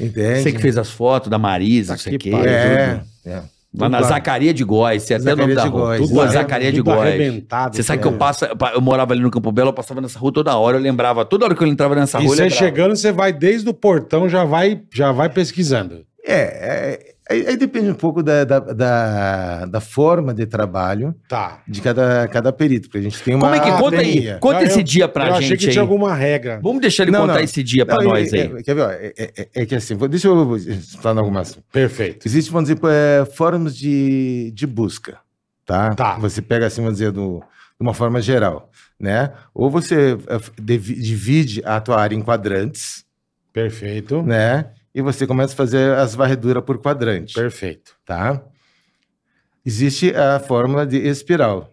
Entende?
Você que fez as fotos da Marisa, não sei o
que
quê.
pariu.
Tá É,
tudo.
é.
Lá na Zacaria de Góes, você até o nome
Zacaria
da
de
rua.
Góes.
Tudo Rua
arre-
Zacaria de
tudo
Góes.
arrebentado. né? é.
Você sabe que
cara.
eu passo, eu morava ali no Campo Belo, eu passava nessa rua toda hora, eu lembrava, toda hora que eu entrava nessa
E
rua, eu
você
lembrava.
chegando, você vai desde o portão, já vai, já vai pesquisando.
É, é, aí, aí depende um pouco da, da, da, da forma de trabalho
Tá.
de cada, cada perito, porque a gente tem uma.
Como é que conta aí?
academia.
Conta
Eu-
esse dia pra
eu
gente
achei que
aí.
tinha alguma regra.
Vamos deixar ele
Não,
contar
não.
esse dia pra
Não,
nós
é,
aí.
é, quer ver? ó, É, é- é que assim, vou- deixa eu explanar algumas.
Perfeito.
Existe, vamos dizer, é, formas de, de busca, tá?
Tá.
Você pega assim, vamos dizer, do, de uma forma geral, né? Ou você é, f- devi- divide a tua área em quadrantes,
Perfeito.
né? E você começa a fazer as varreduras por quadrante,
Perfeito.
tá? Existe a fórmula de espiral.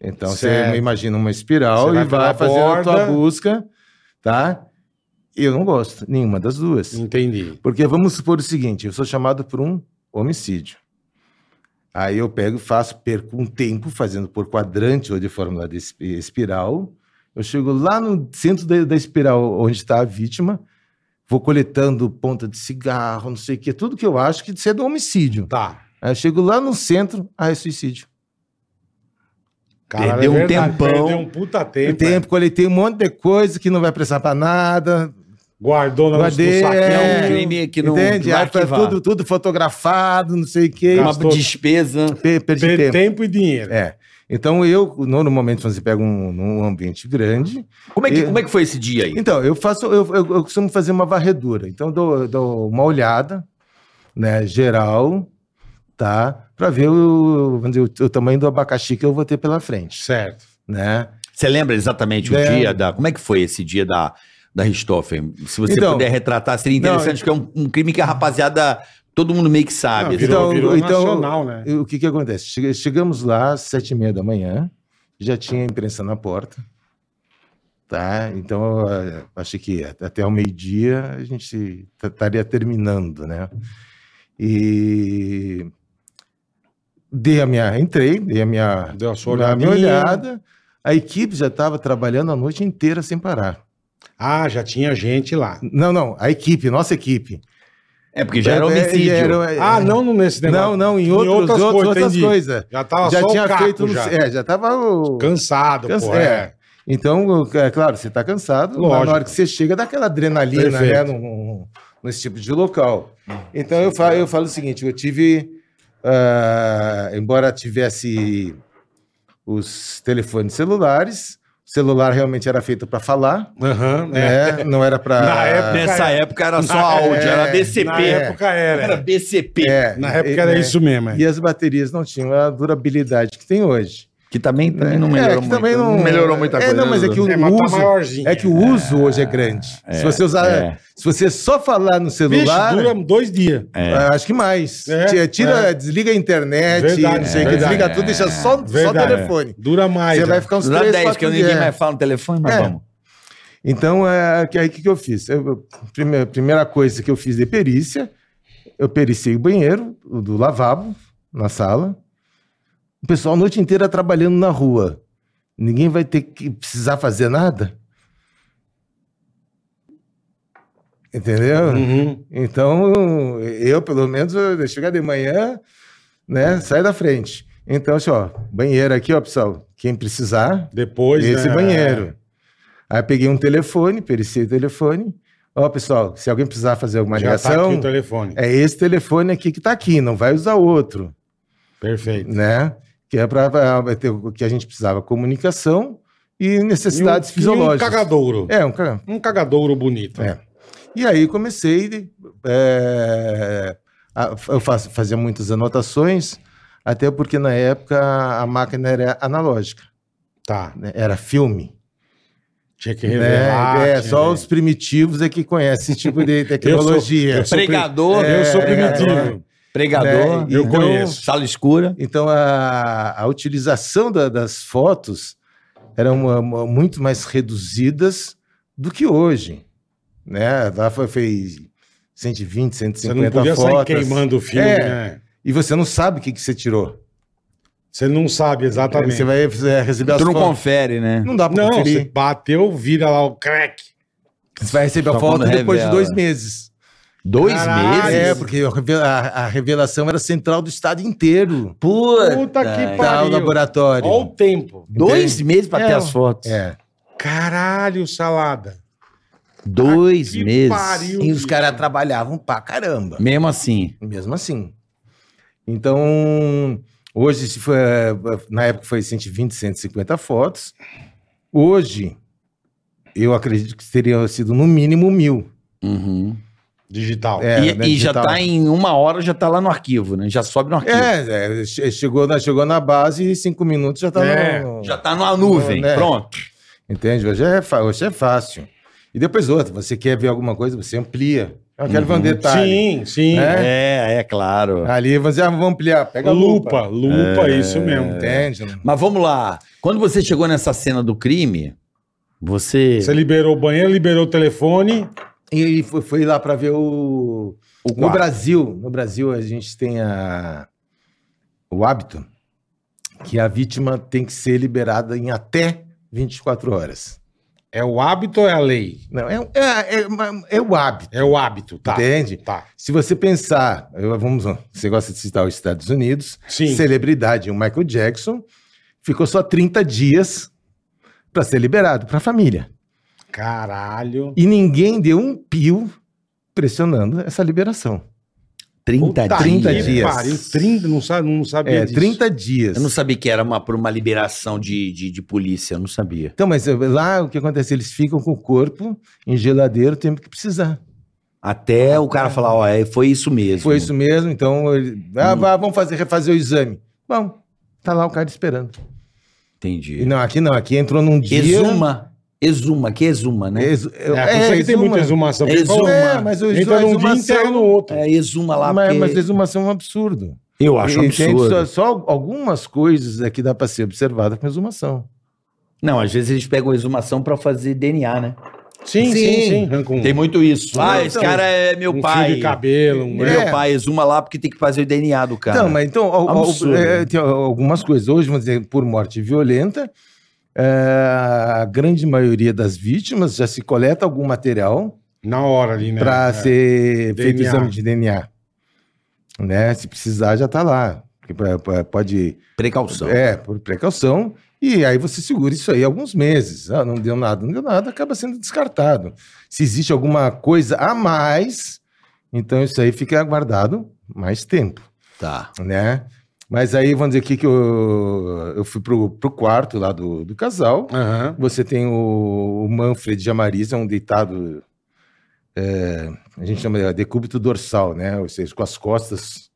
Então,
Certo.
você imagina uma espiral
Você
e
vai
vai
pela
fazendo a tua
borda.
busca, tá? Eu não gosto nenhuma das duas.
Entendi.
Porque vamos supor o seguinte: eu sou chamado por um homicídio. Aí eu pego e faço, perco um tempo fazendo por quadrante ou de fórmula de esp- espiral. Eu chego lá no centro da, da espiral onde está a vítima, vou coletando ponta de cigarro, não sei o que, tudo que eu acho que isso é do homicídio.
Tá.
Aí eu chego lá no centro, aí é suicídio.
Perdeu um tempão.
é Perdeu um puta
Eu
tempo.
é.
tempo, coletei um monte de coisa que não vai prestar para nada,
Guardou na
Guardei,
É um
é,
crime que não
entende?
vai
Aí tá
arquivar.
tudo, tudo fotografado, não sei o que.
Uma
Gastou-
despesa.
Perdi
Tempo.
tempo.
tempo e dinheiro.
É. Então eu, normalmente, quando você pega um, num ambiente grande.
Como é, que,
Eu-
como é que foi esse dia aí?
Então, eu faço, eu, eu, eu costumo fazer uma varredura. Então, eu dou, eu dou uma olhada, né, geral, tá? Pra ver o, vamos dizer, o, o tamanho do abacaxi que eu vou ter pela frente,
Certo.
né?
Você lembra exatamente o
Lembro.
dia da. Como é que foi esse dia da, da Richthofen? Se você
Então-
puder retratar, seria
Não,
interessante, porque é um, um crime que a rapaziada. Todo mundo meio que sabe.
Não,
né?
virou,
Então,
virou
então-
nacional, né?
E O que que acontece? Chega- Chegamos lá às sete e meia da manhã, já tinha a imprensa na porta, tá? Então, eh, acho que at- até o meio-dia a gente t- estaria terminando, né? E dei a minha, entrei, dei a minha,
É, Deu a sua
a minha
olhadinha.
olhada, a equipe já estava trabalhando a noite inteira sem parar.
Ah, já tinha gente lá.
Não, não, a equipe, nossa equipe.
É porque já era
É, é,
homicídio.
era-
Ah, não no- nesse negócio.
Não, não, em, outros, outras,
outras coisas,
outras
entendi.
coisas.
Já tava
já
Ah, só
tinha
o caco,
feito.
já.
É, já tava. o-
Cansado,
Cansa-
pô.
é.
é.
Então, é claro, você tá cansado. Mas
Lógico.
na hora que você chega, dá aquela adrenalina, né?
Perfeito. Hum,
num- nesse tipo de local. Então, eu
é.
falo, eu falo o seguinte: eu tive. ah, embora tivesse os telefones celulares, celular realmente era feito para falar,
Aham, é.
né? Não era para.
Na época-
Nessa época era só
Na-
áudio,
é,
era
Na
BCP.
época
Era
era.
BCP.
É,
Na época
e-
era
né?
isso mesmo. é.
E as baterias não tinham a durabilidade que tem hoje.
Que também, também não
É,
melhorou
que
muito.
também não-
melhorou muita
É,
coisa. né?
não, mas é que o
É, mas tá
uso-
maiorzinho.
É que o uso hoje é grande. se você usar,
Ah, é.
se você só falar no
Vixe,
celular, é
dura dois dias.
É.
ah, acho que mais.
É,
Ti- Tira,
é.
desliga a internet,
Verdade,
não sei o que,
verdade.
desliga tudo, deixa só, só o
Verdade.
telefone.
Dura mais.
Você
né?
vai ficar uns
Lá
três,
10,
quatro
que ninguém
dias.
mais fala no telefone, mas
É.
vamos.
Então, é, que- aí o que, que eu fiz? Eu, primeira, primeira coisa que eu fiz de perícia, eu periciei o banheiro, o do lavabo, na sala. O pessoal a noite inteira trabalhando na rua. Ninguém vai ter que precisar fazer nada. Entendeu?
Uhum.
Então, eu, pelo menos, eu chegar de manhã, né? Sai da frente. Então, assim, ó, banheiro aqui, ó, pessoal. Quem precisar,
Depois.
esse
né,
banheiro. Aí eu peguei um telefone, periciei o telefone. Ó, pessoal, se alguém precisar fazer alguma
Já tá aqui
ligação,
o telefone.
é esse telefone aqui que tá aqui, não vai usar outro,
Perfeito.
né? Que é para ter o que a gente precisava, comunicação e necessidades
E um- E um
fisiológicas.
cagadouro.
É, um caga-
Um cagadouro bonito.
É. E aí comecei, é, a- eu faço- fazia muitas anotações, até porque na época a máquina era analógica,
Tá.
né? era filme.
Tinha que né?
Né?
revelar.
é,
tinha-
só os primitivos é que conhecem esse tipo de
Eu sou-
tecnologia.
eu sou pri-
Pregador,
Eu sou
É,
primitivo.
pregador,
né?
Eu
então,
conheço.
sala escura.
Então, a, a utilização da- das fotos eram uma- uma- muito mais reduzidas do que hoje. Né? Lá foi, fez 120,
Você não
150
podia sair
fotos.
queimando o filme,
É.
né?
E você não sabe o que, que você tirou.
Você não sabe exatamente.
Você vai é, receber as
Tu não
fotos.
confere, né?
Não dá para
Não, você
conferir.
bateu, vira lá o crack.
Você vai receber
Só
a foto
quando
depois de
revela.
dois meses.
Dois
Caralho.
meses?
É, porque a revela- a- a revelação era central do estado inteiro.
Puta,
Puta que
Tá, o
pariu.
laboratório.
Olha o tempo.
Dois meses pra
É,
ter as fotos.
É.
Caralho, salada.
Dois
que
meses.
pariu.
E os caras trabalhavam pra caramba.
Mesmo assim.
Mesmo assim. Então, hoje, se foi, é, na época foi 120, 150 fotos. Hoje, eu acredito que teria sido no mínimo mil.
Uhum.
Digital.
É,
e
né,
e já
digital.
tá em uma hora, já tá lá no arquivo, né? Já sobe no arquivo.
É, é, che- chegou, na, chegou na base e cinco minutos já tá
É,
no...
Já tá na nuvem.
Né?
Pronto.
Entende? Hoje é, fa- hoje é fácil. E depois outra, você quer ver alguma coisa, você amplia. Eu quero ver um
Uhum.
detalhe.
Sim, sim.
É.
É, é claro.
Ali você ah, vamos ampliar, pega a lupa,
Lupa, lupa,
É.
isso mesmo.
entende?
Mas vamos lá. Quando você chegou nessa cena do crime, você.
Você liberou o banheiro, liberou o telefone.
E fui, fui lá para ver o
o
no
quarto.
Brasil, no Brasil a gente tem a o hábito que a vítima tem que ser liberada em até 24 horas.
É o hábito ou é a lei?
Não, é, é, é, uma- é o hábito,
É o hábito, tá?
entende?
Tá.
Se você pensar, eu- vamos lá, você gosta de citar os Estados Unidos,
Sim.
celebridade, o Michael Jackson ficou só 30 dias para ser liberado para a família.
Caralho.
E ninguém deu um pio pressionando essa liberação.
30,
Puta
30
que
dias.
Pariu, 30, não, sabe, não sabia
É,
disso.
30 dias.
Eu não sabia que era uma, por uma liberação de, de, de polícia, eu não sabia.
Então, mas eh, lá o que acontece? Eles ficam com o corpo em geladeira o tempo que precisar.
Até o cara falar, ó, é, foi isso mesmo.
Foi isso mesmo, então ele- ah, vá, vamos fazer, refazer o exame. Vamos. Tá lá o cara esperando. E
Entendi.
não, aqui não, aqui entrou num dia.
Exuma. Exuma, que exuma, né?
Exu-
É, por isso que tem muita exumação. porque
Exuma.
fala,
É, mas o
Entra num dia e
exumação-
entrega no outro.
É, exuma lá.
mas,
porque...
mas exumação é um absurdo.
Eu acho um
Entende?
absurdo.
Só, só algumas coisas aqui dá para ser observada com exumação.
Não, às vezes eles pegam exumação pra fazer DNA, né?
Sim, sim,
Sim.
sim. Arranca um-
Tem muito isso. Ah,
Não,
esse
então,
cara é meu
um
pai.
fio de cabelo, um...
Meu
É.
pai exuma lá porque tem que fazer o DNA do cara.
Não, mas então, al- al-
absurdo.
é, tem algumas coisas. Hoje, vamos dizer, por morte violenta, é, a grande maioria das vítimas já se coleta algum material
Na hora ali, né?
para
É.
ser feito
DNA.
exame de DNA. Né? Se precisar, já está lá. Porque pra- pra- Pode.
Precaução.
É, por precaução. E aí você segura isso aí alguns meses. Ah, não deu nada, não deu nada, acaba sendo descartado. Se existe alguma coisa a mais, então isso aí fica aguardado mais tempo
Tá.
né? Mas aí, vamos dizer aqui que eu, eu fui pro, pro quarto lá do, do casal.
Aham.
Você tem o, o Manfred Jamariz, é um deitado. é, a gente chama de decúbito dorsal, né? Ou seja, com as costas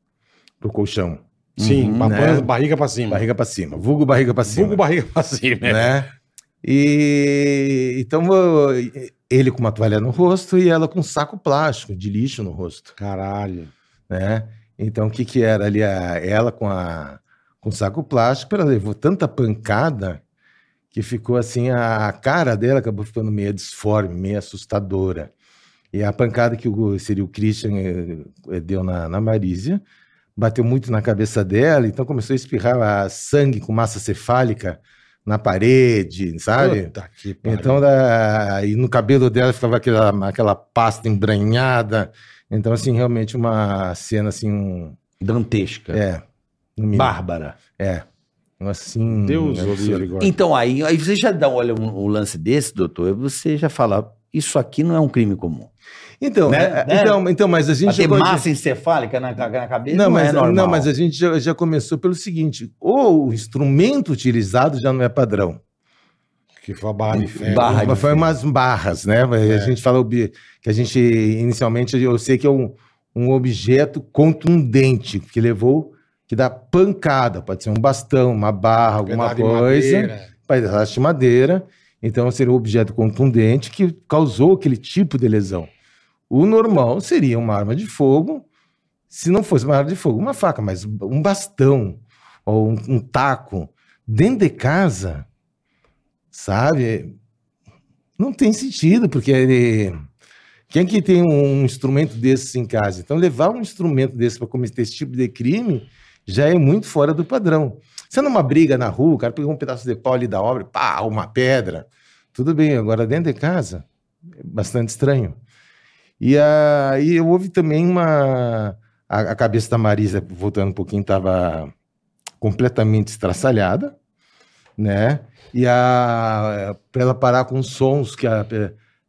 pro colchão.
Sim,
Uhum,
papando-
né?
barriga pra cima.
Barriga pra cima. Vulgo barriga pra cima.
Hum. Vulgo barriga pra cima. é.
né? E então eu- ele com uma toalha no rosto e ela com um saco plástico de lixo no rosto,
Caralho.
né? Então o que que era ali a, ela com a com o saco plástico, ela levou tanta pancada que ficou assim a, a cara dela acabou ficando meio disforme, meio assustadora. E a pancada que o seria o Christian eh, eh, deu na, na Marísia bateu muito na cabeça dela, então começou a espirrar ah, sangue com massa cefálica na parede, sabe?
Puta que pariu.
Então, da- e no cabelo dela ficava aquela, aquela pasta embranhada. Então, assim, realmente uma cena, assim, um-
Dantesca.
é. no mínimo.
Bárbara.
É. Um, Assim...
Deus,
é
ô
absurdo.
misericórdia.
Então aí, aí você já dá olha um, um lance desse, doutor, e você já fala, isso aqui não é um crime comum.
Então,
Né?
é-
Né?
então, então, mas a gente...
Bater
chegou a-
massa encefálica na, na- na cabeça
Não,
não, é
mas,
normal.
não, mas a gente já, já começou pelo seguinte. Ou o instrumento utilizado já não é padrão.
Que foi a barra de É. ferro.
Barra de
Mas foi
ferro.
umas barras, né? A gente fala ob- que a gente, inicialmente, eu sei que é um, um objeto contundente, que levou, que dá pancada, pode ser um bastão, uma barra, alguma
um Pedaço de
coisa,
madeira.
pedaço de madeira. Então, seria um objeto contundente que causou aquele tipo de lesão. O normal seria uma arma de fogo, se não fosse uma arma de fogo, uma faca, mas um bastão ou um, um taco dentro de casa, sabe? Não tem sentido, porque ele- quem que tem um instrumento desses em casa? Então, levar um instrumento desse para cometer esse tipo de crime já é muito fora do padrão. Você numa briga na rua, o cara pegou um pedaço de pau ali da obra, pá, uma pedra, tudo bem. Agora, dentro de casa, é bastante estranho. E aí houve também uma. A, a cabeça da Marisa, voltando um pouquinho, estava completamente estraçalhada, né? E a, pra ela parar com os sons que a,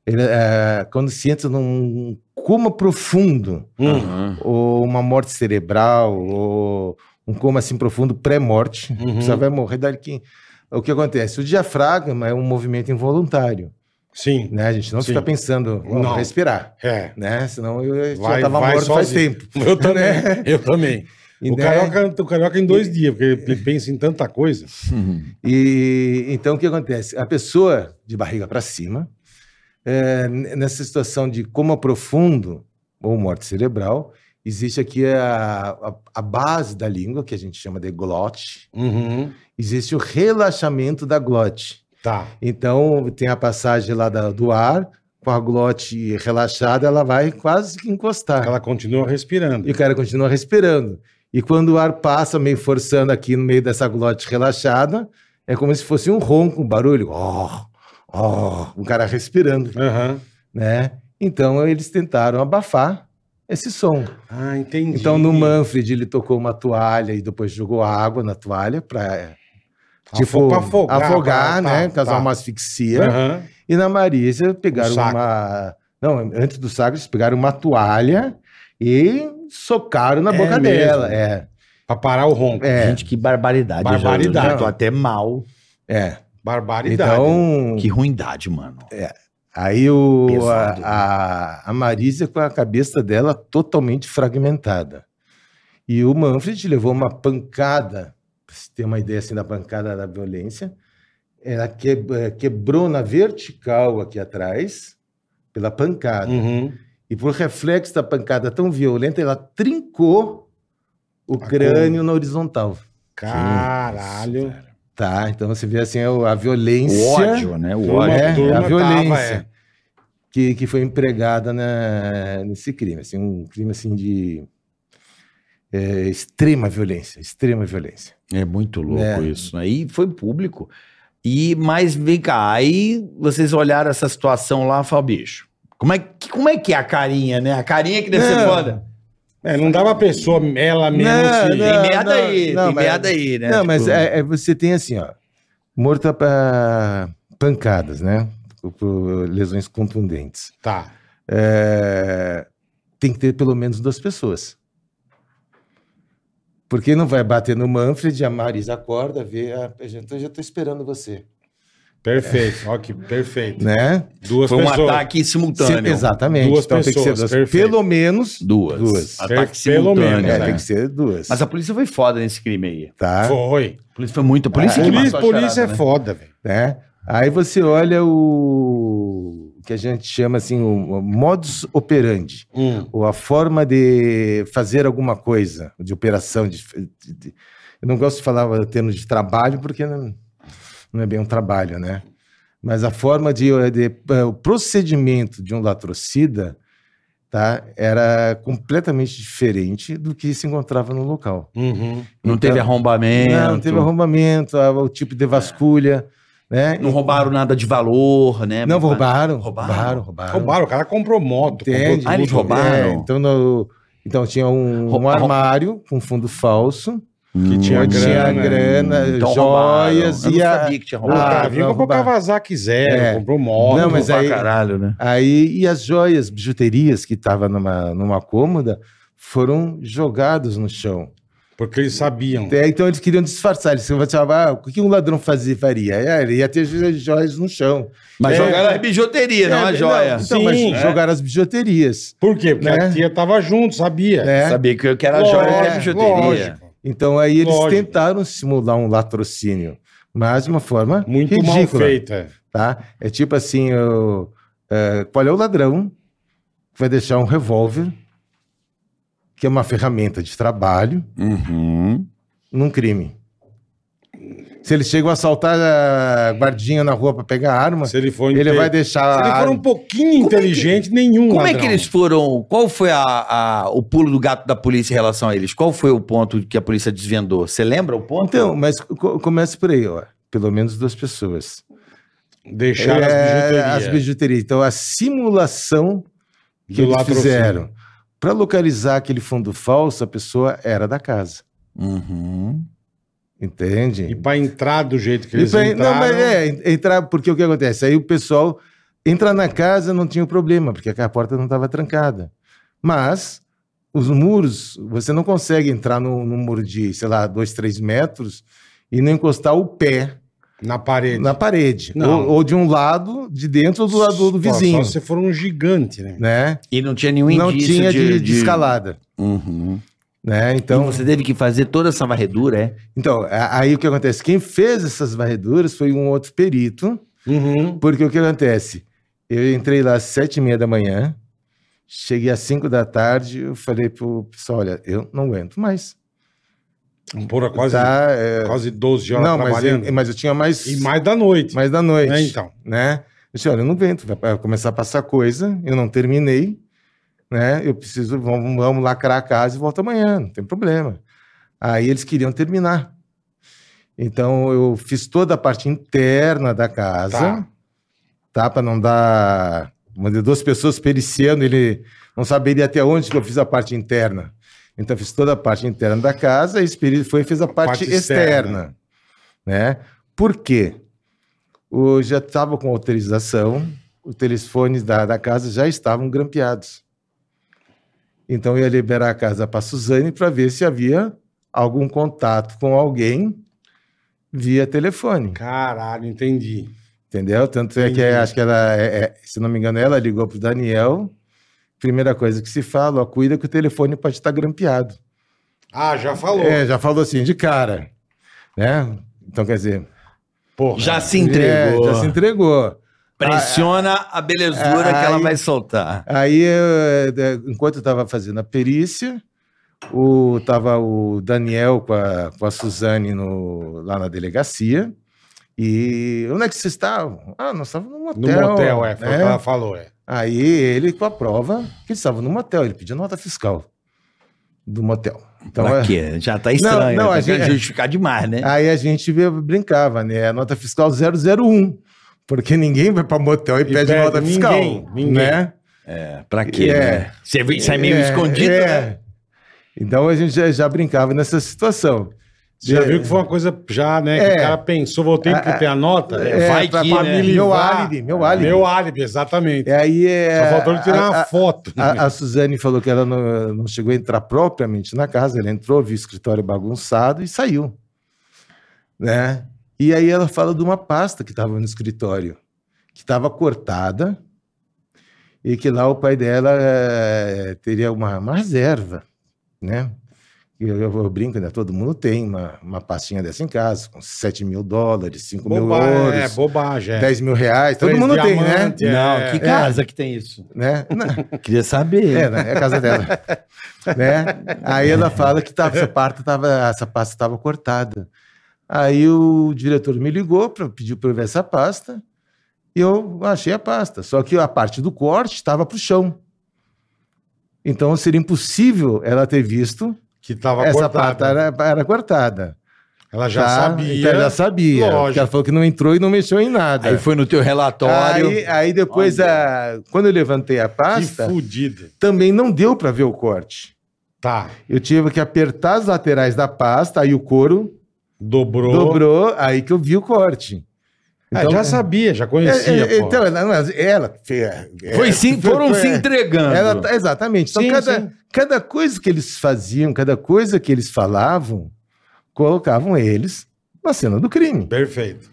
ele- é, quando se entra num coma profundo,
Hum,
Uhum.
ou uma morte cerebral, ou um coma assim profundo pré-morte,
Uhum.
você vai morrer daqui. O que acontece? O diafragma é um movimento involuntário,
Sim.
né? A gente não
Sim.
fica pensando, "Ó,
Não.
vou respirar
É.
né? Senão eu eu
Vai-
já tava
vai
morto faz
sozinho.
tempo.
Eu também.
Né?
Eu também.
E,
O
né?
carioca, o carioca em dois dias, porque ele pensa em tanta coisa.
Uhum. E, então o que acontece? A pessoa de barriga para cima, é, n- nessa situação de coma profundo ou morte cerebral, existe aqui a, a, a base da língua, que a gente chama de glote,
Uhum.
existe o relaxamento da glote.
Tá.
Então tem a passagem lá da- do ar, com a glote relaxada, ela vai quase que encostar.
Ela continua respirando.
Tá. E o cara continua respirando. E quando o ar passa, meio forçando aqui no meio dessa glote relaxada, é como se fosse um ronco, um barulho. Ó, ó, o cara respirando,
Aham.
né? Então eles tentaram abafar esse som.
Ah, entendi.
Então no Manfred ele tocou uma toalha e depois jogou água na toalha para tipo
Afo- afogar,
afogar,
tá,
né,
tá.
causar uma asfixia.
Aham.
E na Marisa pegaram
Um saco.
uma. Não, antes do saco, eles pegaram uma toalha e socaram na
É
boca
mesmo?
dela. É.
Pra parar o ronco.
É.
Gente, que barbaridade. eu já-
Barbaridade.
Eu já tô até mal.
É.
Barbaridade.
Então,
Que ruindade, mano.
É. aí o,
Pesado, né?
a, a, a Marisa com a cabeça dela totalmente fragmentada. E o Manfred levou uma pancada, pra se ter uma ideia assim da pancada da violência, ela que- eh, quebrou na vertical aqui atrás, pela pancada.
Uhum.
E por reflexo da pancada tão violenta, ela trincou o crânio na horizontal.
Caralho.
Tá, então você vê assim a a violência.
O ódio, né? O
Turma,
ódio.
É,
turma
a violência.
tava, é.
que, que foi empregada na- nesse crime, assim, um crime assim de é, extrema violência, extrema violência.
É muito louco
É.
isso. né? E foi público. E, mas vem cá, aí vocês olharam essa situação lá e falaram, bicho, como é, que, como é que é a carinha, né? A carinha que deve ser
Não.
foda.
É, não dava a pessoa, ela mesmo. se-
Não,
tem merda
não,
aí,
não,
tem
mas-
merda aí, né?
Não, mas
Tipo,
é, é, você tem assim, ó, morto a pa- pancadas, né? Por- Por lesões contundentes.
Tá.
É, tem que ter pelo menos duas pessoas. Porque não vai bater no Manfred, a Marisa acorda, vê, ah, eu já tô, já tô esperando você,
Perfeito, ó que perfeito.
né?
Duas
Foi um
pessoas.
ataque
Sim,
simultâneo.
exatamente.
Duas
então tem que ser
pessoas,
duas.
perfeito.
Pelo menos
Duas.
Duas.
Ataque
Per- pelo
simultâneo.
menos,
É,
né?
tem que ser duas.
Mas a polícia foi foda nesse crime aí.
Tá?
Foi.
A polícia foi muito. A polícia,
É,
que
Polícia,
matou a
polícia é
charada, né?
foda, velho.
Né? Aí você olha o o que a gente chama assim, o o modus operandi,
Hum.
ou a forma de fazer alguma coisa, de operação. de- de- de- eu não gosto de falar o termo de trabalho, porque não, não é bem um trabalho, né? Mas a forma de, de- eh, o procedimento de um latrocida tá, era completamente diferente do que se encontrava no local.
Uhum.
Não teve arrombamento.
Não, não teve arrombamento, a- o tipo de vasculha, né?
Não roubaram nada de valor, né?
Não roubaram,
Roubaram?
roubaram, roubaram.
Roubaram, o cara comprou moto.
Entende?
Ah,
Comprou
eles
tudo.
roubaram?
É, então, no- então tinha um, um
Rou-
armário com fundo falso,
Hum.
Que tinha
onde tinha
grana.
grana,
Então
joias
roubaram.
e
Eu não
a-
sabia que tinha
O cara
Ah,
roubado.
vinha
não,
comprou
roubaram.
Kawasaki zero,
É.
comprou moto.
Não, mas
comprou-
aí-
caralho, né?
aí e as joias, bijuterias que estavam numa, numa cômoda foram jogados no chão.
Porque eles sabiam.
Até Então eles queriam disfarçar, eles falavam, ah, o que um ladrão fazia, faria? É, ele ia ter as joias no chão.
Mas
É.
jogaram as bijuterias, não a
É,
joia.
Então,
Sim,
mas
é.
jogaram as bijuterias.
Por quê? Porque a
Né?
tia tava junto, sabia.
né?
Sabia que eu que era
Lógico,
joia, que era bijuteria.
lógico.
Então aí eles
Lógico.
tentaram simular um latrocínio, mas de uma forma
Muito
ridícula,
mal feita.
tá? É tipo assim, o, é, qual é o ladrão que vai deixar um revólver, que é uma ferramenta de trabalho,
Uhum.
num crime? Se ele chega a assaltar a guardinha na rua para pegar arma,
Se ele for,
ele
inte-
vai
Se
deixar a
ele for
arma.
um pouquinho
Como é que-
inteligente, nenhum
Como é
ladrão.
que eles foram? Qual foi a, a- o pulo do gato da polícia em relação a eles? Qual foi o ponto que a polícia desvendou? Você lembra o ponto?
Então, mas co- começa por aí, ó. Pelo menos duas pessoas.
Deixaram
É,
as bijuterias.
as bijuterias. Então, a simulação que
Do
eles
latrocínio.
fizeram para localizar aquele fundo falso, a pessoa era da casa.
Uhum.
Entende?
E pra entrar do jeito que eles
Isso aí-
entraram...
Não, mas é, en- entrar, porque o que acontece? Aí o pessoal entrar na casa não tinha problema, porque a porta não estava trancada. Mas os muros, você não consegue entrar num, num muro de, sei lá, dois, três metros e não encostar o pé
Na parede.
na parede.
Não.
Ou, ou de um lado, de dentro, ou do lado do, do
Só-
vizinho.
Só se Um for um gigante, né?
Né?
E não tinha nenhum
não
indício
tinha de,
de,
de escalada,
Uhum.
né?
Então
Então,
você teve que fazer toda essa varredura, é?
então, a- aí o que acontece? Quem fez essas varreduras foi um outro perito,
Uhum.
porque o que acontece? Eu entrei lá às sete e meia da manhã, cheguei às cinco da tarde, eu falei pro pessoal, olha, eu não aguento mais.
Um Porra, quase,
tá, é,
quase 12 horas
não, mas
trabalhando.
eu, mas eu tinha mais,
E mais da noite.
mais da noite,
né, então.
né? Eu disse, olha, eu não aguento, vai- vai começar a passar coisa, eu não terminei, né? Eu preciso, vamos, vamos lacrar a casa e volto amanhã, não tem problema. Aí eles queriam terminar. Então eu fiz toda a parte interna da casa,
Tá.
tá? Para não dar. vamos dizer, Duas pessoas periciando, ele não saberia até onde que eu fiz a parte interna. Então eu fiz toda a parte interna da casa e esse perito foi e fez a parte,
parte externa.
externa. Né? Por quê? Eu já estava com autorização, os telefones da, da casa já estavam grampeados. Então eu ia liberar a casa para Suzane para ver se havia algum contato com alguém via telefone,
Caralho, entendi.
entendeu? Tanto é que
Entendi.
acho que ela, é- é, se não me engano, ela ligou para o Daniel. Primeira coisa que se fala, ó, cuida que o telefone pode estar grampeado.
Ah, já falou.
É, já falou assim, de cara, né? Então quer dizer,
Porra.
Já se
é,
entregou.
já se entregou.
Pressiona a belezura
Ah,
que ela
aí-
vai soltar.
Aí, eu, eh, enquanto eu estava fazendo a perícia, o, tava o Daniel com a, com a Suzane no- lá na delegacia. E onde é que vocês estavam? Ah, nós estávamos num
No
hotel.
motel, é. Foi o
né?
que ela falou, é.
Aí ele, com a prova, que eles estavam num motel, ele pediu nota fiscal do motel. Então,
pra
é-
quê? Já tá estranho.
não,
né?
tá
a gente-
querendo justificar demais, né?
aí a gente vê- brincava, né? A nota fiscal 001. Porque ninguém vai para motel e,
E
pede,
pede-
nota fiscal.
ninguém, ninguém.
Né?
É, pra quê?
É.
né? Você vê- Isso é meio escondido, né?
Então a gente já, já brincava nessa situação.
Você já viu que foi uma coisa já, né? Que
É.
o cara pensou, voltei porque tem a nota.
É,
vai
pra-
que,
pra
né?
me Meu
livrar.
álibi, meu álibi.
Meu álibi, exatamente.
E aí é.
Só faltou ele tirar
a-
uma
a-
foto.
A, a Suzane falou que ela não, não chegou a entrar propriamente na casa, ela entrou, viu o escritório bagunçado e saiu. Né? E aí ela fala de uma pasta que estava no escritório, que estava cortada, e que lá o pai dela eh, teria uma, uma reserva, né? E Eu, eu brinco, né? Todo mundo tem uma, uma pastinha dessa em casa, com 7 mil dólares, 5 mil
Boba- é,
euros,
bobagem. É.
10 mil reais, todo
Três é.
mundo tem, né?
diamante, é.
Não, que casa que tem isso?
né? Na-
Queria saber.
É, né? é a casa dela. né? Aí ela fala que tava, essa, parte tava, essa pasta estava cortada. Aí o diretor me ligou, pra, pediu para eu ver essa pasta, e eu achei a pasta. Só que a parte do corte estava para o chão. Então seria impossível ela ter visto
Que tava
essa
cortada.
pasta era, era cortada.
Ela já
tá?
sabia.
Então ela já sabia.
Lógico.
Porque ela falou que não entrou e não mexeu em nada.
Aí foi no teu relatório.
Aí- aí depois, a- quando eu levantei a
Que
pasta,
fudida.
também não deu para ver o corte.
Tá.
Eu tive que apertar as laterais da pasta, aí o couro
Dobrou.
dobrou, aí que eu vi o corte. Então,
Ah, já sabia, já
É,
conhecia.
é,
pô.
então, ela, ela- ela é,
Foi sim,
foi-
foram
foi-
se entregando.
ela tá- exatamente. Então,
Sim,
cada, cada coisa que eles faziam, cada coisa que eles falavam, colocavam eles na cena do crime.
Perfeito.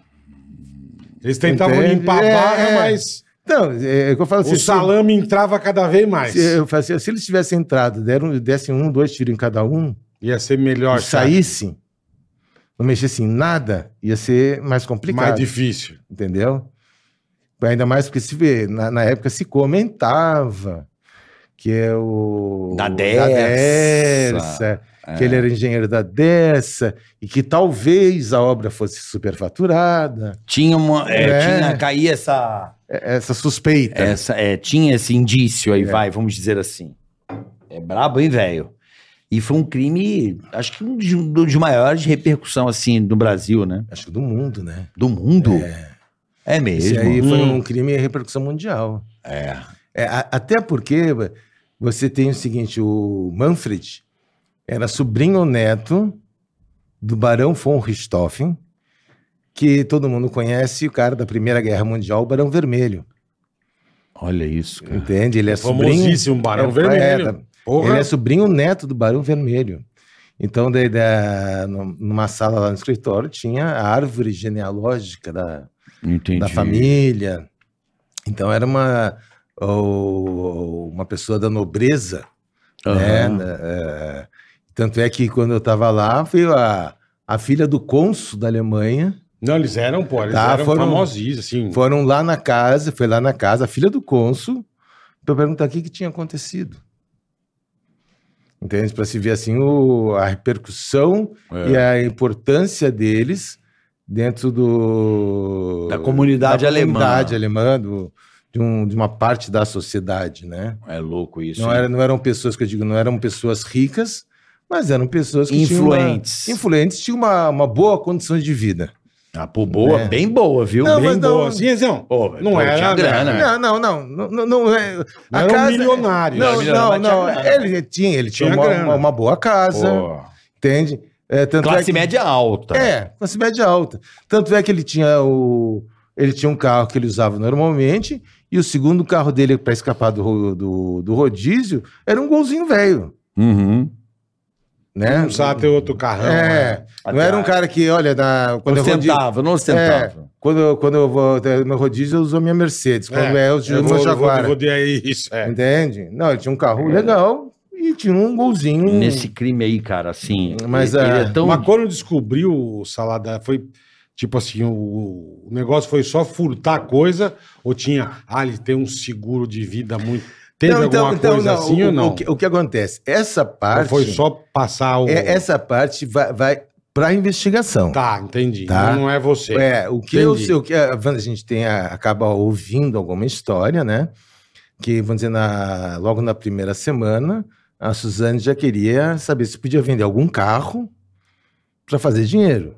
Eles tentavam
Entende?
limpar a
É,
barra,
é.
mas
Então, é, é que eu falo assim,
o
se-
salame entrava cada vez mais.
se, eu falo assim, se eles tivessem entrado, deram, dessem um, dois tiros em cada um,
Ia ser melhor.
e saíssem, não mexessem em nada, ia ser mais
cara.
complicado.
mais difícil.
entendeu? Ainda mais porque se vê, na, na época se comentava que é o
Da
Dersa,
Dersa,
que ele era engenheiro da Dersa e que talvez a obra fosse superfaturada,
Tinha uma. é,
É.
Tinha, caía essa.
É- essa suspeita.
essa é, tinha esse indício
É.
aí, vai, vamos dizer assim. É brabo, hein, velho? E foi um crime, acho que um de- um dos maiores de repercussão, assim, do Brasil, né?
Acho que do mundo, né?
Do mundo. É,
Esse
mesmo.
aí foi
Hum.
um crime de repercussão mundial.
É.
É, a- até porque você tem o seguinte, o Manfred era sobrinho ou neto do Barão von Richthofen, que todo mundo conhece, o cara da Primeira Guerra Mundial, o Barão Vermelho,
Olha isso, cara.
entende? Ele é sobrinho...
Famosíssimo um Barão
é,
Vermelho.
é,
Porra.
ele é sobrinho ou neto do Barão Vermelho. Então, daí, da- num- numa sala lá no escritório, tinha a árvore genealógica da,
Entendi.
da família. Então era uma ou- uma pessoa da nobreza, né?
Aham.
Na- é, tanto é que quando eu estava lá, veio a, a filha do cônsul da Alemanha,
Não, eles eram, pô, eles
Tá,
eram
foram-
famosíssimos,
Hum.
assim.
foram lá na casa, foi lá na casa, a filha do cônsul, para perguntar o que, que tinha acontecido. Entende? Para se ver assim o, a repercussão
É.
e a importância deles dentro do
Da comunidade
da
alemã.
comunidade alemã, do- de, um- de uma parte da sociedade, né?
É louco isso.
Não,
hein?
era- não eram pessoas que eu digo, não eram pessoas ricas, mas eram pessoas que
Influentes.
tinham uma, influentes, tinham uma, uma boa condição de vida.
Ah, pô, boa,
É.
bem boa, viu?
Não,
bem
mas não-
Boa. Sim, não.
Pô,
Não
pô,
era,
tinha grana.
né?
né?
Não, não, não, não, não, não é. a
Eram
casa-
milionários.
Não,
Era milionário,
não,
mas tinha
não. é,
grana.
Ele tinha, ele tinha,
Tinha
uma,
grana.
uma- uma boa casa,
Pô.
entende? É, tanto
Classe
é que-
média alta.
É, classe média alta. Tanto é que ele tinha o. Ele tinha um carro que ele usava normalmente, e o segundo carro dele para escapar do, ro- do, do rodízio era um golzinho velho.
Uhum.
Né?
Não sabe ter outro carrão.
É.
né?
Não era um cara que, olha, na, quando,
Não
eu rodi-
sentava, não sentava.
quando, eu- quando eu vou. eh, No rodízio eu uso a minha Mercedes. Quando é, eu uso
eu
o
vou,
meu
eu vou, eu
Jaguar.
vou de aí, isso, é.
Entende? Não, ele tinha um carro legal e tinha um golzinho.
Nesse crime aí, cara, assim.
Mas,
ele, ele
ah,
é
Então-
tão.
Mas quando descobriu o Salada, foi tipo assim, o, o negócio foi só furtar coisa ou tinha, ah, ele tem um seguro de vida muito... Teve alguma coisa
Então, não,
assim
o,
ou não?
O que, o que acontece? Essa
Ou
parte.
foi só um- passar o...
É, essa parte vai, para investigação.
Tá, entendi.
Tá.
Então Não é você.
É, o que eu
Entendi.
sei, o que a, a gente tem a- acaba ouvindo alguma história, né? Que, vamos dizer, na, logo na primeira semana, a Suzane já queria saber se podia vender algum carro para fazer dinheiro.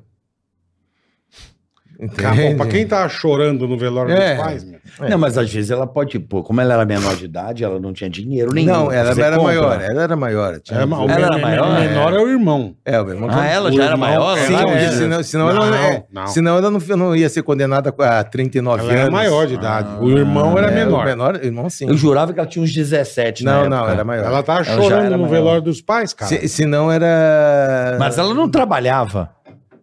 Acabou.
Entende?
Um Pra quem tá chorando no velório
É.
dos pais, meu.
É.
Não, mas às vezes ela pode, pô, como ela era menor de idade, ela não tinha dinheiro nenhum.
Não,
pra
ela
fazer
era
compra.
maior, ela era maior. Tinha...
É, o
Ela era
men-
maior?
menor é. o irmão.
É, o meu irmão
Ah, ela já era maior?
Sim,
tá
Ela
é,
era-
senão, senão ela,
Não,
é,
não.
senão ela não, não ia ser condenada com- a 39
Ela
anos.
era maior de idade. o irmão era
É,
menor.
O menor, irmão, sim.
Eu jurava que ela tinha uns 17, na
Não, não,
época.
era maior.
Ela tava
já
chorando
era
no
maior.
velório dos pais, cara.
Se, se não era.
Mas ela não trabalhava.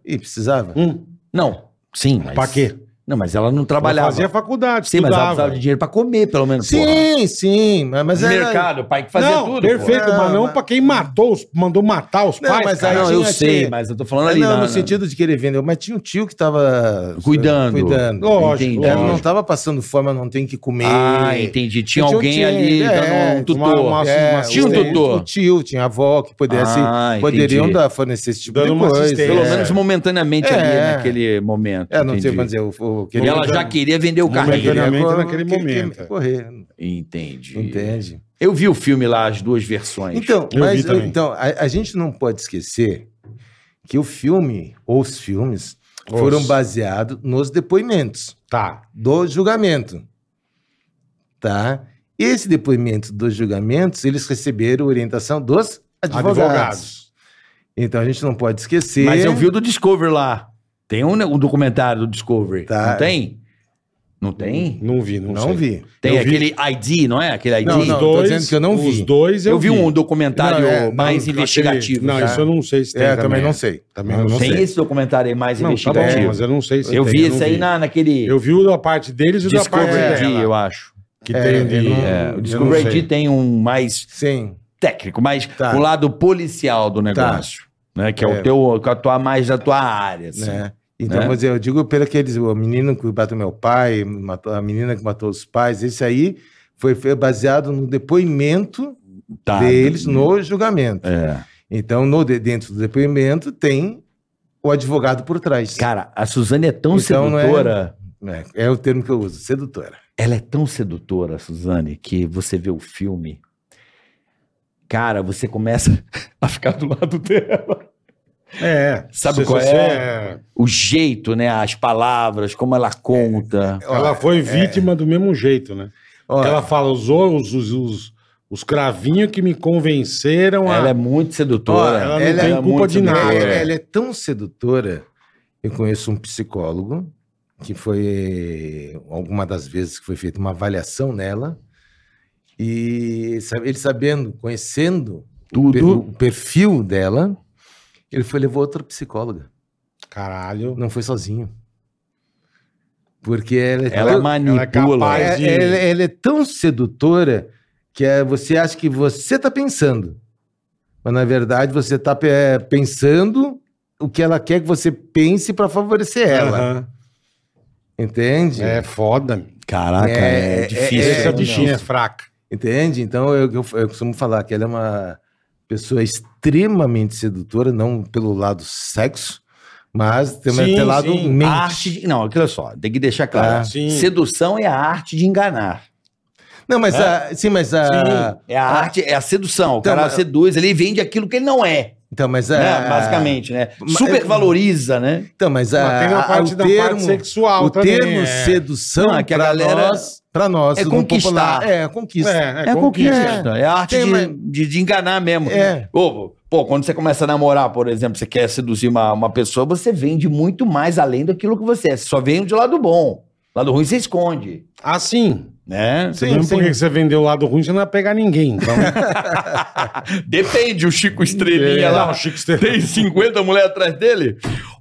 Ih, precisava.
Hum,
Não, sim, mas...
pra quê?
Não, mas ela não trabalhava.
Ela fazia faculdade,
Sim, mas ela
estudava.
precisava de dinheiro pra comer, pelo menos, Hum, porra.
sim, sim. Mas, mas
No
era.
mercado, o pai que fazia
não,
tudo,
perfeito,
pô.
mas
Não,
não
mas-
pra quem matou, os, mandou matar os
Não,
pais,
mas
porra.
cara.
aí-
Ah, Não, eu
tinha
sei,
que- É,
mas eu tô falando ali
não,
na-
no
na-
sentido de querer vender, mas tinha um tio que tava.
Cuidando.
Cuidando.
Lógico,
Entendi.
Ela não
lógico.
tava passando fome, ela não tem o que comer.
Ah, entendi.
Tinha
Tinha
um
alguém
tio,
ali
é,
dando um tutor.
uma- uma-
É,
Tinha
um
o-
tutor.
O tio, tinha a avó que pudesse.
Ah, entendi.
poderiam dar, fornecer esse tipo
Dando
de
uma
coisa.
assistência.
Pelo
é.
menos momentaneamente
É.
ali, naquele momento.
É, não sei
entendi.
como dizer. O, o,
E ela já queria vender o carrinho.
Momentaneamente.
né?
naquele momento.
Correr,
Entendi.
entende?
Eu vi o filme lá, as duas versões.
Então,
Eu vi
mas,
também.
então a, a gente não pode esquecer que o filme, ou os filmes, foram
Os.
baseados nos depoimentos
Tá.
do julgamento. Tá? Esse depoimento dos julgamentos, eles receberam orientação dos advogados.
Advogados.
Então a gente não pode esquecer.
Mas eu vi o do Discovery lá. Tem um, um documentário do Discovery.
Tá.
Não tem? Não tem?
Não vi, não,
Não
sei.
vi.
Tem
Eu vi-
aquele ID, não é? Aquele ID?
Não,
Os
não, tô
dois,
dizendo que eu não vi.
Os dois eu,
eu vi um documentário
Não, é, não,
mais
Aquele-
investigativo.
Não,
tá?
isso eu não sei se tem.
É, eu também não sei.
Também
Eu
não
tem
sei.
esse documentário aí mais
Não, tá bom,
investigativo.
mas eu não sei se
eu
tem,
vi
não
esse aí na, naquele
Eu vi o da parte deles e o da parte
Discovery
dela.
ID, eu acho.
Que
É,
tem de...
eu não-
É,
eu
o
não
Discovery
sei.
ID tem um mais
Sim.
técnico, mas
Tá.
o lado policial do negócio. Né, que é,
É.
o teu, que é a tua, mais da tua área. assim.
né? Então,
né?
vou dizer, eu digo pelo que eles, o menino que matou meu pai, matou- a menina que matou os pais, isso aí foi, foi baseado no depoimento
Tá.
deles no julgamento.
É.
Então, no, de- dentro do depoimento tem o advogado por trás.
Cara, a Suzane é tão
Então, não é-
sedutora.
É, é o termo que eu uso, sedutora.
Ela é tão sedutora, Suzane, que você vê o filme. Cara, você começa a ficar do lado dela.
É.
Sabe
Se
qual
você
é? O jeito, né? As palavras, como ela conta.
Ela foi vítima do mesmo jeito, né?
é. Ó,
ela fala, usou os, os, os, os cravinhos que me convenceram a...
Ela é muito sedutora.
Olha, ela não tem
é
culpa
muito
de nada.
ela,
sedutora.
ela é tão sedutora. Eu conheço um psicólogo que foi alguma das vezes que foi feita uma avaliação nela e sa- ele sabendo, conhecendo pe-
Tudo.
o perfil dela, ele foi levou outra psicóloga.
Caralho.
Não foi sozinho. Porque ela é,
Ela
tão,
manipula.
ela é capaz
é-
de-
ela- ela é tão sedutora que é, você acha que você está pensando. Mas na verdade você está pensando o que ela quer que você pense para favorecer ela.
Aham.
Entende?
É foda. meu.
Caraca, é,
É,
difícil.
Essa
não.
bichinha é fraca.
Entende? Então eu, eu, eu costumo falar que ela é uma pessoa extremamente sedutora, não pelo lado sexo, mas também
Sim,
pelo lado
sim.
mente.
A arte de... Não, olha só, tem que deixar claro.
Ah,
sim.
Sedução é a arte de enganar.
Não,
É.
mas a, sim, mas a
É a arte, é a sedução. O
Então,
cara
mas-
seduz, ele vende aquilo que ele não é,
então, mas a
né? Basicamente, né?
mas-
Supervaloriza, né?
Então, mas a,
Mas tem na
a-
parte
o
da
termo,
parte sexual
o
também.
termo
é.
sedução
Não, é que a
pra
galera-
nós, pra nós,
é
no
conquistar.
é, a conquista.
É, é, conquista.
É a arte
Tem,
de,
mas-
de, de enganar mesmo.
É.
Pô, pô, quando você começa a namorar, por exemplo, você quer seduzir uma, uma pessoa, você vende muito mais além daquilo que você é. Você só vende o lado bom. O lado ruim você esconde,
Assim.
né?
Sim,
Sim,
mesmo
sim.
porque você vendeu o lado ruim, você não vai pegar ninguém. Então,
Depende, o Chico Estrelinha
É,
lá.
não, o Chico Estrelinha.
Tem 50 mulheres atrás dele.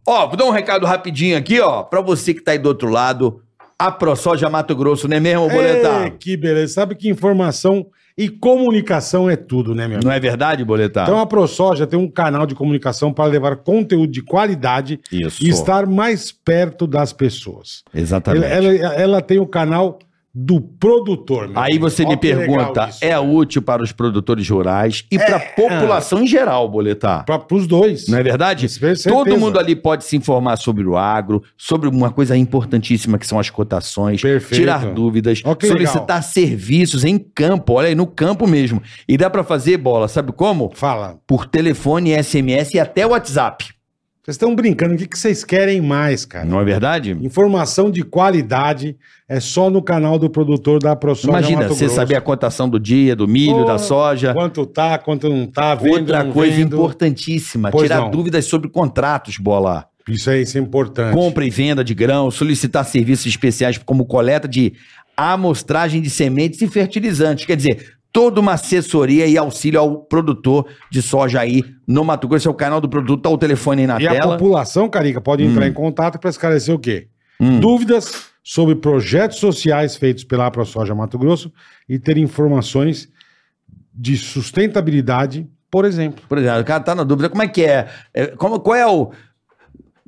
Ó, vou dar um recado rapidinho aqui, ó. Pra você que tá aí do outro lado, a ProSoja Mato Grosso, não é mesmo,
Ei,
Boletar?
que beleza. Sabe que informação e comunicação é tudo, né, meu?
Não é verdade, Boletar?
Então a ProSoja tem um canal de comunicação para levar conteúdo de qualidade
Isso.
e estar mais perto das pessoas.
Exatamente.
Ela, ela- ela tem o canal do produtor. meu
Aí
amigo.
você
Ó
me
que legal
pergunta,
isso, É,
é
né?
útil para os produtores rurais e pra
ah.
população em geral, Boletar?
Pra, pros dois.
Não é verdade?
Com certeza.
Todo mundo ali pode se informar sobre o agro, sobre uma coisa importantíssima que são as cotações,
Perfeito.
tirar dúvidas,
Ó, que
solicitar
legal.
serviços em campo, olha aí, no campo mesmo. E dá pra fazer bola, sabe como?
Fala.
Por telefone, SMS e até WhatsApp.
Vocês estão brincando, o que, que vocês querem mais, cara?
Não é verdade?
Informação de qualidade é só no canal do produtor da ProSoja
Imagina,
é Mato
você
Grosso.
saber a cotação do dia, do milho,
Porra,
da soja.
Quanto tá, quanto não tá, vendo,
Outra
não
coisa
vendo.
importantíssima,
Pois
tirar
não.
dúvidas sobre contratos, bola.
Isso aí, isso é importante.
compra e venda de grão, solicitar serviços especiais como coleta de amostragem de sementes e fertilizantes. Quer dizer, toda uma assessoria e auxílio ao produtor de soja aí no Mato Grosso. Esse é o canal do produto, tá o telefone aí na
e a
tela.
população, Carica, pode entrar em contato para esclarecer o quê?
Hum.
Dúvidas sobre projetos sociais feitos pela ProSoja Mato Grosso e ter informações de sustentabilidade, por exemplo.
Por exemplo, o cara tá na dúvida, como é que é? É, Como, qual é o...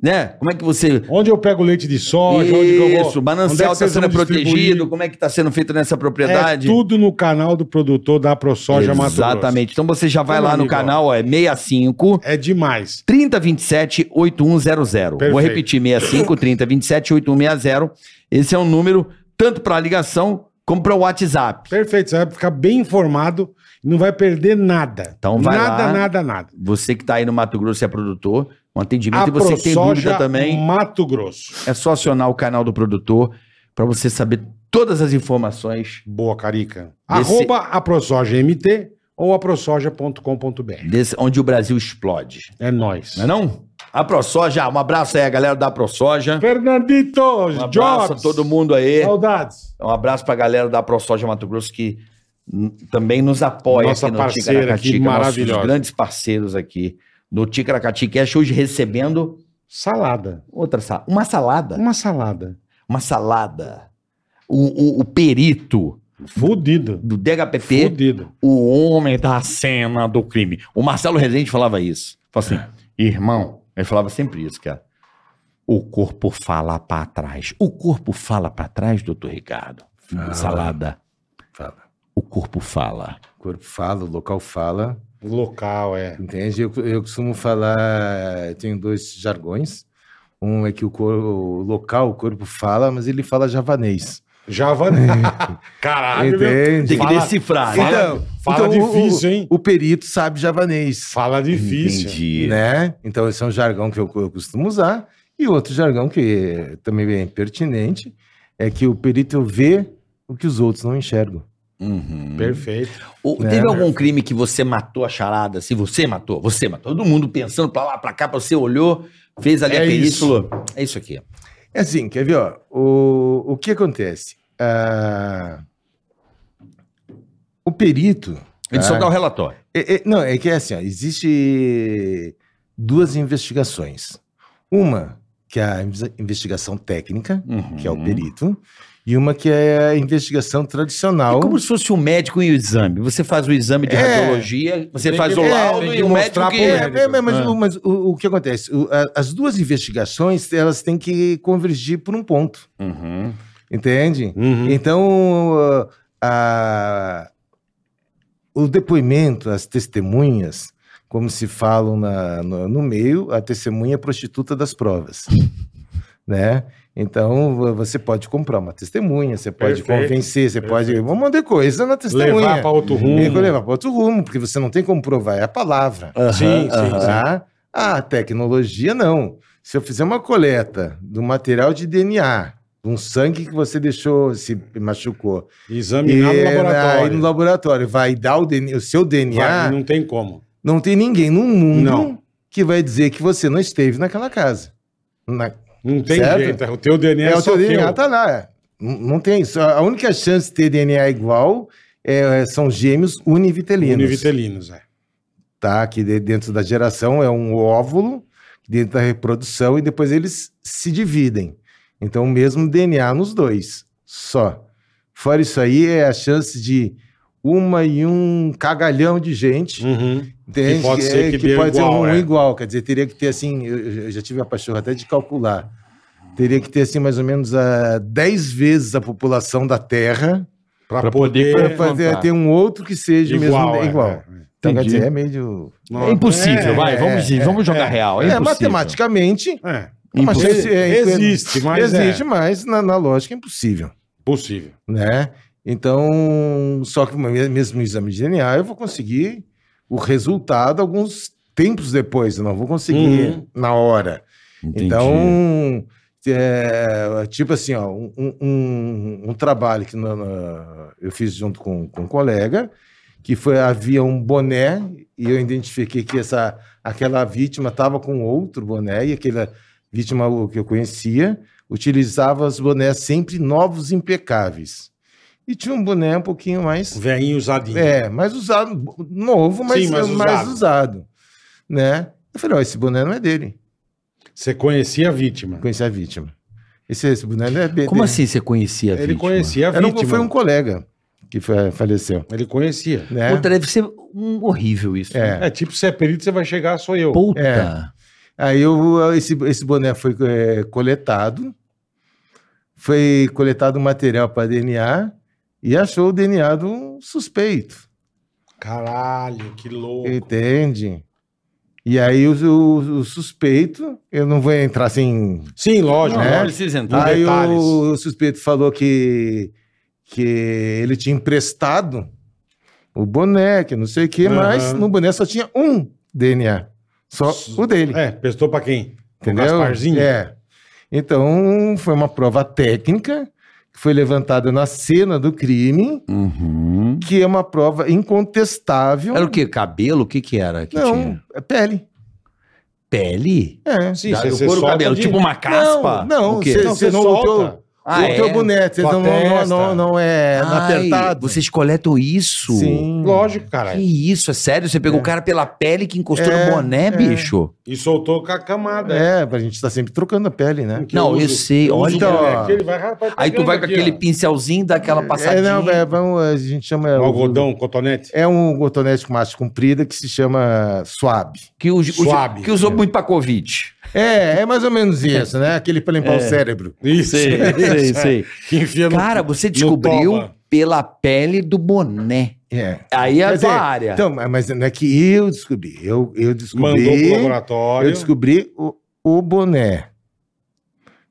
Né? Como é que você...
Onde eu pego leite de soja, onde que eu vou...
Isso, o
onde
manancial
é que
está
vocês
sendo
vão distribuir?
protegido, como é que está sendo feito nessa propriedade?
É tudo no canal do produtor da ProSoja Mato Grosso.
Exatamente. Então você já vai
Então,
lá no
amigo, ó.
canal, ó, é 65...
É demais.
3027 8100.
Perfeito.
Vou repetir: 65 3027 8160. Esse é um número tanto para ligação como para o WhatsApp.
Perfeito, você vai ficar bem informado e não vai perder nada.
Então vai
nada,
lá.
nada, nada.
Você que está aí no Mato Grosso e é produtor, um atendimento. e você que tem
ProSoja
dúvida também,
Mato Grosso.
é só acionar o canal do produtor para você saber todas as informações
Boa, Carica.
Esse-
Arroba a ProSoja MT ou a ProSoja.com.br.
desse, onde o Brasil explode.
É nóis.
Não é não? A ProSoja, um abraço aí a galera da ProSoja.
Fernandito,
Um abraço
Jobs.
a todo mundo aí.
Saudades.
Um abraço pra galera da ProSoja Mato Grosso que hum, também nos apoia
Nossa parceira aqui,
Ticaracatica, é nossos
maravilhosa.
grandes parceiros aqui do Ticaracati Cash, hoje recebendo
Salada.
outra sa- uma salada,
Uma salada.
uma salada. O, o- o perito
Fudido.
do DHPP,
Fudido.
o homem da cena do crime. O Marcelo Rezende falava isso. Falava assim, irmão, ele falava sempre isso, cara. O corpo fala pra trás. O corpo fala pra trás, doutor Ricardo.
Fala.
Salada.
Fala.
O corpo fala.
O corpo fala, o local fala.
Local, é.
Entende? Eu, eu costumo falar, eu tenho dois jargões. Um é que o, cor, o local, o corpo fala, mas ele fala javanês.
Java. Caralho, meu.
Entende?
Ah, Tem que
Fala-
decifrar, né?
fala- fala
o-
difícil,
o-
hein?
O perito sabe javanês,
Fala difícil.
Entendi.
né? Então esse é um jargão que eu, eu costumo usar. E outro jargão que também é pertinente é que o perito vê o que os outros não enxergam.
Uhum.
Perfeito.
O-
É,
teve algum crime que você matou a charada? Se você matou, você matou. Todo mundo pensando pra lá, pra cá, pra você olhou, fez ali
É
a
isso.
perícia. É isso aqui.
É assim, quer ver? Ó, o, o que acontece? Ah, o perito
A gente
Ah.
só dá o relatório.
É, é, não, é que é assim, ó, existe duas investigações. Uma, que é a inves- investigação técnica,
Uhum.
que é o perito, e uma que é a investigação tradicional.
É como se fosse um médico e o exame. Você faz o exame de
É.
radiologia, você
Tem
faz
que-
o
é,
laudo
tem que
e o médico
mostrar
que...
É,
pro
é, mas,
Ah.
o- mas o, o que acontece? O- a- as duas investigações, elas têm que convergir por um ponto,
Uhum.
entende?
Uhum.
Então, ah, a- o depoimento, as testemunhas, como se falam na- no, no meio, a testemunha é prostituta das provas. né? Então, vo- você pode comprar uma testemunha, você pode
Perfeito,
convencer, você pode.
perfeito.
Um monte de coisa na
Levar
testemunha. Uhum.
para outro rumo.
Tem que levar para outro rumo, porque você não tem como provar, é a palavra.
Sim, sim,
aham.
sim.
Tá? A tecnologia não. Se eu fizer uma coleta do material de DNA, de um sangue que você deixou, se machucou,
Examinar no
e
laboratório.
aí no laboratório vai dar o, DNA, o seu DNA,
Vai,
não...
não tem como.
tem ninguém no mundo
Não.
que vai dizer que você não esteve naquela casa. Na-
Não tem
Certo?
jeito. O teu DNA
é,
é,
o
só
seu DNA
teu.
tá lá. é. Não, não tem isso. A única chance de ter DNA igual é- são gêmeos univitelinos.
Univitelinos, é.
tá? Que de- dentro da geração é um óvulo, dentro da reprodução, e depois eles se dividem. Então, o mesmo DNA nos dois, só. Fora isso aí, é a chance de uma e um cagalhão de gente,
Uhum.
entende?
que pode ser que dê
pode ser
igual,
um
é.
igual, quer dizer, teria que ter assim, eu, eu já tive a pachorra até de calcular, teria que ter assim mais ou menos a 10 vezes a população da Terra
Pra,
Pra
poder...
poder-
para
É,
fazer
contar.
ter um outro que seja
Igual,
igual, mesmo,
é,
igual.
é.
Então, quer
Entendi.
dizer, é meio...
Não,
É impossível,
é,
vai.
é,
Vamos,
é,
vamos jogar
é.
real. É,
É,
impossível.
matematicamente,
É,
é uma
Impossível.
chance- é,
Existe, mas
existe,
é
mas na, na lógica é impossível,
possível.
né? Então, só que me- mesmo no exame de DNA, eu vou conseguir o resultado alguns tempos depois, eu não vou conseguir
Uhum.
na hora. Então, é, tipo assim, ó, um, um- um- um trabalho que na- na- eu fiz junto com, com um colega, que foi havia um boné e eu identifiquei que essa aquela vítima estava com outro boné e aquela vítima que eu conhecia utilizava os bonés sempre novos, impecáveis. E tinha um boné um pouquinho mais
Velhinho usadinho.
é, mais usado, novo, mas,
Sim, mas
mais
usado.
usado. né? Eu falei, ó, esse boné não é dele.
Você conhecia a vítima.
Conheci a vítima. Esse, esse boné não é dele.
Como assim você conhecia a
Ele
vítima?
conhecia a
Era um-
vítima.
foi um colega que foi- faleceu,
Ele conhecia.
né?
Puta, deve ser um horrível isso.
né?
É.
É. tipo, se é perito, você vai chegar, sou eu.
Puta.
Aí eu, esse, esse boné foi é, coletado, foi coletado o material para DNA e achou o DNA do um suspeito,
Caralho, que louco.
entende? E aí o, o- o suspeito, eu não vou entrar assim
Sim, lógico.
Não,
É.
não
né?
precisa
um
entrar.
Aí
detalhes.
o, o suspeito falou que, que ele tinha emprestado o boné, que não sei o quê,
Aham.
mas no boné só tinha um DNA. Só o dele.
É, prestou pra quem? Pro
entendeu?
Gasparzinho?
É. Então, foi uma prova técnica que foi levantada na cena do crime,
Uhum.
que é uma prova incontestável.
Era o quê? Cabelo? O que que era? Que
não,
tinha?
é pele.
Pele?
É.
Sim,
Da-
você,
eu
você
pôr o
solta
cabelo,
de-
tipo uma caspa?
não,
o quê?
cê-
Não,
você
um você
não
solta.
Ah,
o teu
é?
boné, você
Com a
não, não,
testa.
não, não
Ah,
é não é
Ai,
apertado.
Vocês coletam isso?
Sim.
Lógico,
Que
caralho.
isso? É sério? Você pegou o cara pela pele que encostou
É,
no boné, bicho?
E soltou com a camada.
É, pra gente tá sempre trocando a pele, né?
Que
Não, eu
uso-
sei,
uso
olha.
o boné
Ó.
aqui, ele vai- vai
Aí tu vai com
pegando
aquele
aqui,
pincelzinho, dá aquela
É,
passadinha.
não, é, vamos, a gente chama.
ó. Um algodão, cotonete.
É um cotonete com haste comprida que se chama swab.
que, us- us-
Suave.
que usou muito pra Covid.
É, é mais ou menos isso, né? Aquele pra
É.
limpar o cérebro.
Isso.
sei, sei.
Que enfia no-
Cara, você
no
descobriu
toba.
pela pele do boné.
É.
Aí é a
Quer dizer,
tua área.
Então, mas- mas não é que eu descobri. Eu, eu
Mandou um pro
descobri.
laboratório.
Eu descobri o, o boné.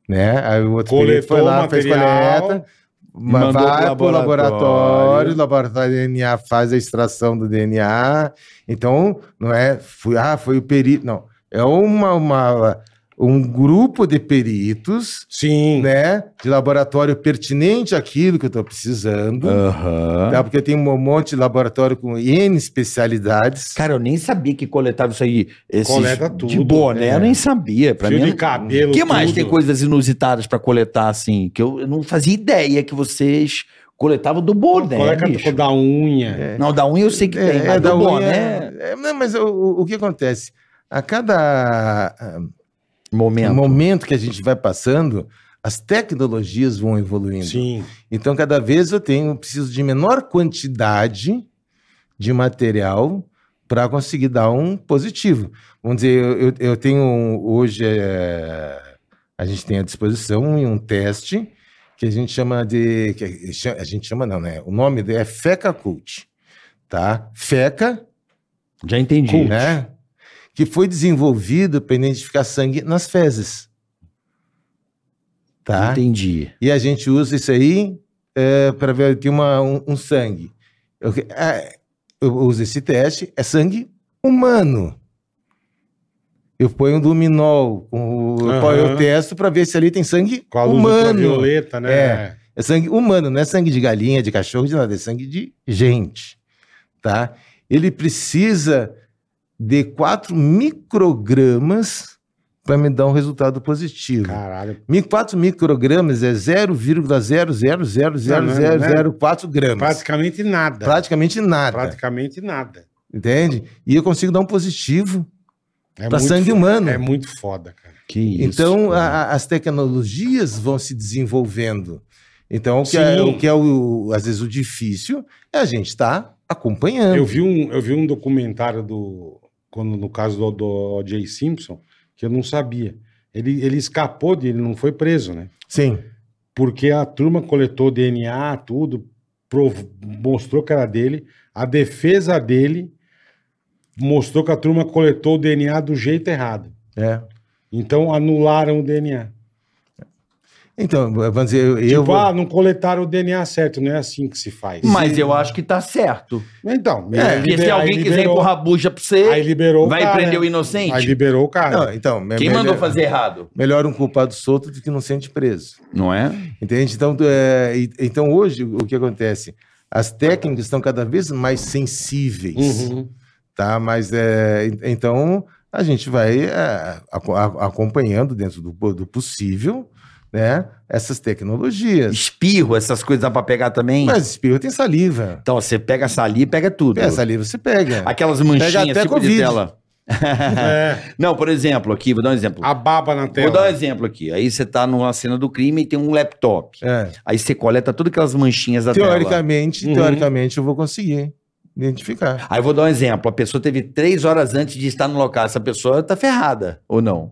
Né? Aí o outro perito
Coletou
foi
o
lá, fez
material.
coleta, ma-
mandou
vai
pro
pro
laboratório.
laboratório, o laboratório de DNA faz a extração do DNA. Então, não é, fui, ah, foi o perito, não. É uma, uma um grupo de peritos,
Sim.
né, de laboratório pertinente àquilo que eu estou precisando,
Aham.
tá? Porque tem um monte de laboratório com N especialidades.
Cara, eu nem sabia que coletava isso aí. Esses
Coleta tudo.
De boné, eu nem sabia. Pra
Fio
é
mim.
um
de cabelo.
O que mais
tudo.
tem coisas inusitadas pra coletar, assim? Que eu eu não fazia ideia que vocês coletavam do boné.
Coleta
bicho.
da unha.
Não, da unha eu sei que
É,
tem, mas um
é,
do
da unha-
boné.
é, não, mas o- o, o que acontece? A cada ah,
Momento.
momento que a gente vai passando, as tecnologias vão evoluindo.
Sim.
Então, cada vez eu tenho, preciso de menor quantidade de material para conseguir dar um positivo. Vamos dizer, eu, eu- eu tenho um- hoje é, a gente tem à disposição um teste que a gente chama de que cha- a gente chama não, né? O nome é Feca Cult, tá? Feca,
Já entendi.
né? Que foi desenvolvido para identificar sangue nas fezes, tá?
Entendi.
E a gente usa isso aí para ver tem uma, um, um sangue. Eu, que- ah, eu uso esse teste, é sangue humano. Eu ponho um luminol, um, eu ponho-
Aham.
eu testo para ver se ali tem sangue
Com a luz
humano.
violeta, né?
É sangue humano, não é sangue de galinha, de cachorro, de nada, é sangue de gente, tá? Ele precisa de 4 microgramas para me dar um resultado positivo.
Caralho.
Mi- 4 microgramas é 0,0000004 gramas.
Praticamente nada.
Praticamente nada.
Praticamente nada.
Entende? E eu consigo dar um positivo
É
para
muito
sangue
foda.
humano.
É muito foda, cara.
Que isso.
então,
cara.
a- a- as tecnologias vão se desenvolvendo. Então, o que,
Sim.
é, o que é o- às vezes o difícil é a gente estar acompanhando.
Eu vi um, eu vi um documentário do. Quando, no caso do, do O.J. Simpson, que eu não sabia. Ele, ele escapou de. Ele não foi preso, né?
Sim.
Porque a turma coletou DNA, tudo, prov- mostrou que era dele. A defesa dele mostrou que a turma coletou o DNA do jeito errado.
É.
Então anularam o DNA.
Então, vamos dizer, eu, eu
tipo,
vou-
ah, não coletaram o DNA certo, não é assim que se faz.
Mas eu acho que tá certo.
Então,
É,
aí
Porque se
liber- aí
alguém quiser
liberou-
empurrar a bucha pra você,
Aí liberou o
vai
cara. né?
prender o
Aí
inocente.
liberou o cara.
Não, então, é
Quem
melhor-
mandou fazer errado?
Melhor um culpado solto do que inocente preso.
Não é?
Entende? Então, é, e- então hoje, o que acontece? As técnicas estão cada vez mais sensíveis,
Uhum.
tá? Mas, é, en- então, a gente vai é, aco- a- acompanhando dentro do, po- do possível, né? Essas tecnologias.
Espirro, essas coisas dá pra pegar também.
Mas espirro tem saliva.
Então você pega essa ali e pega tudo.
É, saliva você pega.
Aquelas manchinhas
Pega até
tipo
Covid.
de tela.
É,
Não, por exemplo, aqui, vou dar um exemplo.
a baba na
Vou dar um
tela.
exemplo aqui. Aí você tá numa cena do crime e tem um laptop.
É.
Aí você coleta todas aquelas manchinhas da tela.
Teoricamente,
Uhum.
teoricamente, eu vou conseguir identificar.
Aí eu vou dar um exemplo. A pessoa teve três horas antes de estar no local. Essa pessoa tá ferrada, ou não?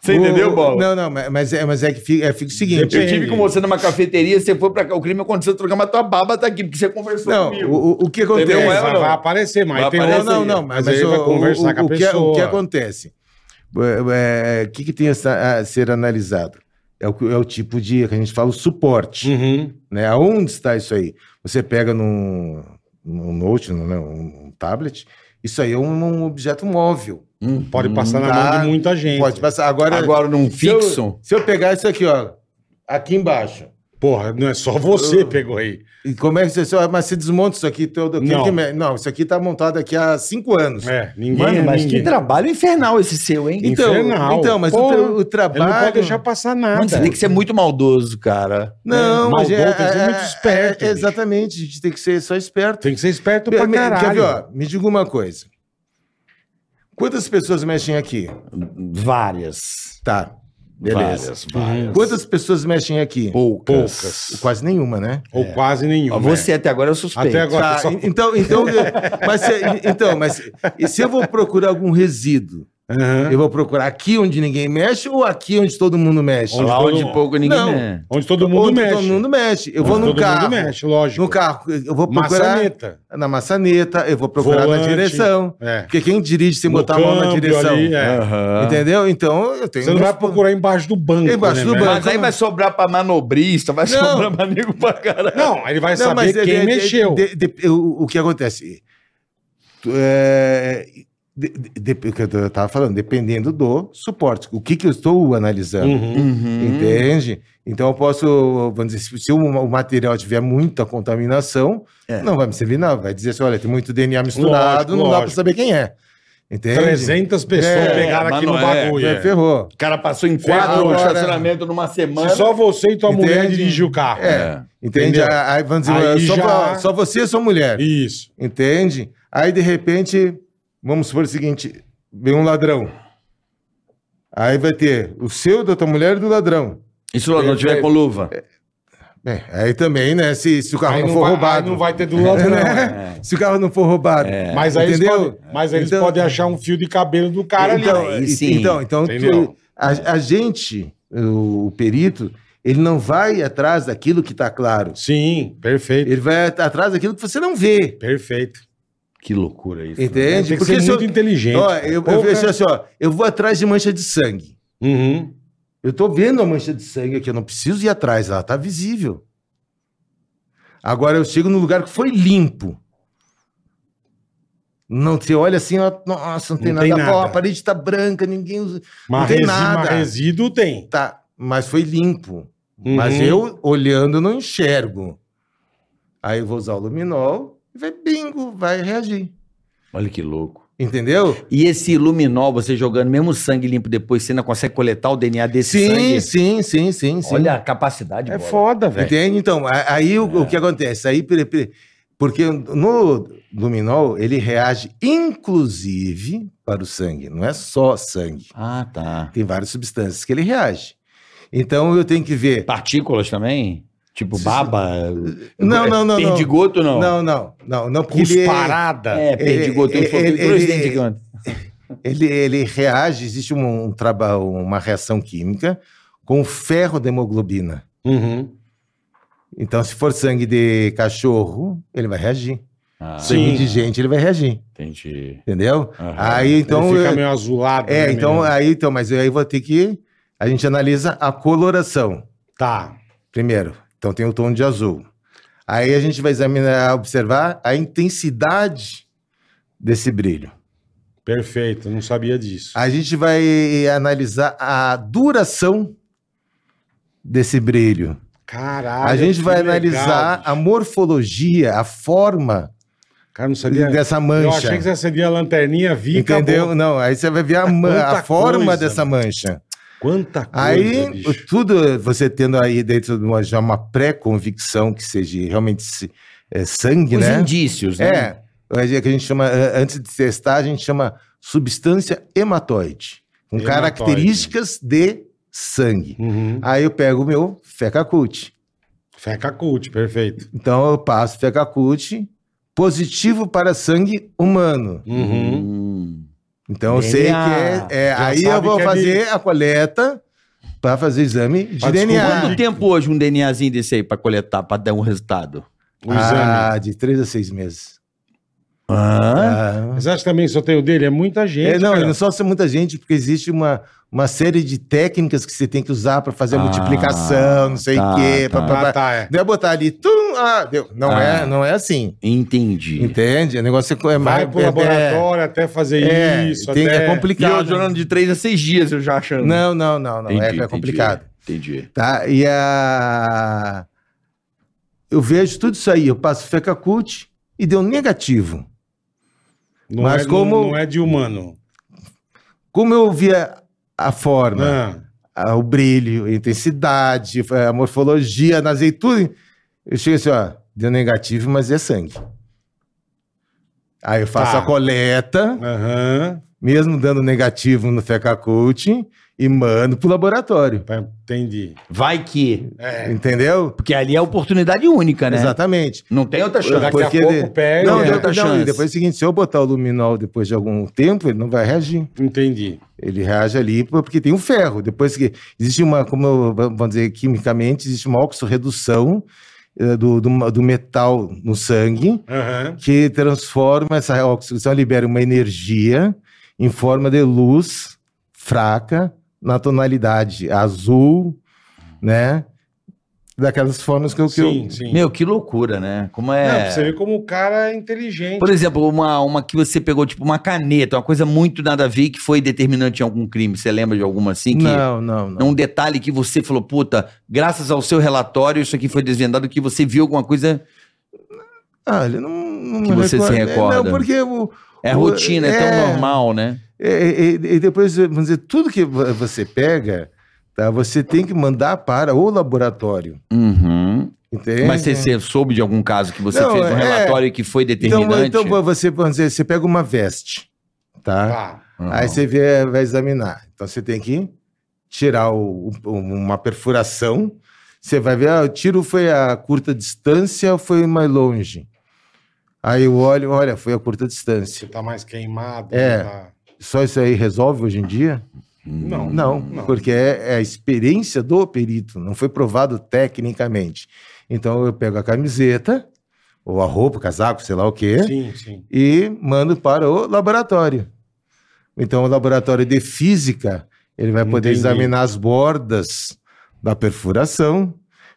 Você
O-
entendeu, Bola?
Não, não, mas- mas é, mas é que fica, é, fica o seguinte.
Eu tive com você numa cafeteria, você foi pra cá, o crime aconteceu, trocou, mas tua baba tá aqui, porque você conversou
Não,
comigo.
o, o- o que acontece?
Entendeu?
É,
é ou
vai,
não?
vai aparecer, mas
Vai
tem
aparecer.
Não,
outro-
não, não.
Mas,
Mas,
aí
o,
vai
o-
conversar
o-
com a
o que,
pessoa.
o que acontece? O é, que, que tem a, sa- a ser analisado? É o, que- é o tipo de, que a gente fala, o suporte.
Uhum.
Né? Aonde está isso aí? Você pega num, num note, num, né, um, um tablet, isso aí é um, um objeto móvel.
Hum.
Pode passar na
Tá.
mão de muita gente.
Pode passar. Agora,
Agora num
se eu-
fixo.
se eu pegar isso aqui, ó, aqui embaixo,
Porra, não é só você
Eu-
pegou aí.
E como é que você. só- Mas você desmonta isso aqui todo. aqui,
Não.
que me- não, isso aqui tá montado aqui há cinco anos.
É, ninguém
Mano, mas
ninguém.
que trabalho infernal esse seu, hein?
Então,
infernal.
então, mas o,
Porra,
tra- o
Ele não
trabalho.
pode deixar passar
Mano, você
nada.
tem que ser muito maldoso, cara.
Não,
Mal
mas é,
bom, tem que ser
é-
muito esperto,
é-
bicho.
exatamente, a gente tem que ser só esperto.
Tem que ser esperto
Me-
pra
me-
caralho.
Quer ver, ó? Me diga uma coisa. Quantas pessoas mexem aqui?
Várias.
Tá. Beleza.
Várias, várias.
Quantas pessoas mexem aqui?
Poucas.
Poucas.
Quase nenhuma, né?
Ou quase nenhum.
Ó, Você até agora é o suspeito.
Até agora.
Tá,
só-
en- então, então, mas, se- então, mas e se eu vou procurar algum resíduo,
é. Aham.
Eu vou procurar aqui onde ninguém mexe ou aqui onde todo mundo mexe?
Onde
Lá
todo
onde
mundo-
pouco ninguém...
Não.
é.
Onde todo mundo
Onde
mexe.
todo mundo mexe. Eu vou
Onde
no carro.
mexe, lógico.
No carro, eu vou procurar
Maçaneta.
na maçaneta, eu vou procurar
Volante.
na direção.
É.
Porque quem dirige sem
No
botar a mão na
câmbio
direção.
ali, é.
Aham.
Entendeu? Então eu tenho.
Você não vai procurar embaixo do banco. né,
Embaixo do
velho?
banco.
Mas aí vai sobrar pra manobrista, vai
Não.
sobrar pra nego pra caralho.
Não, ele vai
Não,
saber
mas
quem
de- de-
mexeu.
de- de- o, o que acontece? Tu- É, de- de- de- o que eu estava falando, dependendo do suporte. O que, que eu estou analisando?
Uhum.
Hum.
Entende? Então eu posso, vamos dizer, se- se o o material tiver muita contaminação,
É.
não vai me servir, não. Vai dizer assim: olha, tem muito DNA misturado,
Lógico,
não dá para
lógico.
saber quem é. Entende?
300 pessoas
É,
pegaram aqui
mas
no
não é.
bagulho.
Já
é.
ferrou.
O cara passou em
Ferrou,
quatro no
cara.
estacionamento numa semana.
Se só você e tua
Entende?
mulher dirigir o carro.
É. Entende?
Entendeu?
Aí, aí, vamos dizer,
Aí
só,
já-
pra- só você e sua mulher.
Isso.
Entende? Aí de repente, vamos supor o seguinte: vem um ladrão. Aí vai ter o seu, da tua mulher e do ladrão.
E se o ladrão tiver com luva?
Bem, aí também, né? Se, se o carro
Aí
não, for
vai,
roubado.
aí não vai ter do lado, não. é.
né? Se o carro não for roubado.
Mas aí, eles
Entendeu?
podem, mas aí eles
Então-
podem achar um fio de cabelo do cara
então,
ali. né?
aí
e-
sim.
então, então tu-
Entendeu?
a, a gente, o, o perito, ele não vai atrás daquilo que está claro.
Sim, perfeito.
Ele vai at- atrás daquilo que você não vê.
Perfeito.
Que loucura isso.
Entende?
Tem que
Porque
ser
se eu-
muito inteligente.
Ó,
cara.
eu, eu
Porra.
vejo assim, ó, eu vou atrás de mancha de sangue.
Uhum.
Eu tô vendo a mancha de sangue aqui, eu não preciso ir atrás, ela tá visível. Agora eu chego no lugar que foi limpo. Não, você olha assim, ó, nossa, não tem
Não
nada.
tem
Ó,
nada.
a parede tá branca, ninguém usa.
Mas,
Não tem
resi-
nada.
mas resíduo tem.
Tá, mas foi limpo.
Uhum.
Mas eu, olhando, não enxergo. Aí eu vou usar o luminol e vai, bingo, vai reagir.
Olha que louco.
Entendeu?
E esse luminol, você jogando mesmo sangue limpo depois, você ainda consegue coletar o DNA desse
Sim,
sangue?
sim, sim, sim, sim.
Olha a capacidade,
É
bola.
foda, velho.
Entende? Então, a- aí o,
É.
o que acontece? Aí, pre- pre- porque no luminol, ele reage inclusive para o sangue, não é só sangue.
Ah, tá.
Tem várias substâncias que ele reage. Então, eu tenho que ver.
Partículas também? Tipo
Sim, sim.
baba?
Não, não, não, não.
Perdigoto, não.
Não, não, não, não, porque ele,
Cusparada.
É, perdigoto.
Ele-
Ele, ele,
ele-
dois
ele-
dentes gigantes.
ele, ele reage, existe um, um traba- uma reação química com o ferro da hemoglobina.
Uhum.
Então, se for sangue de cachorro, ele vai reagir.
Ah,
Sangue
Sim. Ah,
de gente, ele vai reagir.
entendi.
Entendeu?
Aham.
Aí, então...
Ele fica
eu-
meio azulado.
É,
né,
então,
meio-
aí, então, mas eu aí vou ter que. A gente analisa a coloração.
Tá.
Primeiro, então tem o tom de azul. Aí a gente vai examinar, observar a intensidade desse brilho.
Perfeito, não sabia disso.
A gente vai analisar a duração desse brilho.
Caralho.
A gente
que
vai
legal,
analisar
bicho.
a morfologia, a forma
Cara, não sabia.
dessa mancha.
Tá Eu achei que você acendia a lanterninha, vi,
Entendeu?
acabou.
Não, aí você vai ver a, man-
Quanta
a forma
É coisa,
dessa mancha.
Quanta coisa,
Aí,
bicho.
tudo, você tendo aí dentro de uma, já uma pré-convicção que seja realmente se- é, sangue,
Os
né?
indícios, né?
É, é que a gente chama, é, antes de testar, a gente chama substância hematoide, com
Hematoide.
características de sangue.
Uhum.
Aí eu pego o meu fecacult.
Feca cult, perfeito.
Então eu passo fecacult positivo para sangue humano.
Uhum.
Hum.
Então eu sei que
DNA.
é, é,
Já
aí
sabe
eu vou
que é
fazer a coleta para fazer exame de
Pra
DNA.
Quanto tempo hoje um DNAzinho desse aí pra coletar, pra dar um resultado?
O exame.
Ah, de três a seis meses.
Hã?
Ah.
Mas acho que também só tem o dele, é muita gente.
É, não,
cara.
não só ser muita gente, porque existe uma, uma série de técnicas que você tem que usar para fazer a
Ah,
multiplicação, não sei o
tá,
quê.
tá.
Pá, pá,
Ah,
pá.
tá, é.
Não é botar ali, tum, ah, deu. Não,
Ah.
é, não é assim.
Entendi.
Entende? O negócio é mais.
Vai pro laboratório até fazer
É,
isso,
tem-
até...
é complicado.
de 3 a 6 dias, eu já achando.
Não, não, não, não. é-
Entendi,
é,
entendi.
complicado.
Entendi.
Tá? E a. Eu vejo tudo isso aí. Eu passo fecacult e deu negativo.
Não
Mas
é,
como-
Não, não é de humano.
Como eu via a forma.
Não.
ah, o brilho, a intensidade, a morfologia, analisei tudo. Eu chego assim, ó, deu negativo, mas é sangue. Aí eu faço
Tá.
a coleta,
Aham.
mesmo dando negativo no FecaCult, e mando pro laboratório.
Vai- Entendi.
Vai que.
É.
Entendeu?
Porque ali é oportunidade única, né?
Exatamente.
Não tem outra chance.
Daqui a
Porque
pouco
de-
perde.
Não,
é.
deu-
depois-
outra
não,
chance.
e depois é o seguinte, se eu botar o luminol depois de algum tempo, ele não vai reagir.
Entendi.
Ele reage ali porque tem um ferro. Depois que existe uma, como eu- vamos dizer, quimicamente, existe uma oxorredução eh, do, do, do metal no sangue,
Aham.
que transforma essa oxorredução, libera uma energia em forma de luz fraca na tonalidade azul, né? Daquelas formas que eu. Que
Sim,
eu
sim.
Meu, que loucura, né? Como é.
Não, pra você vê como o cara é inteligente.
Por exemplo, uma, uma que você pegou, tipo, uma caneta, uma coisa muito nada a ver que foi determinante em algum crime. Você lembra de alguma assim? Que
não, não, não.
Um detalhe que você falou, puta, graças ao seu relatório, isso aqui foi desvendado, que você viu alguma coisa.
Ah, ele não, não
Que você se
recorda.
recorda.
Não, porque o,
É
O-
rotina, é, tão
é.
normal, né?
E, e- e depois, vamos dizer, tudo que vo- você pega, tá, você tem que mandar para o laboratório.
Uhum.
Entende?
Mas você, você soube de algum caso que você
É. Não,
fez um
é.
relatório que foi
então,
determinante?
então, você, vamos dizer, você pega uma veste, tá?
Tá.
Uhum.
Aí você vê, vai examinar. Então você tem que tirar o- o- uma perfuração. Você vai ver, ah, o tiro foi a curta distância ou foi mais longe? Aí eu olho, olha, foi a curta distância.
Você tá mais queimado.
É.
tá-
Só isso aí resolve hoje em dia?
Não.
Não,
não.
porque é, é a experiência do perito, não foi provado tecnicamente. Então eu pego a camiseta, ou a roupa, o casaco, sei lá o quê,
Sim, sim.
e mando para o laboratório. Então o laboratório de física, ele vai poder
Entendi.
examinar as bordas da perfuração,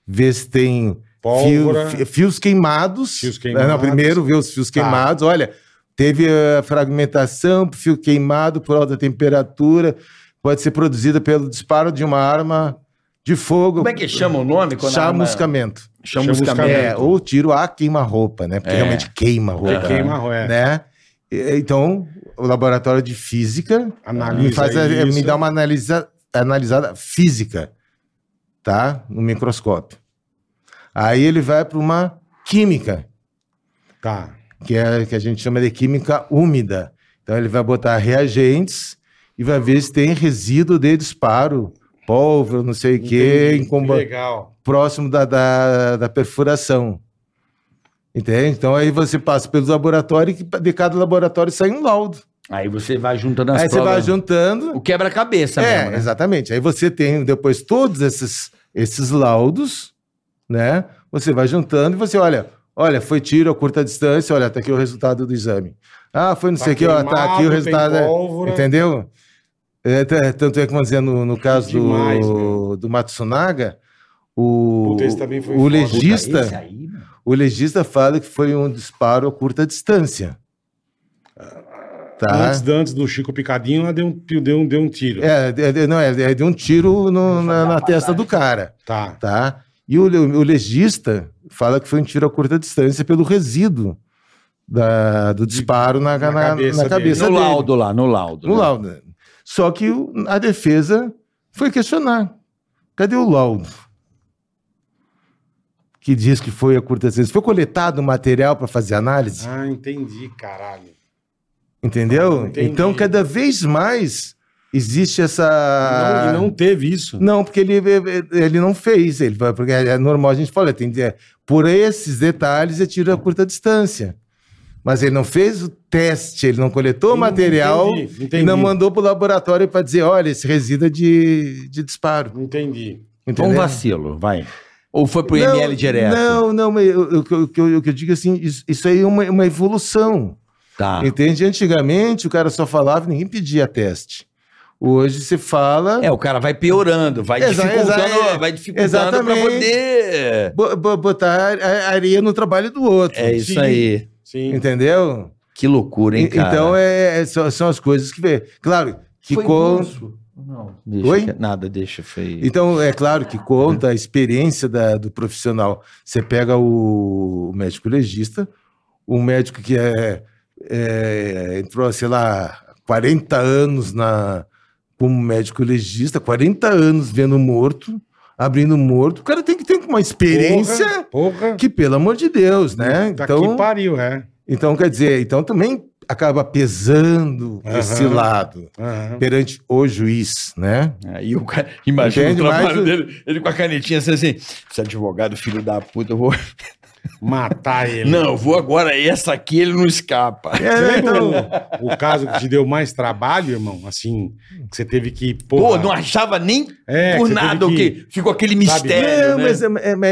ver se tem fio-
Pólvora.
fi- fios queimados.
Fios
Ah,
queimados.
Não, primeiro ver os fios
Tá.
queimados. Olha, teve eh, fragmentação, fio queimado por alta temperatura, pode ser produzida pelo disparo de uma arma de fogo.
Como é que chama o nome? quando a arma-
Chamuscamento.
Chamuscamento.
Chamuscamento.
É, ou tiro a queima-roupa, né? Porque
É.
realmente queima a roupa.
Porque queima, é.
Né? E- Então, o laboratório de física me,
Analisa
faz, a-
isso.
me dá uma analisa, analisada física, tá? No microscópio. Aí ele vai para uma química,
Tá.
que é que a gente chama de química úmida. Então ele vai botar reagentes e vai ver se tem resíduo de disparo, pólvora, não sei o quê,
Entendi,
em combate
legal.
próximo da, da, da perfuração. Entende? Então aí você passa pelos laboratórios e de cada laboratório sai um laudo.
Aí você vai juntando as
aí você vai
provas.
juntando.
O quebra-cabeça
é,
mesmo, né?
exatamente. Aí você tem depois todos esses, esses laudos, né? Você vai juntando e você olha, olha, foi tiro a curta distância, olha, tá aqui o resultado do exame. Ah, foi não sei o que, ó, tá aqui o resultado. é-
Entendi.
Entendeu? É, t- tanto é que, vamos dizer, no, no caso
Demais,
do, do Matsunaga, O,
Puta, esse também foi
o
foda.
legista,
Esse é- aí, mano.
o legista fala que foi um disparo a curta distância. Tá?
Antes, da- antes do Chico Picadinho, ela deu um, deu um, deu um tiro.
É, de, de- não, é, de- de um tiro no- na, na testa do cara,
Tá.
tá? E o, le- o legista fala que foi um tiro a curta distância pelo resíduo da- do disparo na, na,
na
na
cabeça
cabeça,
dele.
No
dele.
laudo lá, no laudo.
No
né?
laudo. Só que o- a defesa foi questionar. Cadê o laudo? Que diz que foi a curta distância. Foi coletado material para fazer análise?
Ah, entendi, caralho.
entendeu?
entendi.
Então, cada vez mais existe essa.
Não, e não teve isso.
Ah. Não, porque ele, eh, ele não fez. Ele, vai- porque é normal, a gente fala, tem, é, por esses detalhes é tiro a curta distância. Mas ele não fez o teste, ele não coletou o
Entendi,
material
entendi.
e não mandou pro laboratório para dizer, olha, esse resíduo é de, de disparo.
Entendi.
Foi um
Entendeu?
vacilo, vai. Ou foi pro
Não,
ML direto?
Não, não, mas eu- eu- o que eu, o que eu- o que eu digo assim, isso, isso aí é uma, uma evolução.
Tá.
Entende? Antigamente o cara só falava e ninguém pedia teste. Hoje você fala.
É, o cara vai piorando, vai
Exa-
dificultando,
exa- é.
vai dificultando
Exatamente.
pra poder.
bo- bo- botar a- a areia no trabalho do outro.
É isso
Sim.
aí.
Sim.
Entendeu?
Que loucura, hein,
E-
cara?
Então é, é- são, são as coisas que vê. Claro que conta.
Não, deixa
Oi?
que- Nada, deixa, feio.
Então é claro que conta a experiência da- do profissional. Você pega o, o médico legista, o médico que é, é, entrou, sei lá, 40 anos na como médico legista, 40 anos vendo morto, abrindo morto. O cara tem que ter uma experiência
Porra. porra.
que, pelo amor de Deus, né?
Tá que pariu, é.
Então, quer dizer, então também acaba pesando
Aham.
esse lado
Aham.
perante o juiz, né?
Aí É, o cara, imagina
Entende?
o trabalho
Mas-
dele, ele com a canetinha assim, assim, esse advogado, filho da puta, eu vou...
Matar ele.
Não, eu vou agora, essa aqui ele não escapa.
É,
Você
né,
lembra
então,
o, o caso que te deu mais trabalho, irmão? Assim, que você teve que.
Pô,
porra,
não achava nem
é,
por
que você teve
nada o
que-
que... Ficou aquele
Sabe?
mistério,
não,
né?
mas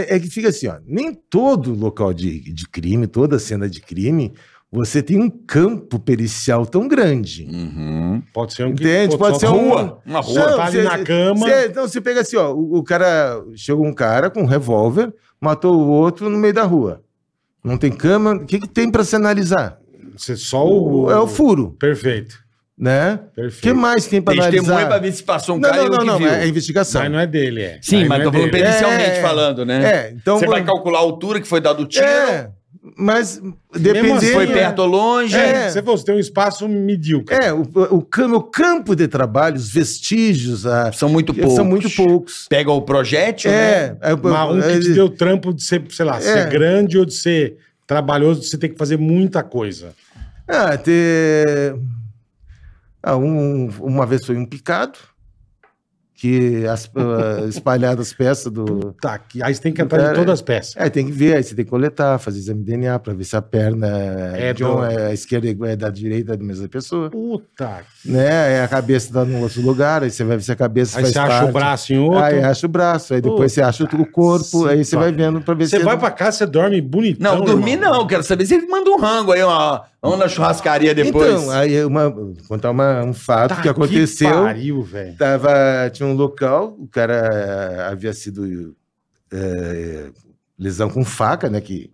é, é- é que fica assim, ó, nem todo local de, de crime, toda cena de crime, você tem um campo pericial tão grande.
Uhum.
Pode ser um que-
Entende? Pode ser
só-
um-
Rua.
Uma
Pô,
rua.
tá ali
cê-
na cama.
Cê- então você pega assim, ó, o, o cara chegou um cara com um revólver, matou o outro no meio da rua. Não tem cama, o que, que tem para se analisar?
Você só o.
é o furo,
Perfeito.
né? O que
Perfeito.
mais tem para
Testemunha
analisar?
pra ver se passou um
não,
cara
não,
e
não,
um que
não,
viu.
é a investigação.
Mas não é dele, é.
Sim,
Aí
mas tô
não
falando
dele.
pericialmente
É,
falando, né?
É, então.
Você vai calcular a altura que foi dado o tiro,
É, mas
Mesmo
dependendo.
assim,
foi
é.
perto ou longe.
É,
É.
você falou, você tem um espaço medíocre.
É, o, o, cam- o campo de trabalho, os vestígios, a-
São muito poucos.
são muito poucos.
Pega o projétil, né?
É, é,
Mas um que te deu trampo de ser, sei lá, ser grande ou de ser trabalhoso, de você ter que fazer muita coisa.
ah, ter- ah, um- uma vez foi um picado que as, ah, espalharam as peças do.
Tá, que, aí você tem que entrar de
Cara,
todas as peças.
Aí tem que ver, aí você tem que coletar, fazer exame de DNA para ver se a perna é,
É
de um,
do-
é a esquerda igual é da direita é da mesma pessoa.
Puta.
né? Aí a cabeça tá num outro lugar, aí você vai ver se a cabeça
Aí
faz
você acha
parte.
o braço em outro.
Aí acha o braço, aí depois você acha o corpo, aí você vai vendo pra ver
você
se... é um
vai pra casa, você dorme bonitão.
Não,
Então,
dormir
irmão.
não. Quero saber se ele manda um rango aí, ó. Vamos na churrascaria depois.
Então, aí é uma, vou contar uma- um fato
Tá
que aconteceu.
pariu, velho.
Tava, tinha um local, o cara eh, havia sido é, lesão com faca, né? Que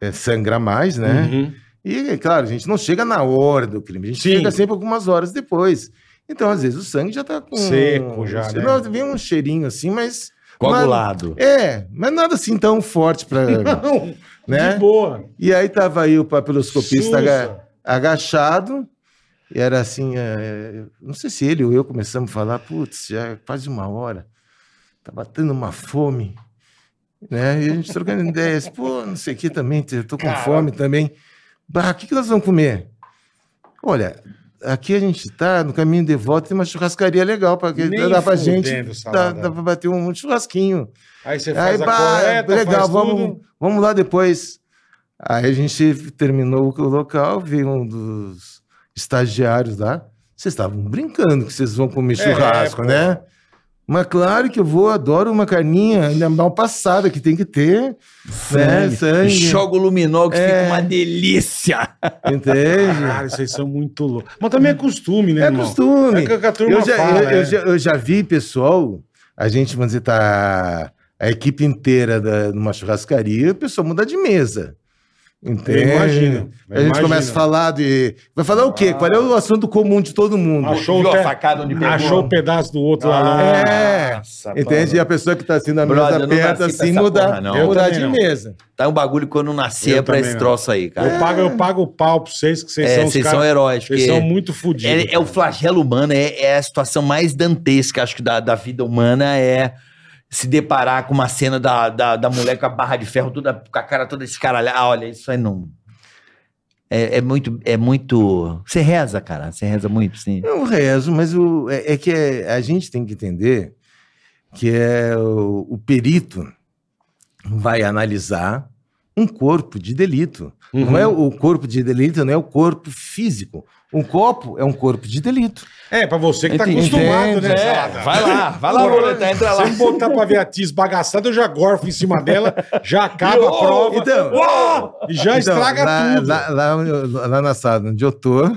é, sangra mais, né?
Uhum.
E, claro, a gente não chega na hora do crime, a gente
Sim.
chega sempre algumas horas depois. Então, às vezes, o sangue já tá com.
Seco já, né?
Não, Vem um cheirinho assim, mas.
Coagulado.
É, mas nada assim tão forte pra.
Não, de
né?
boa.
E aí tava aí o papiloscopista aga-
Sussa.
agachado, e era assim, é, não sei se ele ou eu começamos a falar, putz, já é quase uma hora, tá batendo uma fome, né? E a gente trocando ideias, pô, não sei o que também, eu tô com fome também. Bah, o que, que nós vamos comer? Olha, aqui a gente tá no caminho de volta, tem uma churrascaria legal, pra, que
Nem
dá pra gente,
fudendo,
dá,
salada.
dá pra bater um, churrasquinho.
Aí você
Aí,
faz a
bah,
coleta,
legal,
faz
vamos,
tudo.
vamos lá depois. Aí a gente terminou o local, veio um dos estagiários lá. Vocês estavam brincando que vocês vão comer
É,
churrasco,
pô.
né? Mas claro que eu vou, adoro uma carninha, ainda mal passada que tem que ter, né? Sangue,
É, Joga o luminol que
É.
fica uma delícia.
entende?
Caralho, vocês são muito loucos. Mas também é costume, né,
É
irmão?
costume.
É que a turma
Eu já,
fala,
eu, eu
é.
já, eu já vi pessoal, a gente, vamos dizer, tá a equipe inteira da- numa churrascaria, a pessoa muda de mesa.
Eu
Entende?
imagino. eu
É. A gente
imagino.
começa a falar de. Vai falar o quê?
Ah.
Qual é o assunto comum de todo mundo?
Achou,
Viu
o
a
te-
facada onde pegou? Ah,
achou o pedaço do outro lá lá.
Ah, É.
Nossa,
Entende? E a
mano.
pessoa que tá assim na
Brother, eu
mesa
não
aperta
nasci pra
assim,
essa
muda,
porra, não.
Eu
mudar
também
de
não.
mesa.
Tá um bagulho quando eu nasci
Eu
é pra
também
esse
não.
troço aí, cara.
Eu pago, eu pago o pau pra vocês, que vocês
É,
são os
vocês
caras-
são heróis,
Vocês
é
porque-
são muito fodidos.
É, é o flagelo humano, é, é a situação mais dantesca, acho que, da, da vida humana é se deparar com uma cena da, da, da mulher com a barra de ferro, toda, com a cara toda escaralhada. Ah, olha, isso aí não. É, é muito. É muito. Você reza, cara. Você reza muito, sim.
Eu rezo, mas o, é, é que é- a gente tem que entender que é o, o perito vai analisar um corpo de delito.
Uhum.
Não é o corpo de delito, não é o corpo físico. Um corpo é um corpo de delito.
É, pra você que tá
Entendi.
acostumado, né?
Entende, é.
Salada?
Vai lá, vai lá,
Porra,
Loreta, entra
Se
lá.
eu me botar pra ver a tia esbagaçada, eu já gorfo em cima dela, já acaba a prova
Então,
e já
Então,
estraga
lá,
tudo.
Lá, lá onde eu- lá na sala onde eu tô,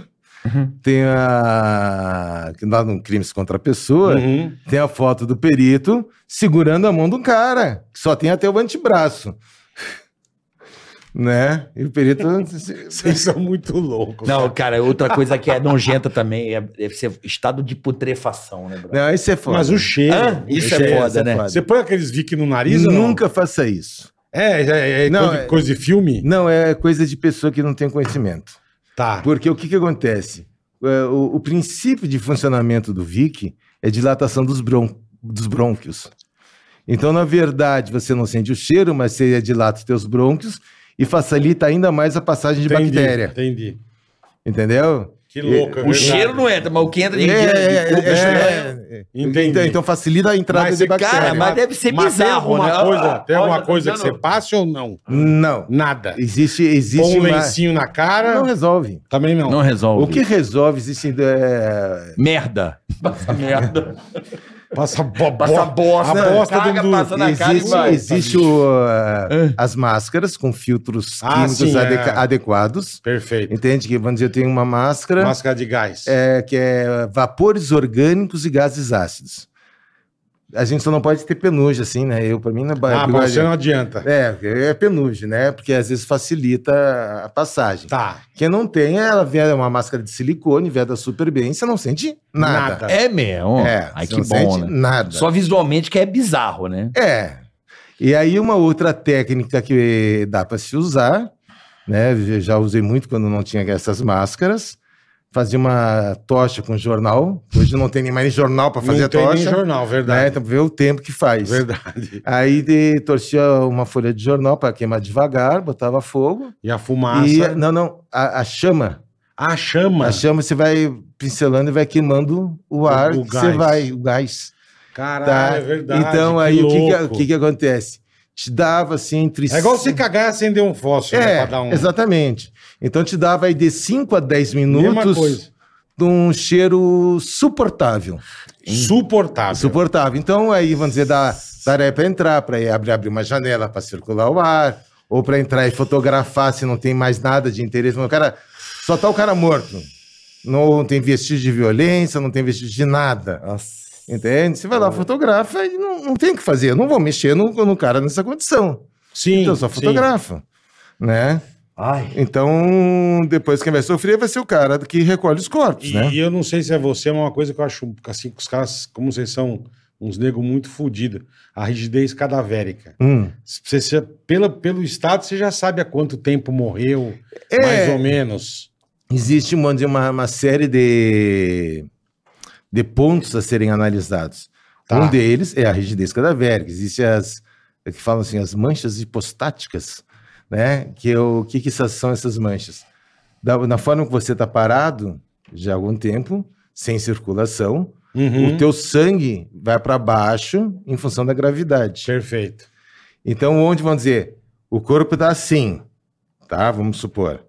tem a. que Lá no Crimes contra a Pessoa,
Uhum.
tem a foto do perito segurando a mão do cara, que só tem até o antebraço. Né? E o perito.
Vocês são muito loucos.
Não, cara, outra coisa que é nojenta também é deve ser estado de putrefação, né, brother?
Não, isso é foda.
Mas o cheiro.
Ah, isso é
Isso é
foda, né?
foda.
Você põe aqueles Vick no nariz ou não?
Nunca faça isso.
É, é, é
Não,
coisa, de-
é-
coisa de filme?
Não, é coisa de pessoa que não tem conhecimento.
Tá.
Porque o que, que acontece? É, O, o princípio de funcionamento do VIC é dilatação dos, bron- dos brônquios. Então, na verdade, você não sente o cheiro, mas você dilata os teus brônquios e facilita ainda mais a passagem de
entendi,
bactéria.
Entendi.
Entendeu?
Que louco, é
O
verdade.
cheiro não entra, mas o que entra de,
É, é,
de, de,
é,
é.
é.
Entendi.
Então, então facilita a entrada
Mas
de
você- cara,
bactéria.
Cara, mas deve ser
Mas
é bizarro,
tem alguma
né?
coisa, tem
Olha,
alguma
tá
coisa que
vendo?
você passe ou não?
Não.
Nada.
Existe,
Põe
existe
um
uma-
lencinho na cara,
Não resolve.
também não.
Não resolve.
O que resolve existe é,
Merda. Passa merda.
Passa, bo
Passa
bo-
bosta.
a bosta
caga,
do- do-
passa na cara e
existe,
vai.
existe o, ah, as máscaras com filtros
Ah,
químicos
sim, é.
adequa- adequados.
Perfeito.
Entende? Que, vamos dizer, eu tenho uma máscara
Máscara de gás.
é, que é vapores orgânicos e gases ácidos. A gente só não pode ter penugem, assim, né? Eu, pra mim, não é... ba-
ah,
eu-
pra você não adianta.
É, é penugem, né? Porque às vezes facilita a passagem.
Tá.
Quem não tem, ela vem é uma máscara de silicone, veda super bem, você não sente nada.
Nada.
É mesmo.
É,
Ai,
você
que
não
bom,
sente
né?
nada.
Só visualmente que é bizarro, né?
É. E aí uma outra técnica que dá para se usar, né? eu Já usei muito quando não tinha essas máscaras. Fazia uma tocha com jornal. Hoje não tem nem mais jornal para fazer
não
a
tem nem
tocha.
jornal,
Né?
verdade.
Então vê o tempo que faz.
Verdade.
Aí de, torcia uma folha de jornal para queimar devagar, botava fogo.
E a fumaça.
E não, não, a, a chama.
A chama.
A chama você vai pincelando e vai queimando o ar.
o
que você
gás.
vai, o gás.
Caralho,
Tá?
é verdade.
então,
que
aí o que que,
louco.
o que que acontece? Te dava assim entre.
É igual você cagar e acender um fósforo, né,
É,
pra dar um...
exatamente. Então te dava aí de 5 a 10
Mesma
minutos
coisa.
de um cheiro suportável.
Suportável.
Suportável. Então aí, vamos dizer, dá, daria para entrar, para abrir, abrir uma janela para circular o ar, ou para entrar e fotografar se não tem mais nada de interesse. O cara, só tá o cara morto. Não tem vestígio de violência, não tem vestígio de nada. Entende? Você vai lá, fotografa e não, não tem o que fazer. Eu não vou mexer no, no cara nessa condição.
Sim,
Então, eu só
sim.
fotografa. Né?
Ai.
Então, depois quem vai sofrer vai ser o cara que recolhe os corpos,
E
né?
eu não sei se é você, mas uma coisa que eu acho assim, que os caras, como vocês são uns negros muito fodidos, a rigidez cadavérica.
Hum.
Você, você, pela, pelo estado, você já sabe há quanto tempo morreu,
É,
mais ou menos.
existe uma, de uma, uma série de, de pontos a serem analisados.
Tá.
Um deles é a rigidez cadavérica. Existem as, é que falam assim, as manchas hipostáticas, né? Que o que, que essas- são essas manchas? Da, na forma que você está parado, já há algum tempo, sem circulação,
Uhum.
o teu sangue vai para baixo em função da gravidade.
Perfeito.
Então, onde vão dizer? O corpo está assim, tá? Vamos supor.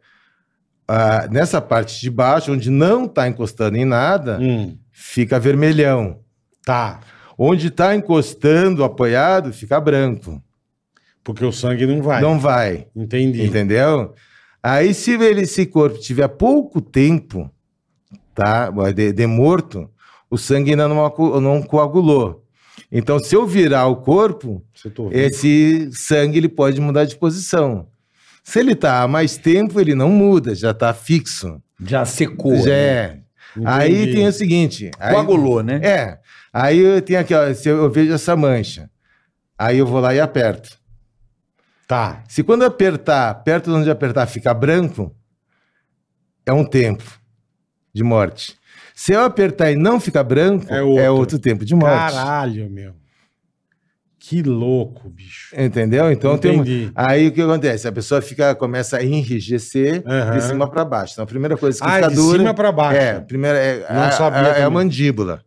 Ah, nessa parte de baixo, onde não está encostando em nada,
Hum,
fica vermelhão.
Tá.
Onde está encostando, apoiado, fica branco.
Porque o sangue não vai.
Não vai,
Entendi.
entendeu? Aí, se ele- esse corpo tiver pouco tempo, tá? De, de morto, o sangue ainda não, acu- não coagulou. Então, se eu virar o corpo,
Você tô
É,
ouvindo.
esse sangue ele pode mudar de posição. Se ele tá há mais tempo, ele não muda, já tá fixo.
Já secou.
já
né?
é. Aí
Entendi.
tem o seguinte. aí-
Coagulou, né?
É. Aí eu tenho aqui, ó, se eu eu vejo essa mancha. Aí eu vou lá e aperto.
Tá.
Se quando apertar, perto de onde apertar fica branco, é um tempo de morte. Se eu apertar e não ficar branco,
É
é
outro.
outro, tempo de morte.
Caralho, meu. Que louco, bicho.
Entendeu? Então tem uma-
Entendi.
Aí o que acontece? A pessoa fica, começa a enrijecer
Aham.
de cima para baixo. Então a primeira coisa que
Ah,
fica
de
dura
cima pra baixo.
é, primeira é,
Não
a,
sabia
a- é a
também.
mandíbula.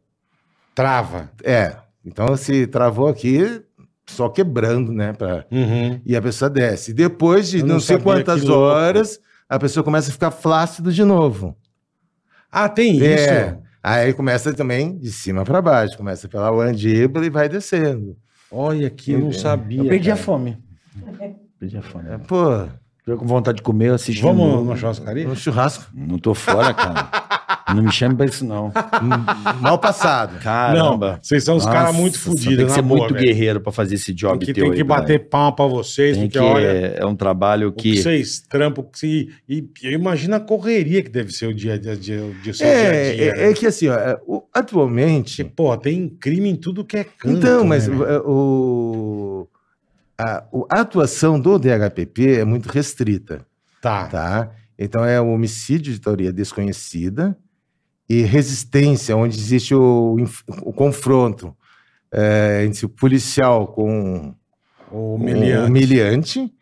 Trava.
É. Então se travou aqui, só quebrando, né, pra-
Uhum.
E a pessoa desce. E Depois de
Eu
não,
não
sei
sabia, que
quantas
louco.
horas, a pessoa começa a ficar flácido de novo.
Ah, tem
É.
isso?
Aí começa também de cima para baixo, começa pela mandíbula e vai descendo.
Olha aqui, eu não sabia.
Eu perdi a
cara.
fome. Perdi a fome.
É, Pô,
Fiquei com vontade de comer, eu assisti.
Vamos
um-
na churrascaria?
um churrasco
Não tô fora, cara. não me chame pra isso, não.
mal passado.
Caramba.
Não, vocês são os
Nossa,
caras muito fudidos,
Tem que
na
ser
boa,
muito
velho.
guerreiro pra fazer esse job
Que
teu
tem que
aí,
bater palma pra vocês,
velho. Tem
porque
que
olha,
é um trabalho
o que
que...
vocês trampam. o que se- E eu imagino a correria que deve ser o dia a dia, dia- o dia- o seu
É,
dia a dia.
é,
né?
é que assim, ó, é, o-
Porque,
atualmente.
porra, tem crime em tudo que é canto.
Então, mas
né,
o-
velho?
é, o, a, o- a atuação do DHPP é muito restrita,
Tá.
tá? Então é o homicídio de teoria desconhecida e resistência, onde existe o, inf- o confronto é, entre o policial com um,
O
humilhante.
humilhante.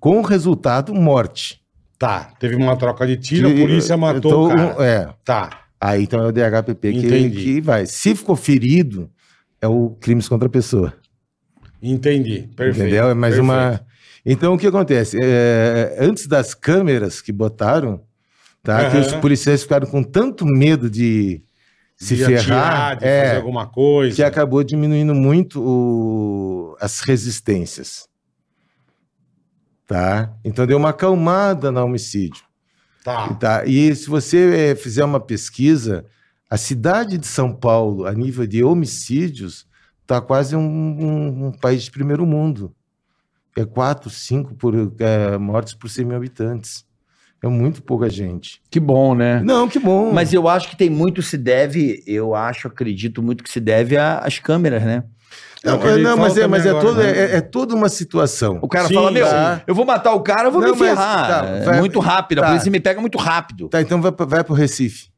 com resultado morte.
Tá. Teve uma troca de tiro, a polícia matou o
Então,
cara.
É,
Tá.
aí então é o DHPP que,
Entendi.
que vai. Se ficou ferido, é o crimes contra a pessoa.
Entendi. Perfeito.
entendeu? É mais
perfeito.
uma... Então o que acontece? É, antes das câmeras que botaram, tá? Que
Aham.
os policiais ficaram com tanto medo de se
De
ferrar,
atirar, de
é,
fazer alguma coisa.
que acabou diminuindo muito o- as resistências. Tá? Então deu uma acalmada no homicídio.
Tá.
Tá, E se você eh, fizer uma pesquisa, a cidade de São Paulo, a nível de homicídios, está quase um, um- um país de primeiro mundo. É quatro, cinco por, eh, mortes por 100 mil habitantes. É muito pouca gente.
Que bom, né?
Não, que bom.
Mas eu acho que tem muito se deve, eu acho, acredito muito que se deve a- às câmeras, né?
É
não,
o que a gente
não, mas,
fala
é, mas é,
também agora,
todo-
né?
é- é toda uma situação.
O cara
Sim,
fala, meu,
tá.
eu vou matar o cara, eu vou
Não,
me
mas,
ferrar.
tá,
É
vai-
muito rápido, a
tá.
polícia me pega muito rápido.
Tá, então vai, pra- vai pro Recife.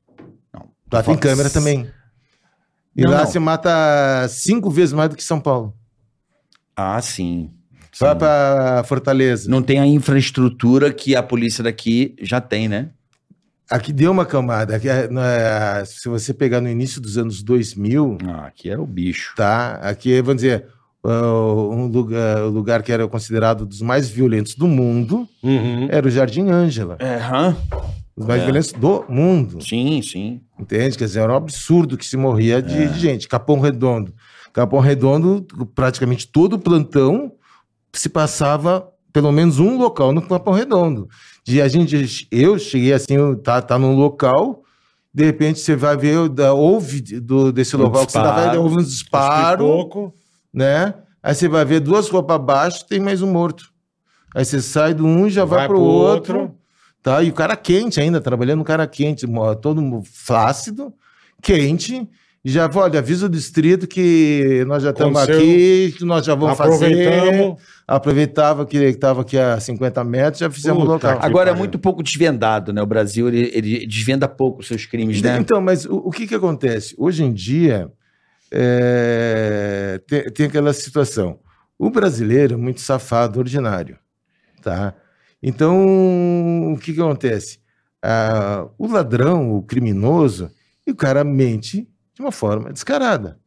Não.
Lá tem
Fox.
câmera também. E
Não,
lá
não.
se mata cinco vezes mais do que São Paulo.
Ah, sim. Sim.
Vai pra Fortaleza.
Não tem a infraestrutura que a polícia daqui já tem, né?
Aqui deu uma camada. Aqui, é, na- se você pegar no início dos anos 2000,
Ah, aqui era o bicho.
tá? Aqui, vamos dizer, uh, um lugar, o lugar que era considerado dos mais violentos do mundo
Uhum.
era o Jardim Ângela.
É, hã?
Os mais
É.
violentos do mundo,
sim, sim.
entende? Quer dizer, era um absurdo que se morria de, de gente. Capão Redondo. Capão Redondo, praticamente todo o plantão se passava pelo menos um local no Capão Redondo. De a gente, eu cheguei assim, eu tá, tá num local, de repente você vai ver, eu da- ouve de- do, desse
Um
local que você
disparo,
tava, ouve um disparo,
Pouco.
né? Aí você vai ver duas roupas abaixo, tem mais um morto. Aí você sai do um, já vai,
Vai
pro,
pro
outro,
outro.
tá? E o cara quente ainda, trabalhando, o cara quente, mo- todo mu- flácido, quente. e Já, olha, avisa o distrito que nós já estamos
Aconteceu.
aqui, que nós já vamos fazer
Aproveitamos.
aproveitava que estava aqui a 50 metros, já fizemos
Puta
o local.
que
Agora é
pariu.
muito pouco desvendado, né? O Brasil, ele, ele desvenda pouco os seus crimes, né?
Então, mas o, o que que acontece? Hoje em dia, é, tem, tem aquela situação. O brasileiro é muito safado, ordinário, tá? Então, o que que acontece? Ah, o ladrão, o criminoso, e o cara mente de uma forma descarada.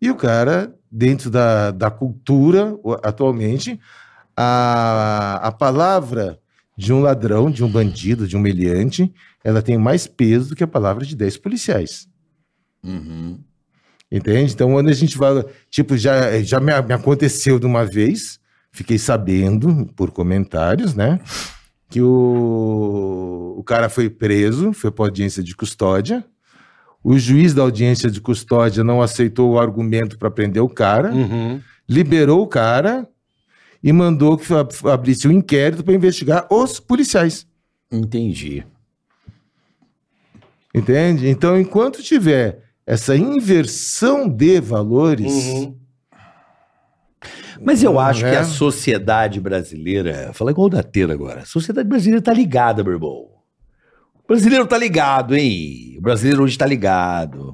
E o cara, dentro da, da cultura, o- atualmente, a, a palavra de um ladrão, de um bandido, de um meliante, ela tem mais peso do que a palavra de 10 policiais.
Uhum.
Entende? Então, quando a gente vai. Tipo, já, já me, me aconteceu de uma vez, fiquei sabendo por comentários, né? Que o, o cara foi preso, foi para audiência de custódia. O juiz da audiência de custódia não aceitou o argumento para prender o cara,
Uhum.
liberou o cara e mandou que ab- abrisse um inquérito para investigar os policiais.
Entendi.
Entende? Então, enquanto tiver essa inversão de valores,
Uhum.
Tá
Mas eu acho
É.
que a sociedade brasileira. Fala igual o Dateiro agora. A sociedade brasileira tá ligada, meu irmão. O brasileiro tá ligado, hein? O brasileiro hoje tá ligado.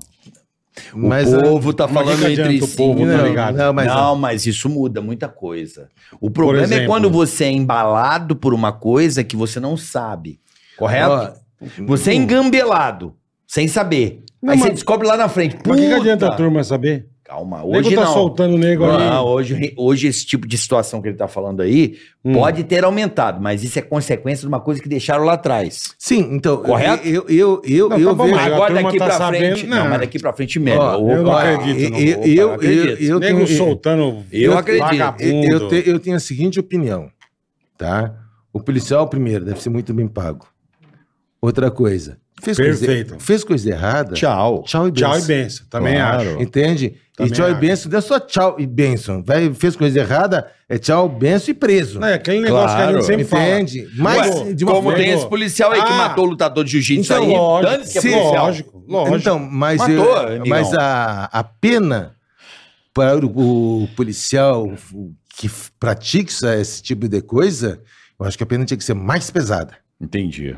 O
mas a-
povo tá
mas que
falando
que
entre
adianta o
si.
povo tá
não,
ligado?
não, mas
não, mas isso muda muita coisa. O problema é
exemplo.
quando você é embalado por uma coisa que você não sabe. Correto?
Ó,
você é engambelado, sem saber.
Não,
Aí
mas-
você descobre lá na frente.
Mas o que, que adianta
Puta!
a turma saber?
Calma,
O nego
hoje
tá
não.
soltando o nego
Não,
ali.
hoje, hoje esse tipo de situação que ele tá falando aí
Hum.
pode ter aumentado, mas isso é consequência de uma coisa que deixaram lá atrás.
Sim, então.
Correto?
Eu, eu, eu,
Não,
eu
tá bom,
vejo-
mas a
Agora
turma
daqui
tá
pra
sabendo-
frente. Não,
não.
mas daqui pra frente melhor.
Ó,
eu não
Opa.
acredito, não.
Eu,
Opa,
eu, eu,
acredito.
eu,
nego
tenho-
soltando.
Eu acredito.
Vagabundo.
eu, eu te- eu tenho a seguinte opinião, tá? O policial, primeiro, deve ser muito bem pago. Outra coisa, fez,
Perfeito.
coisa, fez coisa errada,
Tchau.
tchau e
Tchau e
benção.
benção. Também
Claro.
acho.
Entende?
Também
e tchau
acho.
e benção, não é só tchau e benção. Vai, fez coisa errada, é tchau, benção e preso.
Não, é aquele negócio que a
Claro.
gente sempre fala.
Entende? Mas,
Ué,
de uma
Como
forma-
tem
Nego.
esse policial aí que
Ah.
matou o lutador de jiu-jitsu
Então,
aí?
lógico,
Dane-se que é
sim,
policial.
lógico, lógico.
Então, mas,
Matou,
eu-
amigão.
mas a, a pena para o, o policial que f- pratica esse tipo de coisa, eu acho que a pena tinha que ser mais pesada.
Entendi.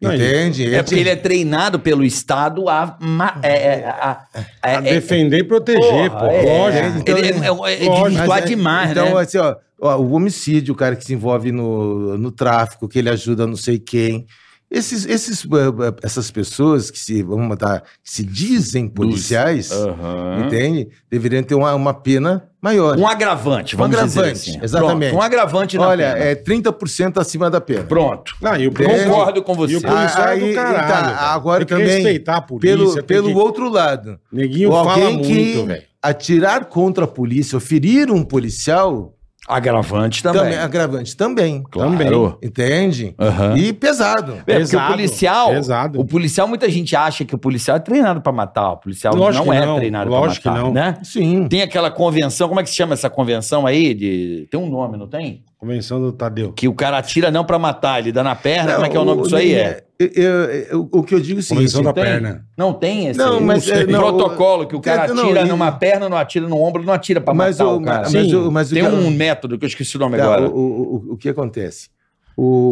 Não,
entende?
É porque ele é treinado pelo Estado a. ma- é- é- a- é-
A defender e proteger,
Porra,
pô.
é.
Lógico.
Então,
ele é, é, é de
lógico,
Mas
virtuar
é-
demais,
então,
né?
assim, ó, ó, o homicídio, o cara que se envolve no, no tráfico, que ele ajuda não sei quem. Esses, esses, eh, eh, essas pessoas que se, vamos botar, que se dizem policiais,
Aham.
entende? Deveriam ter uma, uma pena maior.
Um agravante, vamos
Um
dizer
agravante,
assim.
exatamente.
Pronto, um agravante na
Olha,
pena.
é 30% acima da pena.
Pronto.
Não, e o
Entende?
policial-
Concordo com você.
E o policial é
Aí,
do caralho.
tá,
velho.
agora
tem que
também,
respeitar a polícia.
Pelo,
tem
pelo
que-
outro lado,
Neguinho fala
alguém
muito,
que
velho.
atirar contra a polícia ou ferir um policial
Agravante também.
também, agravante também.
Claro.
Entende?
Aham.
E pesado.
É, porque o
Pesado,
policial,
pesado.
o policial, muita gente acha que o policial é treinado pra matar, o policial
Lógico
não
que
é
não,
treinado
lógico
pra
que
matar,
não.
né?
Sim.
Tem aquela convenção, como é que se chama essa convenção aí? De, tem um nome, não tem?
Convenção do Tadeu.
Que o cara atira não pra matar, ele dá na perna,
Não,
como é que é o nome disso aí? É?
eu- eu- eu- o que eu digo é o seguinte.
Convenção da
tem?
perna.
Não tem esse
Não, mas,
esse
é, não,
protocolo que o cara
tem- não,
atira
e-
numa perna, não atira no ombro, não atira pra
Mas
matar o,
o-
cara.
mas Sim. o- mas o
tem
cara-
um método que eu esqueci o nome
Tá,
agora.
o, o, o- o que acontece?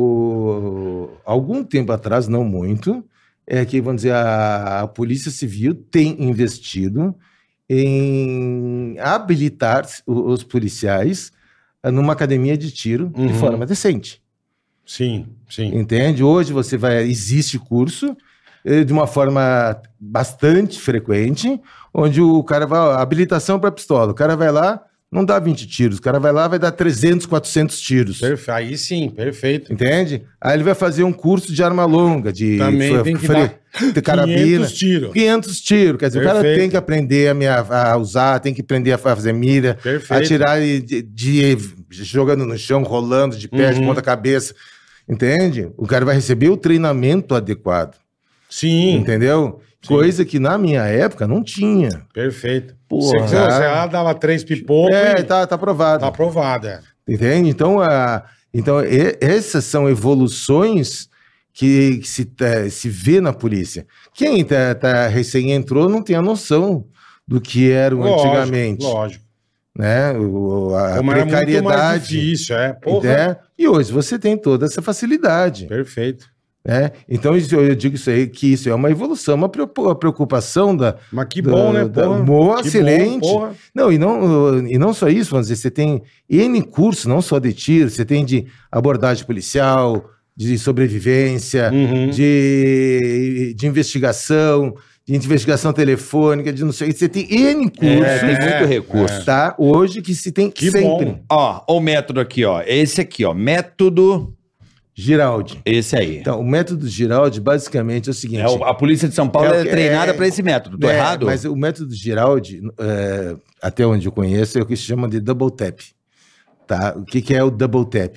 O, algum tempo atrás, não muito, é que, vamos dizer, a, a Polícia Civil tem investido em habilitar o- os policiais ah, numa academia de tiro
Uhum.
de forma decente.
Sim, sim.
Entende? Hoje você vai. Existe curso eh, de uma forma bastante frequente, onde o cara vai. ó, Habilitação para pistola. O cara vai lá, não dá 20 tiros. O cara vai lá, vai dar 300, 400 tiros.
Perfe- Aí sim, perfeito.
Entende? Aí ele vai fazer um curso de arma longa, de,
Também
fre-
tem que
fre- de carabina.
500 tiros.
500 tiros. Quer dizer, o cara
Perfeito.
tem que aprender a, me- a- a usar, tem que aprender a fazer mira,
Perfeito.
atirar e de, de- jogando no chão, rolando de pé, de
Uhum.
ponta cabeça. Entende? O cara vai receber o treinamento adequado.
Sim,
Entendeu? Coisa que na minha época não tinha.
perfeito.
Porra.
você, você lá dava três pipocos
é,
é, tá, é.
tá, tá aprovado.
aprovada.
Entende? Então, a, então e- essas são evoluções que, que se, tá- se vê na polícia. Quem tá, tá- recém entrou não tem a noção do que era o
Lógico,
antigamente.
Lógico.
Né? O, a
Como era muito mais
precariedade.
difícil, é. Porra.
né? E hoje você tem toda essa facilidade.
Perfeito.
Né? Então, isso- eu digo isso aí, que isso é uma evolução, uma preocu- preocupação da.
Mas que bom,
da-
né?
da-
Porra.
boa,
Que
excelente.
bom, porra.
Não, e não, uh, e não só isso, vamos dizer, você tem N cursos, não só de tiro, você tem de abordagem policial, de sobrevivência,
Uhum.
de, de investigação, de investigação telefônica, de não sei, você tem N
É, tem
cursos,
né?
muito recurso.
tá? Hoje que se tem
Que
sempre.
bom.
Ó, ó o método aqui, ó. É Esse aqui, ó. Método.
Giraldi.
Esse aí.
Então, o método Giraldi basicamente é o seguinte.
É, o- a polícia de São Paulo
É
é,
o que-
treinada
é-
pra esse método. Tô
É,
errado?
Mas o método Giraldi, é, até onde eu conheço, é o que se chama de double tap. Tá? O que, que é o double tap?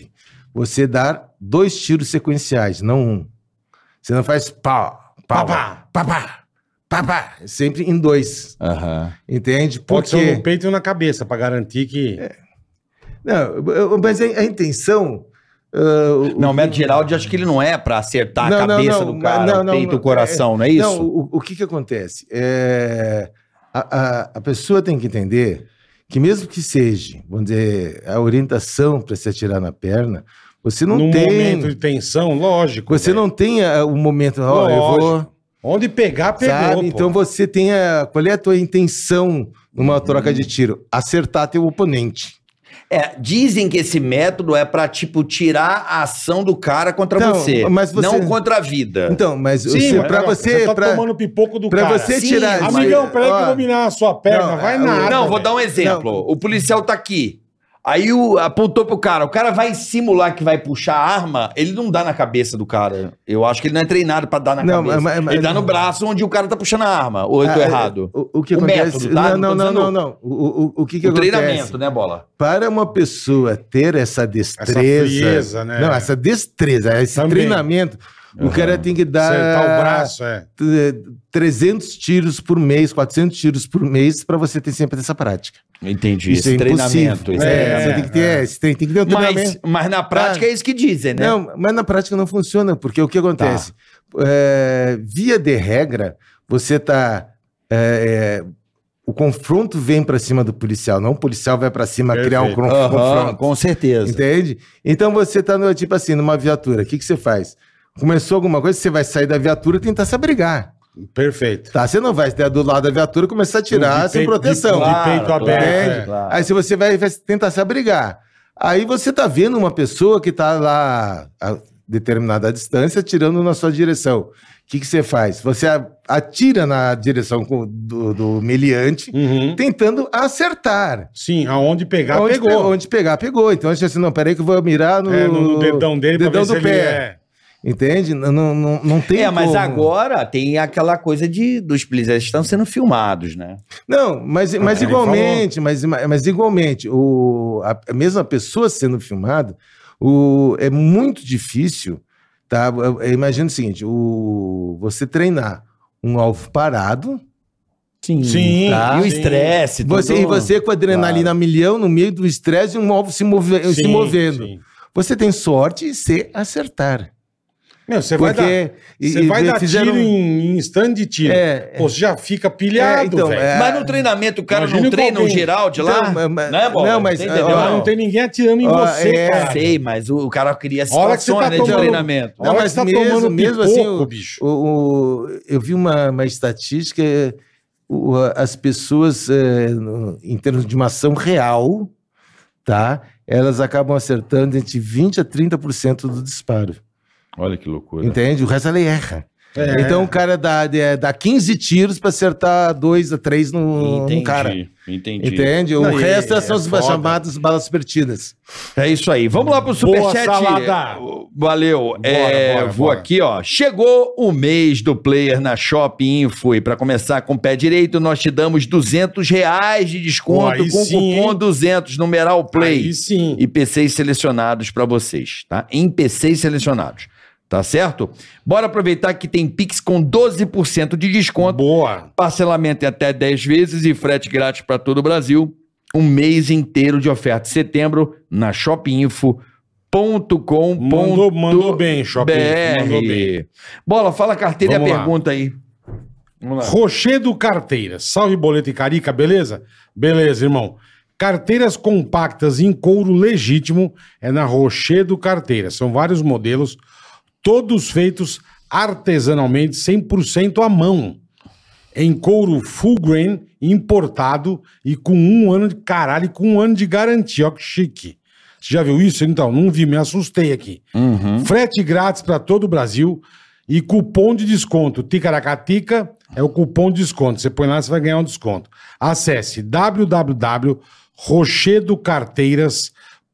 Você dar dois tiros sequenciais, não um. Você não faz pá, pá, pá, pá, pá, Pá, pá, sempre em dois.
Aham.
Entende?
Pode ser um
Porque. É,
no peito e na cabeça, pra garantir que.
Não, eu- mas a, a intenção. ah, o-
Não, o
o-
método Geraldi, acho que ele não é pra acertar
Não,
a
não,
cabeça
não,
do
mas-
cara,
não,
o
não,
peito, o
é-
coração, não é isso?
Não, o, o que que acontece? É, a, a- a pessoa tem que entender que mesmo que seja, vamos dizer, a orientação para se atirar na perna, você não
num
tem...
momento de tensão, lógico.
Você
velho.
não tem ah, o momento, ó, eu vou...
Onde pegar, pegou.
Sabe?
pô.
Então você tem a... Qual é a tua intenção numa
Uhum.
troca de tiro? Acertar teu oponente.
É, dizem que esse método é pra, tipo, tirar a ação do cara contra
Então,
você,
mas você-
não contra a vida.
Então, mas
É. Sim,
você,
mas
pra
agora,
você...
tá
pra-
tomando pipoco do
Pra
cara.
você
Sim,
tirar...
mas-
Amigão, peraí que eu
Ó,
vou minar a sua perna.
Não,
vai
é,
nada.
não, vou
velho.
dar um exemplo.
Não.
O policial tá aqui. Aí o, apontou pro cara. O cara vai simular que vai puxar a arma, ele não dá na cabeça do cara. Eu acho que ele não é treinado pra dar na
Não,
cabeça.
mas- mas-
ele dá no braço onde o cara tá puxando a arma. Ou eu tô
Ah,
errado?
O, o que
O
acontece?
método, tá?
Não,
Não tô
não,
dizendo-
não, não. não. O, o, o que, que
o
acontece?
treinamento, né, Bola?
Para uma pessoa ter essa destreza.
frieza, né?
Não, essa destreza, esse
Também.
treinamento, o cara tem que dar.
Acertar o braço, é.
eh, 300 tiros por mês, 400 tiros por mês, para você ter sempre essa prática.
Entendi.
Isso é
Esse treinamento.
impossível.
Esse
É,
treinamento.
você tem que ter,
é.
esse tem, tem que ter um treinamento.
Mas, mas na prática é isso que dizem, né?
Ah.
Tá.
Não, mas na prática não funciona, porque o que acontece? É, via de regra, você tá. é, é, o confronto vem para cima do policial, não o policial vai para cima criar um
Perfeito.
confronto.
Aham, com certeza.
Entende? Então você tá, no, tipo assim, numa viatura, o que, que você faz? Começou alguma coisa, você vai sair da viatura e tentar se abrigar.
Perfeito.
Tá? Você não vai estar do lado da viatura e começar a tirar
De
sem
peito-
proteção.
De, de peito
Claro,
aberto.
claro.
é.
Claro.
Aí se você vai, vai tentar se abrigar. Aí você tá vendo uma pessoa que tá lá a determinada distância atirando na sua direção. O que, que você faz? Você a- atira na direção com- do, do meliante,
Uhum.
tentendo acertar.
Sim, aonde pegar,
onde,
pegou.
pe- onde pegar, pegou. Então a gente assim, não, peraí que eu vou mirar no,
É, no, no dedão dele
dedão
pra ver
do
se ele
pé.
é.
Entende? Não, não, não, não tem
É, mas
como.
agora tem aquela coisa de dos policiais estão sendo filmados, né?
Não, mas, mas
Ah, ele
igualmente, mas, mas igualmente, o, a, a mesma pessoa sendo filmada, o, é muito difícil, tá? Eu- eu Imagina o seguinte, o, você treinar um alvo parado,
Sim.
Sim,
E o
sim.
estresse,
você,
tudo.
e você com a adrenalina a milhão, no meio do estresse, um alvo se, move- se
Sim,
movendo.
sim.
Você tem sorte se acertar.
Meu, você vai dar,
porque e-
você
e
vai dar
fizeram- um
tiro em, em stand de tiro.
É,
Pô, você já fica pilhado,
É, então,
velho.
é.
Mas no treinamento o cara
Imagina
não
o
treina o
Paulinho.
Geraldi
Então,
lá?
mas- mas-
Né, Bola?
não, mas,
Você entendeu?
ó,
Mas não tem ninguém atirando em
Ó,
você,
é,
cara.
Sei, mas o, o cara cria
A hora que você
situações
tá
né, de
tomando-
treinamento.
A hora
Não,
que
mas
você tá
mesmo-
tomando
mesmo assim,
pipoco,
o-
bicho.
O- o- eu vi uma, uma estatística, é, o- a- as pessoas, é, no- em termos de uma ação real, tá? Elas acabam acertando entre 20% a 30% do disparo.
Olha que loucura.
Entende? O resto ela erra.
É.
Então o cara dá, é, dá 15 tiros para acertar 2 a 3 no, no
Entendi.
Então, cara.
Entendi.
Entende? O
Não, e-
resto são
é
as
foda.
chamadas balas perdidas.
É isso aí. Vamos lá pro Superchat.
salada.
Valeu. É,
bora,
vou
bora.
aqui, ó. Chegou o mês do player na Shop Info. E pra começar com o pé direito, nós te damos 200 reais de desconto
Pô, aí
com
sim,
cupom
hein?
200, numeral play.
Aí sim.
e PCs selecionados para vocês, tá? Em PCs selecionados, tá certo? Bora aproveitar que tem Pix com 12% de desconto,
Boa.
parcelamento em até 10 vezes e frete grátis para todo o Brasil. Um mês inteiro de oferta. Setembro na shopinfo.com.br.
Mandou, mandou bem, Shopping. Mandou bem.
Bola, fala a carteira
Vamos
e a
lá.
pergunta aí. Vamos lá.
Rochedo Carteiras. Salve Boleto e Carica, beleza? Beleza, irmão. Carteiras compactas em couro legítimo é na Rochedo Carteiras. São vários modelos, todos feitos artesanalmente, 100% à mão. Em couro full grain, importado e com um ano de caralho, e com um ano de garantia. Ó, que chique. Você já viu isso? Então, não vi, me assustei aqui.
Uhum.
Frete grátis para todo o Brasil e cupom de desconto. Ticaracatica é o cupom de desconto. Você põe lá, você vai ganhar um desconto. Acesse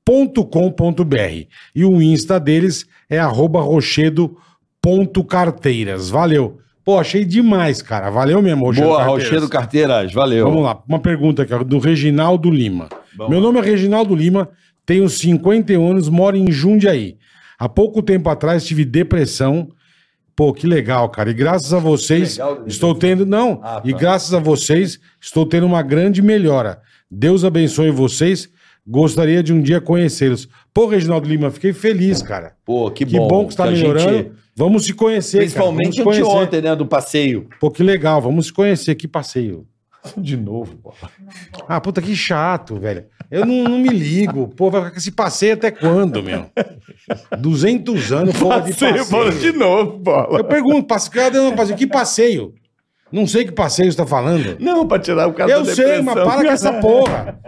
www.rochedocarteiras.com.br e o Insta deles é arroba rochedo.carteiras. Valeu. Pô, achei demais, cara. Valeu mesmo,
Boa,
Carteiras.
Rochedo Carteiras, valeu.
Vamos lá, uma pergunta aqui, ó, do Reginaldo Lima. Meu nome é Reginaldo Lima, tenho 51 anos, moro em Jundiaí. Há pouco tempo atrás tive depressão Pô, que legal, cara. E graças a vocês,
Que legal, Deus.
estou tendo. Não,
Ah,
e
tá.
graças a vocês, estou tendo uma grande melhora. Deus abençoe vocês. Gostaria de um dia conhecê-los. Pô, Reginaldo Lima, fiquei feliz, cara.
Pô, que
Que bom,
bom.
que você está
a gente-
melhorando. Vamos se conhecer,
Principalmente
cara. Vamos se conhecer.
anteontem, né? Do passeio.
Pô, que legal, vamos se conhecer. Que passeio.
De novo, pô.
Ah, puta, que chato, velho. Eu não, não me ligo. Pô, vai ficar com esse passeio até quando, meu? 200 anos, porra de passeio.
novo, bola.
Eu pergunto, passe- cadê o passeio? Que passeio? Não sei que passeio você tá falando.
Não, pra tirar o cara
Eu
da
sei, mas
depressão.
para com essa porra.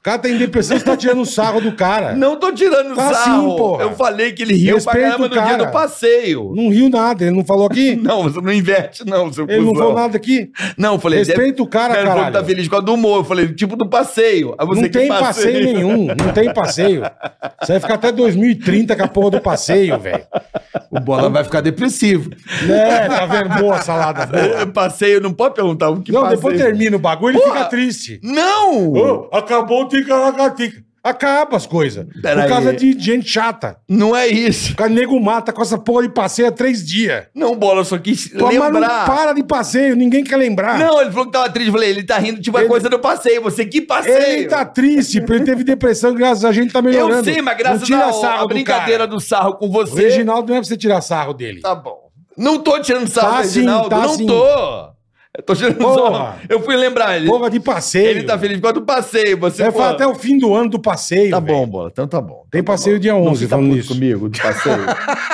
O cara tem depressão, você tá tirando o sarro do cara. Não,
É. Não tô tirando
Tá
sarro.
sim, porra.
Eu falei que ele riu
Respeita
pra caramba
o
no dia
cara.
do passeio.
riu nada, ele não falou aqui.
Não, você não inverte, não, seu
Ele não
cuzão.
falou nada aqui.
Não, eu falei... deve-
Respeita o cara,
Cara, ele falou que tá
caralho.
feliz com a do humor. Eu falei, tipo do passeio. Aí você
Não
que
tem passeio nenhum, não tem passeio. Você vai ficar até 2030 com a porra do passeio, velho.
O bola vai ficar depressivo.
É, tá vendo? Boa salada boa.
É, passeio, não pode perguntar o que
não,
passeio.
depois termina o bagulho, ele
Porra.
fica triste.
Não!
Ô, acabou o ticaracatica. Acaba as coisas. Por
Pera aí.
causa de gente chata.
Não é isso.
O cara nego mata com essa porra de passeio há três dias.
Não, bola, eu só quis
Pô, mas não
lembrar.
para de passeio, ninguém quer lembrar.
Não, ele falou que tava triste. Eu falei, ele tá rindo tipo a
Ele-
coisa do passeio. Você, que passeio?
Ele tá triste, porque ele teve depressão, graças a gente tá melhorando.
Eu sei, mas
Não
graças
tira
ao-
sarro
à
do
brincadeira
cara.
do sarro com
O
você.
Reginaldo não é pra você tirar sarro dele.
Tá bom. Não tô tirando sarro
Tá
do
sim,
Reginaldo.
tá
não
sim.
tô. Eu tô tirando
Porra.
sarro. Eu fui lembrar ele.
Porra de passeio.
ele tá feliz por causa do passeio. Você
Vai
pô,
falar até o fim do ano do passeio.
Tá
velho.
bom, bola. Então tá bom.
Tem passeio dia 11,
tá
falando
puto
nisso.
comigo do passeio.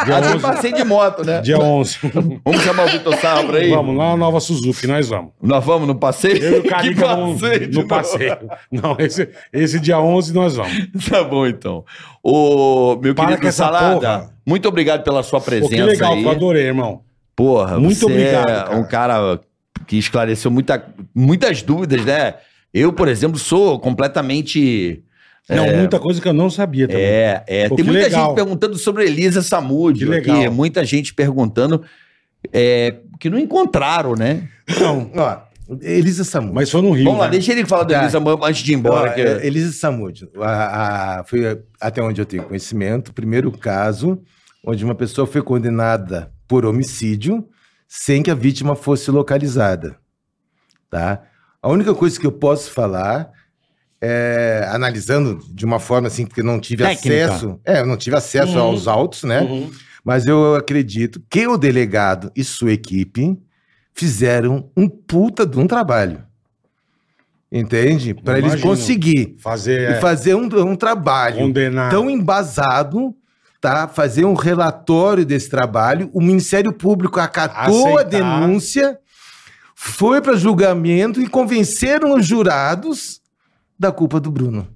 Dia
ah, tem
11.
passeio de moto, né?
Dia 11.
Vamos chamar o Vitor Sarro pra aí?
vamos lá na Nova Suzuki, nós vamos.
Nós vamos no passeio?
Eu e o Carica vamos
de
no
novo?
passeio. Não, esse, esse dia 11 nós vamos.
Tá bom, então. Ô, meu
Para com
querido
essa
Salada,
porra.
muito obrigado pela sua
Pô,
presença
que legal,
aí.
eu adorei, irmão.
Porra,
Muito
você
obrigado,
é
cara.
um cara que esclareceu muita, muitas dúvidas, né? Eu, por exemplo, sou completamente...
Não, muita coisa que eu não sabia também.
É, é.
Pô,
Tem
que
muita
legal.
gente perguntando sobre Elisa Samúdio
Que
aqui.
legal.
Muita gente perguntando é, que não encontraram, né?
Não, ó, Elisa Samud.
Mas foi no Rio.
Vamos lá,
né?
deixa ele falar da
Tá.
Elisa antes de ir embora.
Ó,
que-
é, Elisa Samud, a, a- foi até onde eu tenho conhecimento, o primeiro caso onde uma pessoa foi condenada por homicídio sem que a vítima fosse localizada, tá? A única coisa que eu posso falar é, analisando de uma forma assim que eu não tive
Técnica.
acesso, é, eu não tive acesso
Uhum.
aos autos, né?
Uhum.
Mas eu acredito que o delegado e sua equipe fizeram um puta de um trabalho. Entende? Para eles
Imagino.
conseguir
Fazer.
e
é, Ah.
fazer um, um trabalho
Condenar.
tão embasado, tá? Fazer um relatório desse trabalho, o Ministério Público acatou a
Aceitar.
denúncia, foi para julgamento e convenceram os jurados da culpa do Bruno.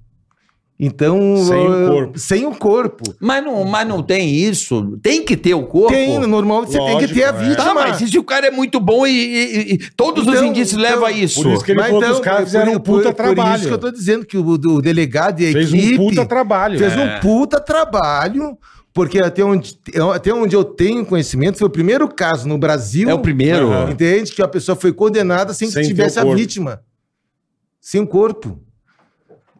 Então,
Sem o
eu-
corpo.
sem o corpo.
Mas, não, mas não tem isso. Tem que ter o corpo.
Tem, no normal você tem que
Lógico,
ter a
é.
vítima.
Tá, mas e se o cara é muito bom e, e- e- e todos os
Então,
indícios
então,
levam a isso?
Por isso que ele
Mas
falou que os caras fizeram um puta
então, Por
trabalho.
isso que eu tô dizendo que o, o delegado e a
Fez
equipe
um puta trabalho.
fez
É.
um puta trabalho, porque até onde, até onde eu tenho conhecimento, foi o primeiro caso no Brasil,
É o primeiro.
Aham.
entende? Que a pessoa foi condenada sem,
Sem
que
ter
tivesse
o
a
corpo.
vítima. Sem o corpo.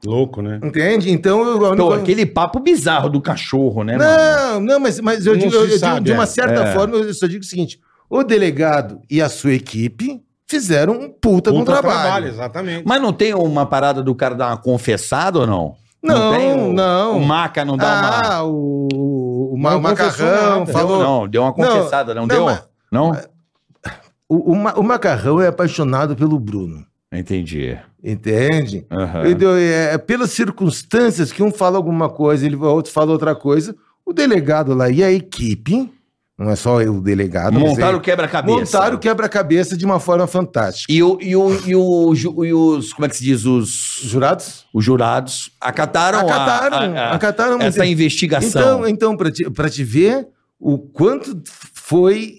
Louco, né?
Entende? Então, eu, a única-
Pô, aquele papo bizarro do cachorro, né, mano?
Não, não, mas, mas eu
Não
digo,
se
eu digo
sabe,
de uma
é.
certa
É.
forma, eu só digo o seguinte: o delegado e a sua equipe fizeram um puta, de um trabalho.
exatamente.
Mas não tem uma parada do cara dar uma confessada ou não?
Não,
tem o-
não.
O maca não dá uma...
Ah, o, o, ma-
Não
o
confessou
macarrão
nada.
falou.
Deu, não, deu uma confessada, não,
não,
deu?
mas-
não?
O, o ma- o macarrão é apaixonado pelo Bruno,
Entendi.
entende?
Aham.
Entendeu? É, é pelas circunstâncias que um fala alguma coisa, ele outro fala outra coisa. O delegado lá e a equipe, não é só o delegado, mas
Montaram
é-
o quebra-cabeça.
montaram o quebra-cabeça de uma forma fantástica.
E, o, e, o, e, o, ju- e os... Como é que se diz? Os,
Jurados?
os jurados acataram, a-
acataram,
a- a-
acataram mas
essa investigação.
Então, então para te, pra te ver o quanto foi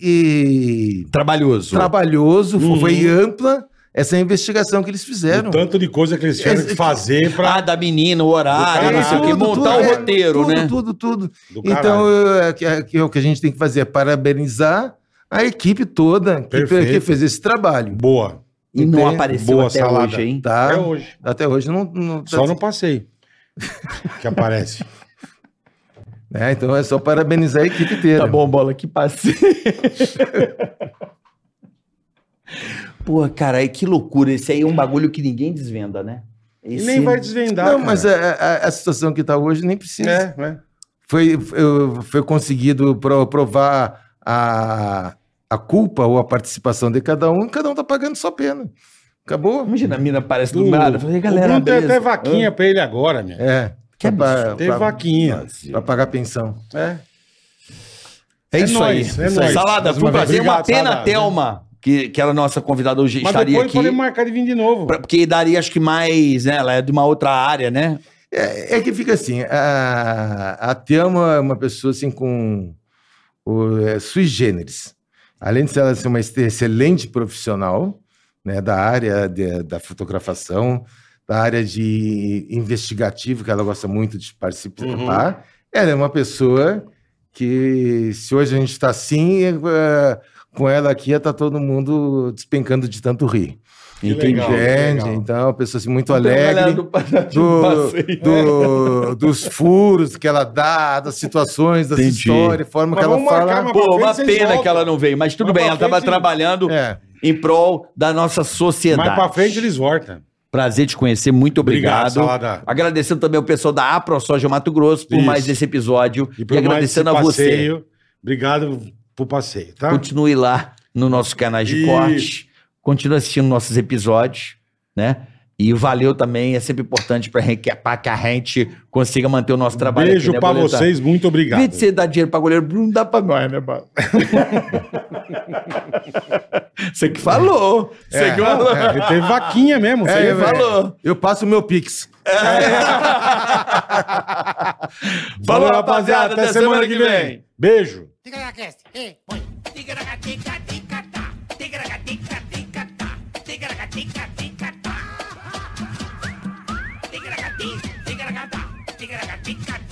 eh,
Trabalhoso.
trabalhoso, fo-
Uhum. Então,
foi ampla essa investigação que eles fizeram.
O tanto de coisa que eles tiveram que fazer pra.
Ah, da menina, o horário,
Do
não sei o quê.
caralho.
Montar
tudo,
o
é,
roteiro,
tudo,
né?
Tudo, tudo.
Do
Então, eu- é que- é que- é o que a gente tem que fazer é parabenizar a equipe toda que, fe-
Perfeito.
que fez esse trabalho.
Boa.
E não
Entendi.
apareceu
Boa
até
salada.
hoje, hein?
Tá?
É hoje.
Até hoje não. não tá-
Só no passeio. Que aparece.
né? Então é só parabenizar a equipe inteira.
Tá bom, bola, que passe. Pô, cara, e que loucura. Esse aí é um bagulho que ninguém desvenda, né?
E
Esse...
nem vai desvendar.
Não,
cara.
mas a, a- a situação que está hoje nem precisa.
É, né?
Foi, foi, foi conseguido pro- provar a, a culpa ou a participação de cada um, e cada um está pagando sua pena. Acabou?
Imagina, a mina aparece do
O-
nada. Falei, galera,
o Bruno tem
beleza?
até vaquinha pra ele agora, meu.
É.
Que
pra-
absurdo.
Teve vaquinha.
Para pagar pensão.
É.
É isso
nóis,
aí.
é nóis.
Salada,
Mais
foi um
uma
prazer.
vez,
Uma
obrigado,
pena
Salada.
a Thelma, que, que era a nossa convidada hoje,
Mas
estaria
depois
aqui.
podemos marcar de vir de novo.
pra- porque daria, acho que mais, né? Ela é de uma outra área, né?
É, é que fica assim, a, a Thelma é uma pessoa assim com o, é, sui generis. Além de ela ser uma este- excelente profissional né, da área de- da fotografação, da área de investigativo, que ela gosta muito de
Uhum.
participar, ela é uma pessoa que, se hoje a gente está assim, é, com ela aqui, está todo mundo despencando de tanto rir.
Que
Entende?
legal, que legal.
Então, é uma pessoa assim, muito
Então, galera
alegre
do Paratiba,
do,
né?
passeio.
do- dos furos que ela dá, das situações, das
Entendi.
histórias, forma
Mas
que ela
vamos marcar
fala.
uma-
Pô,
pra
uma
frente vocês
pena
voltam.
que ela não veio, mas tudo
Mas
bem,
pra
ela estava
frente-
trabalhando
É.
em prol da nossa sociedade.
Mais pra frente eles voltam.
Prazer te conhecer, muito obrigado.
Salada.
Agradecendo também o pessoal da AproSoja Mato Grosso por
Isso.
mais esse episódio e,
por mais
agradecendo
esse
a você.
passeio. Obrigado pro passeio, tá?
Continue lá no nosso canal de
Isso.
corte, continue assistindo nossos episódios, né? E valeu também, é sempre importante para que, pra que a gente consiga manter o nosso trabalho.
Beijo
aqui, né,
pra
Boleta?
vocês, muito
Em
obrigado.
vez de você dar dinheiro pra goleiro, Bruno, dá pra nós, né, Bala? você que falou. Você
É,
que falou.
É, teve vaquinha mesmo.
É,
você
é,
viu?
falou.
Eu passo o meu pix.
Falou, rapaziada. Até, semana, que vem.
Beijo.
Ticaracast, hey, boy. Ticaracatica, ticatá. Ticaracatica, ticatá. Ticaracatica, ticatá. Ticaracatica, ticaracatá. Ticaracatica,